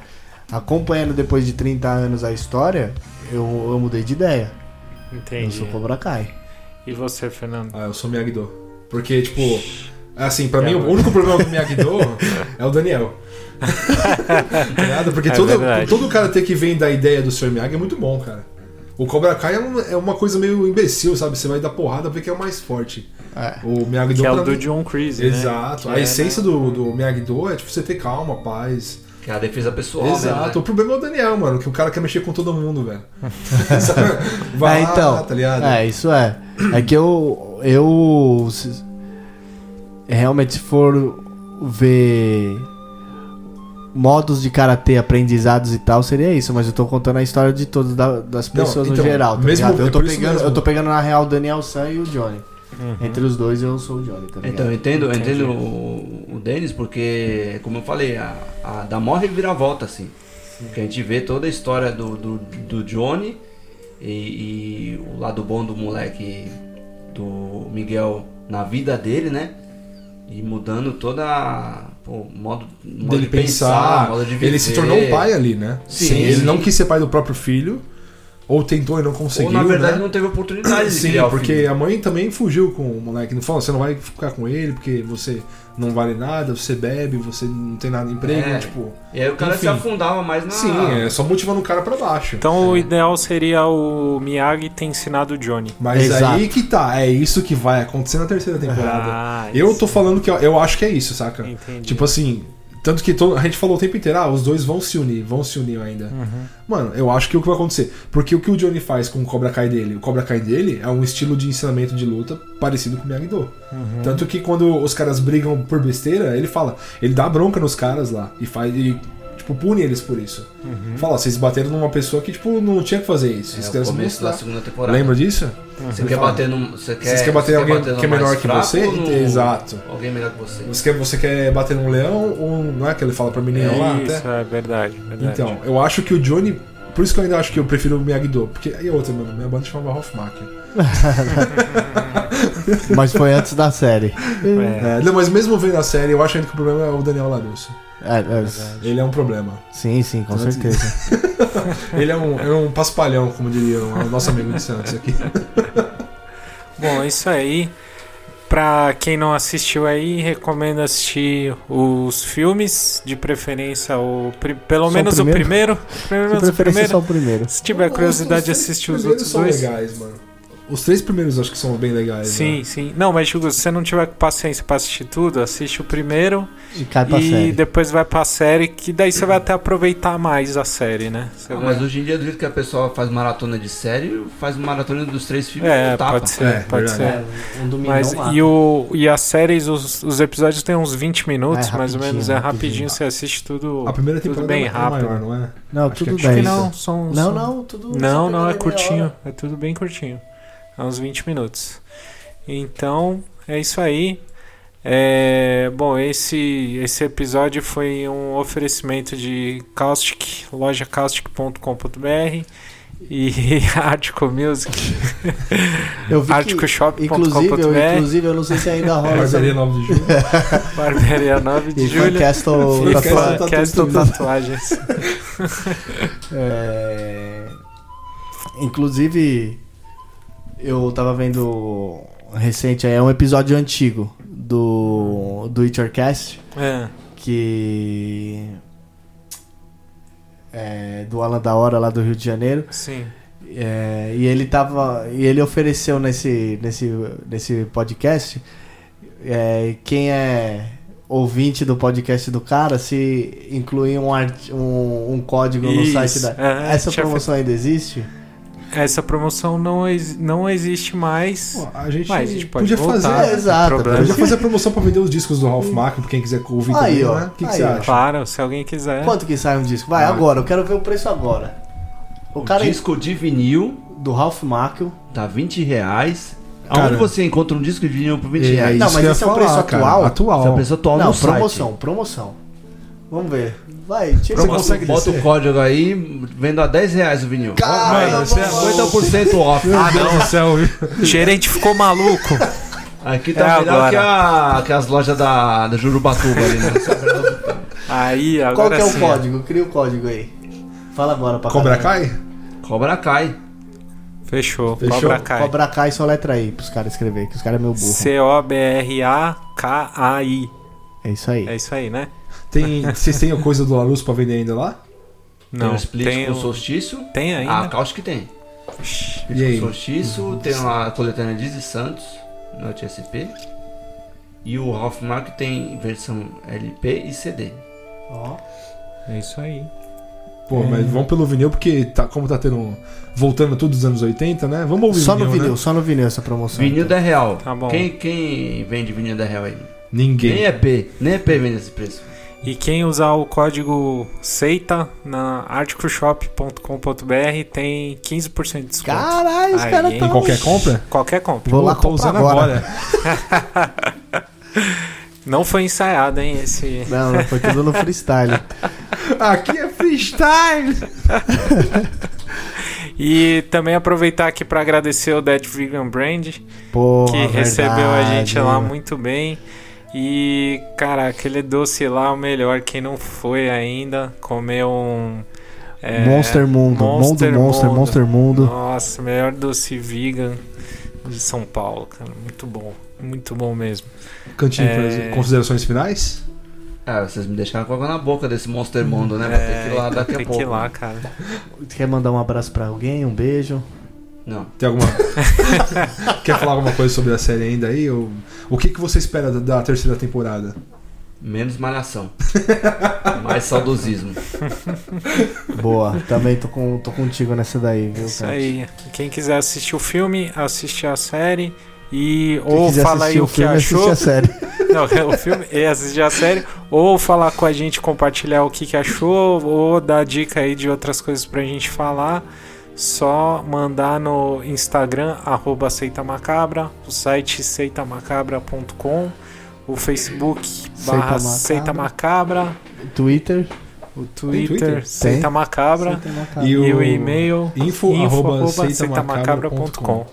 [SPEAKER 6] Acompanhando depois de 30 anos a história, eu, eu mudei de ideia. Eu
[SPEAKER 4] Entendi.
[SPEAKER 6] sou Cobra Kai.
[SPEAKER 4] E você, Fernando?
[SPEAKER 5] Ah, eu sou Miyagi-Do. Porque, tipo, assim, pra mim o único problema do Miyagi-Do é o Daniel. Tá ligado? Porque
[SPEAKER 4] É
[SPEAKER 5] todo,
[SPEAKER 4] verdade.
[SPEAKER 5] todo cara ter que vem da ideia do Sr. Miyagi é muito bom, cara. O Cobra Kai é, um- é uma coisa meio imbecil, sabe? Você vai dar porrada pra ver quem é o mais forte.
[SPEAKER 6] É.
[SPEAKER 5] O Miyagi-Do
[SPEAKER 4] Que é o
[SPEAKER 5] pra
[SPEAKER 4] do
[SPEAKER 5] mim-
[SPEAKER 4] John Creasy, né?
[SPEAKER 5] Exato.
[SPEAKER 4] Que
[SPEAKER 5] A
[SPEAKER 4] é-
[SPEAKER 5] essência do, do Miyagi-Do é, tipo, você ter calma, paz.
[SPEAKER 7] Que é a defesa pessoal. né?
[SPEAKER 5] Exato. O
[SPEAKER 4] né?
[SPEAKER 7] Mesmo,
[SPEAKER 5] problema é o Daniel, mano, que o cara quer mexer com todo mundo, velho. Sabe? Vai
[SPEAKER 6] é,
[SPEAKER 5] lá,
[SPEAKER 6] então.
[SPEAKER 5] tá ligado?
[SPEAKER 6] É, isso é. É que eu. Eu. se- Realmente, se for ver modos de karatê aprendizados e tal, seria isso, mas eu tô contando a história de todas da- das
[SPEAKER 5] Não,
[SPEAKER 6] pessoas
[SPEAKER 5] então,
[SPEAKER 6] no geral, tá
[SPEAKER 5] mesmo-
[SPEAKER 6] ligado?
[SPEAKER 5] é
[SPEAKER 6] Eu tô,
[SPEAKER 5] por isso
[SPEAKER 6] pegando,
[SPEAKER 5] mesmo.
[SPEAKER 6] eu tô pegando na real o Daniel San e o Johnny. Entre os dois eu sou o Johnny, tá
[SPEAKER 7] né?
[SPEAKER 6] ligado?
[SPEAKER 7] Então, eu entendo, eu entendo o, o Denis, porque, como eu falei, a, a, dá mó reviravolta, assim. Porque a gente vê toda a história do, do, do Johnny e, e o lado bom do moleque, do Miguel, na vida dele, né? E mudando toda a- pô, o modo, modo
[SPEAKER 5] dele
[SPEAKER 7] de pensar,
[SPEAKER 5] pensar.
[SPEAKER 7] modo de viver.
[SPEAKER 5] ele se tornou um pai ali, né?
[SPEAKER 7] Sim.
[SPEAKER 5] Ele não quis ser pai do próprio filho. Ou tentou e não conseguiu.
[SPEAKER 7] Ou na verdade
[SPEAKER 5] né?
[SPEAKER 7] não teve oportunidade de
[SPEAKER 5] Sim,
[SPEAKER 7] criar o
[SPEAKER 5] porque
[SPEAKER 7] filho.
[SPEAKER 5] a mãe também fugiu com o moleque. Não falou, você não vai ficar com ele porque você não vale nada, você bebe, você não tem nada de emprego.
[SPEAKER 7] É. Ah.
[SPEAKER 5] Tipo,
[SPEAKER 7] E aí o cara se
[SPEAKER 5] Enfim.
[SPEAKER 7] afundava mais na.
[SPEAKER 5] sim, é só motivando o cara pra baixo.
[SPEAKER 4] Então o ideal seria o Miyagi ter ensinado o Johnny.
[SPEAKER 5] Mas
[SPEAKER 6] Exato.
[SPEAKER 5] aí que tá, é isso que vai acontecer na terceira temporada.
[SPEAKER 4] Ah,
[SPEAKER 5] eu
[SPEAKER 4] isso.
[SPEAKER 5] tô falando que eu, eu acho que é isso, saca?
[SPEAKER 4] Entendi.
[SPEAKER 5] Tipo assim, tanto que to- a gente falou o tempo inteiro, ah, os dois vão se unir, vão se unir ainda. Mano, eu acho que é o que vai acontecer. Porque o que o Johnny faz com o Cobra Kai dele? O Cobra Kai dele é um estilo de ensinamento de luta parecido com o Miyagi-Do. Tanto que quando os caras brigam por besteira, ele fala, ele dá bronca nos caras lá e faz. E, Tipo, pune eles por isso. Fala, ó, vocês bateram numa pessoa que, tipo, não tinha que fazer isso.
[SPEAKER 7] É,
[SPEAKER 5] Vocês
[SPEAKER 7] o
[SPEAKER 5] quiseram se
[SPEAKER 7] começo da
[SPEAKER 5] mostrar.
[SPEAKER 7] segunda temporada.
[SPEAKER 5] Lembra disso?
[SPEAKER 7] Você quer bater num. Você quer,
[SPEAKER 5] Vocês querem bater em
[SPEAKER 7] você
[SPEAKER 5] alguém
[SPEAKER 7] no
[SPEAKER 5] que é
[SPEAKER 7] mais
[SPEAKER 5] menor que
[SPEAKER 7] fraco
[SPEAKER 5] você?
[SPEAKER 7] ou no-
[SPEAKER 5] Exato.
[SPEAKER 7] Alguém melhor que você.
[SPEAKER 5] Você quer, você quer bater num leão ou não é que ele fala pra menina lá?
[SPEAKER 4] É
[SPEAKER 5] até?
[SPEAKER 4] isso, é verdade, verdade.
[SPEAKER 5] Então, eu acho que o Johnny. Por isso que eu ainda acho que eu prefiro o Miyagi-Do. Porque. E outra, mano, minha banda chama Hoffmacher.
[SPEAKER 6] Mas foi antes da série.
[SPEAKER 4] É.
[SPEAKER 5] É, não, mas mesmo vendo a série, eu acho ainda que o problema é o Daniel Larusso.
[SPEAKER 6] É, é,
[SPEAKER 5] Ele é um problema.
[SPEAKER 6] sim, sim, com
[SPEAKER 5] Antes-
[SPEAKER 6] certeza.
[SPEAKER 5] Ele é um, é um paspalhão, como diria o nosso amigo de Santos aqui.
[SPEAKER 4] Bom, é isso aí. Pra quem não assistiu aí, recomendo assistir os filmes, de preferência o pri- pelo
[SPEAKER 6] Só o
[SPEAKER 4] menos o primeiro.
[SPEAKER 6] primeiro?
[SPEAKER 4] Pelo
[SPEAKER 6] De
[SPEAKER 4] menos o
[SPEAKER 6] preferência
[SPEAKER 4] primeiro.
[SPEAKER 6] só o primeiro.
[SPEAKER 4] Se tiver curiosidade, assiste os
[SPEAKER 5] primeiros
[SPEAKER 4] outros
[SPEAKER 5] são
[SPEAKER 4] dois.
[SPEAKER 5] legais, né? mano. Os três primeiros acho que são bem legais.
[SPEAKER 4] Sim, sim. Não, mas Hugo, se você não tiver paciência pra assistir tudo, assiste o primeiro
[SPEAKER 6] E cai pra
[SPEAKER 4] e
[SPEAKER 6] série.
[SPEAKER 4] depois vai pra série, que daí você vai até aproveitar mais a série, né? Você
[SPEAKER 7] Ah,
[SPEAKER 4] vai-
[SPEAKER 7] mas hoje em dia, do jeito que a pessoa faz maratona de série, faz maratona dos três filmes
[SPEAKER 4] É,
[SPEAKER 7] e tapa.
[SPEAKER 4] pode ser,
[SPEAKER 5] É,
[SPEAKER 4] pode
[SPEAKER 5] verdade.
[SPEAKER 4] ser.
[SPEAKER 6] um domingo
[SPEAKER 4] Mas e, o, e as séries, os, os episódios têm uns 20 minutos,
[SPEAKER 6] É,
[SPEAKER 4] mais ou menos. É
[SPEAKER 6] rapidinho,
[SPEAKER 4] rapidinho, você assiste tudo.
[SPEAKER 5] Né? A primeira
[SPEAKER 4] tudo
[SPEAKER 5] temporada
[SPEAKER 4] bem
[SPEAKER 5] é
[SPEAKER 4] rápido.
[SPEAKER 5] maior, não é?
[SPEAKER 6] Não,
[SPEAKER 5] Acho que
[SPEAKER 6] tudo
[SPEAKER 5] é-
[SPEAKER 4] Acho
[SPEAKER 6] bem.
[SPEAKER 4] que não, são,
[SPEAKER 6] Não,
[SPEAKER 4] são-
[SPEAKER 6] não, tudo
[SPEAKER 4] Não,
[SPEAKER 6] só
[SPEAKER 4] não, é
[SPEAKER 6] pegando meia
[SPEAKER 4] curtinho.
[SPEAKER 6] hora.
[SPEAKER 4] É tudo bem curtinho. É uns 20 minutos. Então, é isso aí. É, bom, esse, esse episódio foi um oferecimento de Caustic, loja caustic.com.br e Artico Music,
[SPEAKER 6] Eu vi que- Inclusive, eu,
[SPEAKER 4] articoshop.com.br,
[SPEAKER 6] inclusive, eu não sei se tá ainda rola. essa-
[SPEAKER 5] Barbearia 9 é de julho.
[SPEAKER 4] Barbearia 9 de
[SPEAKER 6] E
[SPEAKER 4] Julho.
[SPEAKER 6] Fancastle
[SPEAKER 4] e
[SPEAKER 5] Castle
[SPEAKER 6] tatuagem.
[SPEAKER 4] Fa- Castle
[SPEAKER 6] tá-
[SPEAKER 4] Tatuagens.
[SPEAKER 6] É, Inclusive, eu tava vendo recente aí, é um episódio antigo do, do It Your Cast,
[SPEAKER 4] É,
[SPEAKER 6] que. É, do Alan da Hora lá do Rio de Janeiro.
[SPEAKER 4] sim.
[SPEAKER 6] É, e ele tava. E ele ofereceu nesse, nesse, nesse podcast é, quem é ouvinte do podcast do cara se incluir um, art- um, um código no
[SPEAKER 4] Isso,
[SPEAKER 6] site da.
[SPEAKER 4] é,
[SPEAKER 6] Essa
[SPEAKER 4] tinha
[SPEAKER 6] promoção ainda existe?
[SPEAKER 4] Essa promoção não, ex- não existe mais.
[SPEAKER 3] Pô, a gente,
[SPEAKER 4] Mas a gente pode
[SPEAKER 3] podia
[SPEAKER 4] voltar. né?
[SPEAKER 3] fazer.
[SPEAKER 6] É, exato.
[SPEAKER 4] Problema.
[SPEAKER 3] Podia fazer a promoção pra vender os discos do Ralph Macchio, pra quem quiser ouvir
[SPEAKER 6] Aí,
[SPEAKER 3] também,
[SPEAKER 6] ó.
[SPEAKER 3] né? O que, que
[SPEAKER 6] Aí,
[SPEAKER 3] você
[SPEAKER 6] ó.
[SPEAKER 3] acha?
[SPEAKER 4] Claro, se alguém quiser.
[SPEAKER 6] Quanto que sai um disco? Vai, agora, eu quero ver o preço agora. O cara é
[SPEAKER 7] Disco de vinil
[SPEAKER 6] do Ralph Macchio.
[SPEAKER 7] tá 20 reais.
[SPEAKER 3] Cara,
[SPEAKER 7] Aonde você encontra um disco de vinil por 20
[SPEAKER 3] É,
[SPEAKER 7] reais?
[SPEAKER 6] Não,
[SPEAKER 3] isso
[SPEAKER 6] mas
[SPEAKER 3] que eu
[SPEAKER 6] esse
[SPEAKER 3] ia
[SPEAKER 6] é o preço
[SPEAKER 3] falar, cara.
[SPEAKER 6] atual? é
[SPEAKER 7] Se a
[SPEAKER 3] Atual.
[SPEAKER 7] pessoa toma
[SPEAKER 6] Não,
[SPEAKER 7] no
[SPEAKER 6] promoção,
[SPEAKER 7] site.
[SPEAKER 6] promoção. Vamos ver. Vai,
[SPEAKER 3] Promoção.
[SPEAKER 6] tira esse
[SPEAKER 3] Você consegue
[SPEAKER 7] Bota
[SPEAKER 3] descer?
[SPEAKER 7] o código aí, vendo a 10 reais o vinil.
[SPEAKER 6] Caramba,
[SPEAKER 7] Mano, você é 50% off.
[SPEAKER 3] Meu Deus do céu, viu?
[SPEAKER 4] O gerente ficou maluco.
[SPEAKER 7] Aqui
[SPEAKER 4] É
[SPEAKER 7] tá
[SPEAKER 4] agora.
[SPEAKER 7] melhor que, a- que as lojas da, da Jurubatuba ali, né?
[SPEAKER 4] Aí, agora
[SPEAKER 6] Qual que é
[SPEAKER 4] sim,
[SPEAKER 6] o código? Cria o código aí. Fala agora pra
[SPEAKER 3] Cobra
[SPEAKER 6] caralho.
[SPEAKER 3] Kai?
[SPEAKER 7] Cobra cai.
[SPEAKER 4] Fechou.
[SPEAKER 3] Fechou?
[SPEAKER 4] Cobra Kai.
[SPEAKER 6] Cobra Kai, só letra aí pros caras escrever, que os caras é meu burro.
[SPEAKER 4] C-O-B-R-A-K-A-I.
[SPEAKER 6] É isso aí.
[SPEAKER 4] É isso aí, né?
[SPEAKER 3] Tem, vocês têm a coisa do Larus pra vender ainda lá?
[SPEAKER 7] tem
[SPEAKER 4] Não,
[SPEAKER 7] o um split
[SPEAKER 4] tem,
[SPEAKER 7] com
[SPEAKER 4] o-
[SPEAKER 7] solstício.
[SPEAKER 4] tem né?
[SPEAKER 7] Ah,
[SPEAKER 4] ainda.
[SPEAKER 7] acho que tem.
[SPEAKER 3] E
[SPEAKER 7] Tem
[SPEAKER 3] aí?
[SPEAKER 7] solstício, tem a coletânea Dizzy Santos, Note SP. E o Hofmark tem versão LP e CD.
[SPEAKER 6] Ó.
[SPEAKER 4] É isso aí.
[SPEAKER 3] Pô,
[SPEAKER 6] É.
[SPEAKER 3] mas vamos pelo vinil, porque tá, como tá tendo. um- Voltando tudo dos anos 80, né? Vamos ouvir
[SPEAKER 6] Só no vinil,
[SPEAKER 3] né?
[SPEAKER 6] só no vinil essa promoção.
[SPEAKER 7] Vinil
[SPEAKER 6] então.
[SPEAKER 7] 10 real.
[SPEAKER 4] Tá bom.
[SPEAKER 7] Quem, quem vende vinil 10 real aí?
[SPEAKER 3] Ninguém.
[SPEAKER 7] Nem EP. Nem EP vende esse preço.
[SPEAKER 4] E quem usar o código SEITA na articleshop.com.br tem 15% de desconto.
[SPEAKER 6] Caralho, os
[SPEAKER 4] Aí,
[SPEAKER 6] caras
[SPEAKER 4] hein?
[SPEAKER 6] tão...
[SPEAKER 3] Em qualquer compra?
[SPEAKER 4] Qualquer compra.
[SPEAKER 6] Vou lá
[SPEAKER 3] Pô, tô
[SPEAKER 6] comprar
[SPEAKER 3] usando
[SPEAKER 6] agora.
[SPEAKER 4] Não foi ensaiado, hein, esse...
[SPEAKER 6] Não, não, foi tudo no freestyle.
[SPEAKER 3] Aqui é freestyle!
[SPEAKER 4] E também aproveitar aqui para agradecer o Dead Vegan Brand,
[SPEAKER 6] Porra,
[SPEAKER 4] que recebeu a
[SPEAKER 6] verdade,
[SPEAKER 4] gente é lá
[SPEAKER 6] mano.
[SPEAKER 4] muito bem. E, cara, aquele doce lá é o melhor. Quem não foi ainda, comeu um. é,
[SPEAKER 6] Monster Mundo, Monster Mundo, Monster, Monster Mundo.
[SPEAKER 4] Nossa, melhor doce vegan de São Paulo, cara. Muito bom. Muito bom mesmo.
[SPEAKER 3] Cantinho,
[SPEAKER 4] É.
[SPEAKER 3] considerações finais?
[SPEAKER 7] Ah, vocês me deixaram com água na boca desse Monster Mundo, né? Vou ter que ir lá daqui a
[SPEAKER 4] É, Tem
[SPEAKER 7] pouco. né?
[SPEAKER 4] que ir lá, cara.
[SPEAKER 6] Quer mandar um abraço pra alguém, um beijo?
[SPEAKER 7] Não.
[SPEAKER 3] Tem alguma. Quer falar alguma coisa sobre a série ainda aí? Ou... O que, que você espera da, da terceira temporada?
[SPEAKER 7] Menos malhação. Mais saudosismo.
[SPEAKER 6] Boa, também tô, com, tô contigo nessa daí, viu,
[SPEAKER 4] Isso
[SPEAKER 6] cara?
[SPEAKER 4] aí. Quem quiser assistir o filme, assistir a série. E
[SPEAKER 6] Quem
[SPEAKER 4] ou
[SPEAKER 6] quiser
[SPEAKER 4] fala aí
[SPEAKER 6] assistir
[SPEAKER 4] o que
[SPEAKER 6] filme,
[SPEAKER 4] achou.
[SPEAKER 6] assiste a série.
[SPEAKER 4] Não, é o filme é assistir a série, ou falar com a gente, compartilhar o que, que achou, ou dar dica aí de outras coisas pra gente falar. Só mandar no Instagram, arroba aceitamacabra, o site seitamacabra.com, o Facebook barra
[SPEAKER 6] Seita
[SPEAKER 4] Seita Macabra,
[SPEAKER 6] Twitter.
[SPEAKER 4] o
[SPEAKER 3] Twitter?
[SPEAKER 4] Twitter Seita Macabra
[SPEAKER 3] E
[SPEAKER 4] e
[SPEAKER 3] o-
[SPEAKER 4] o e-mail
[SPEAKER 3] info arroba seitamacabra.com.
[SPEAKER 4] seitamacabra.com.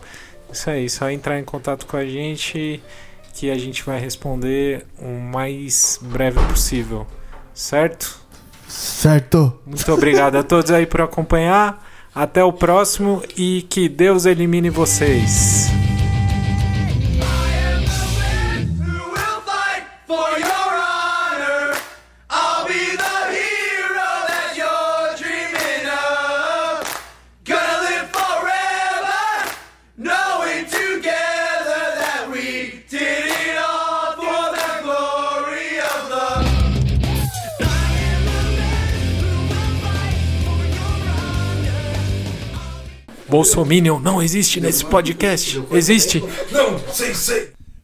[SPEAKER 4] Isso aí, só entrar em contato com a gente que a gente vai responder o mais breve possível, certo?
[SPEAKER 6] Certo.
[SPEAKER 4] Muito obrigado a todos aí por acompanhar. Até o próximo e que Deus elimine vocês.
[SPEAKER 2] will fight for your honor. I'll be the hero that you're dreaming of. Gonna live forever, knowing together that we did it all for the glory of love.
[SPEAKER 4] Bolsominion não existe nesse podcast. Existe.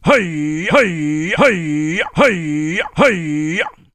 [SPEAKER 12] Hey, hey, hey, hey, hey.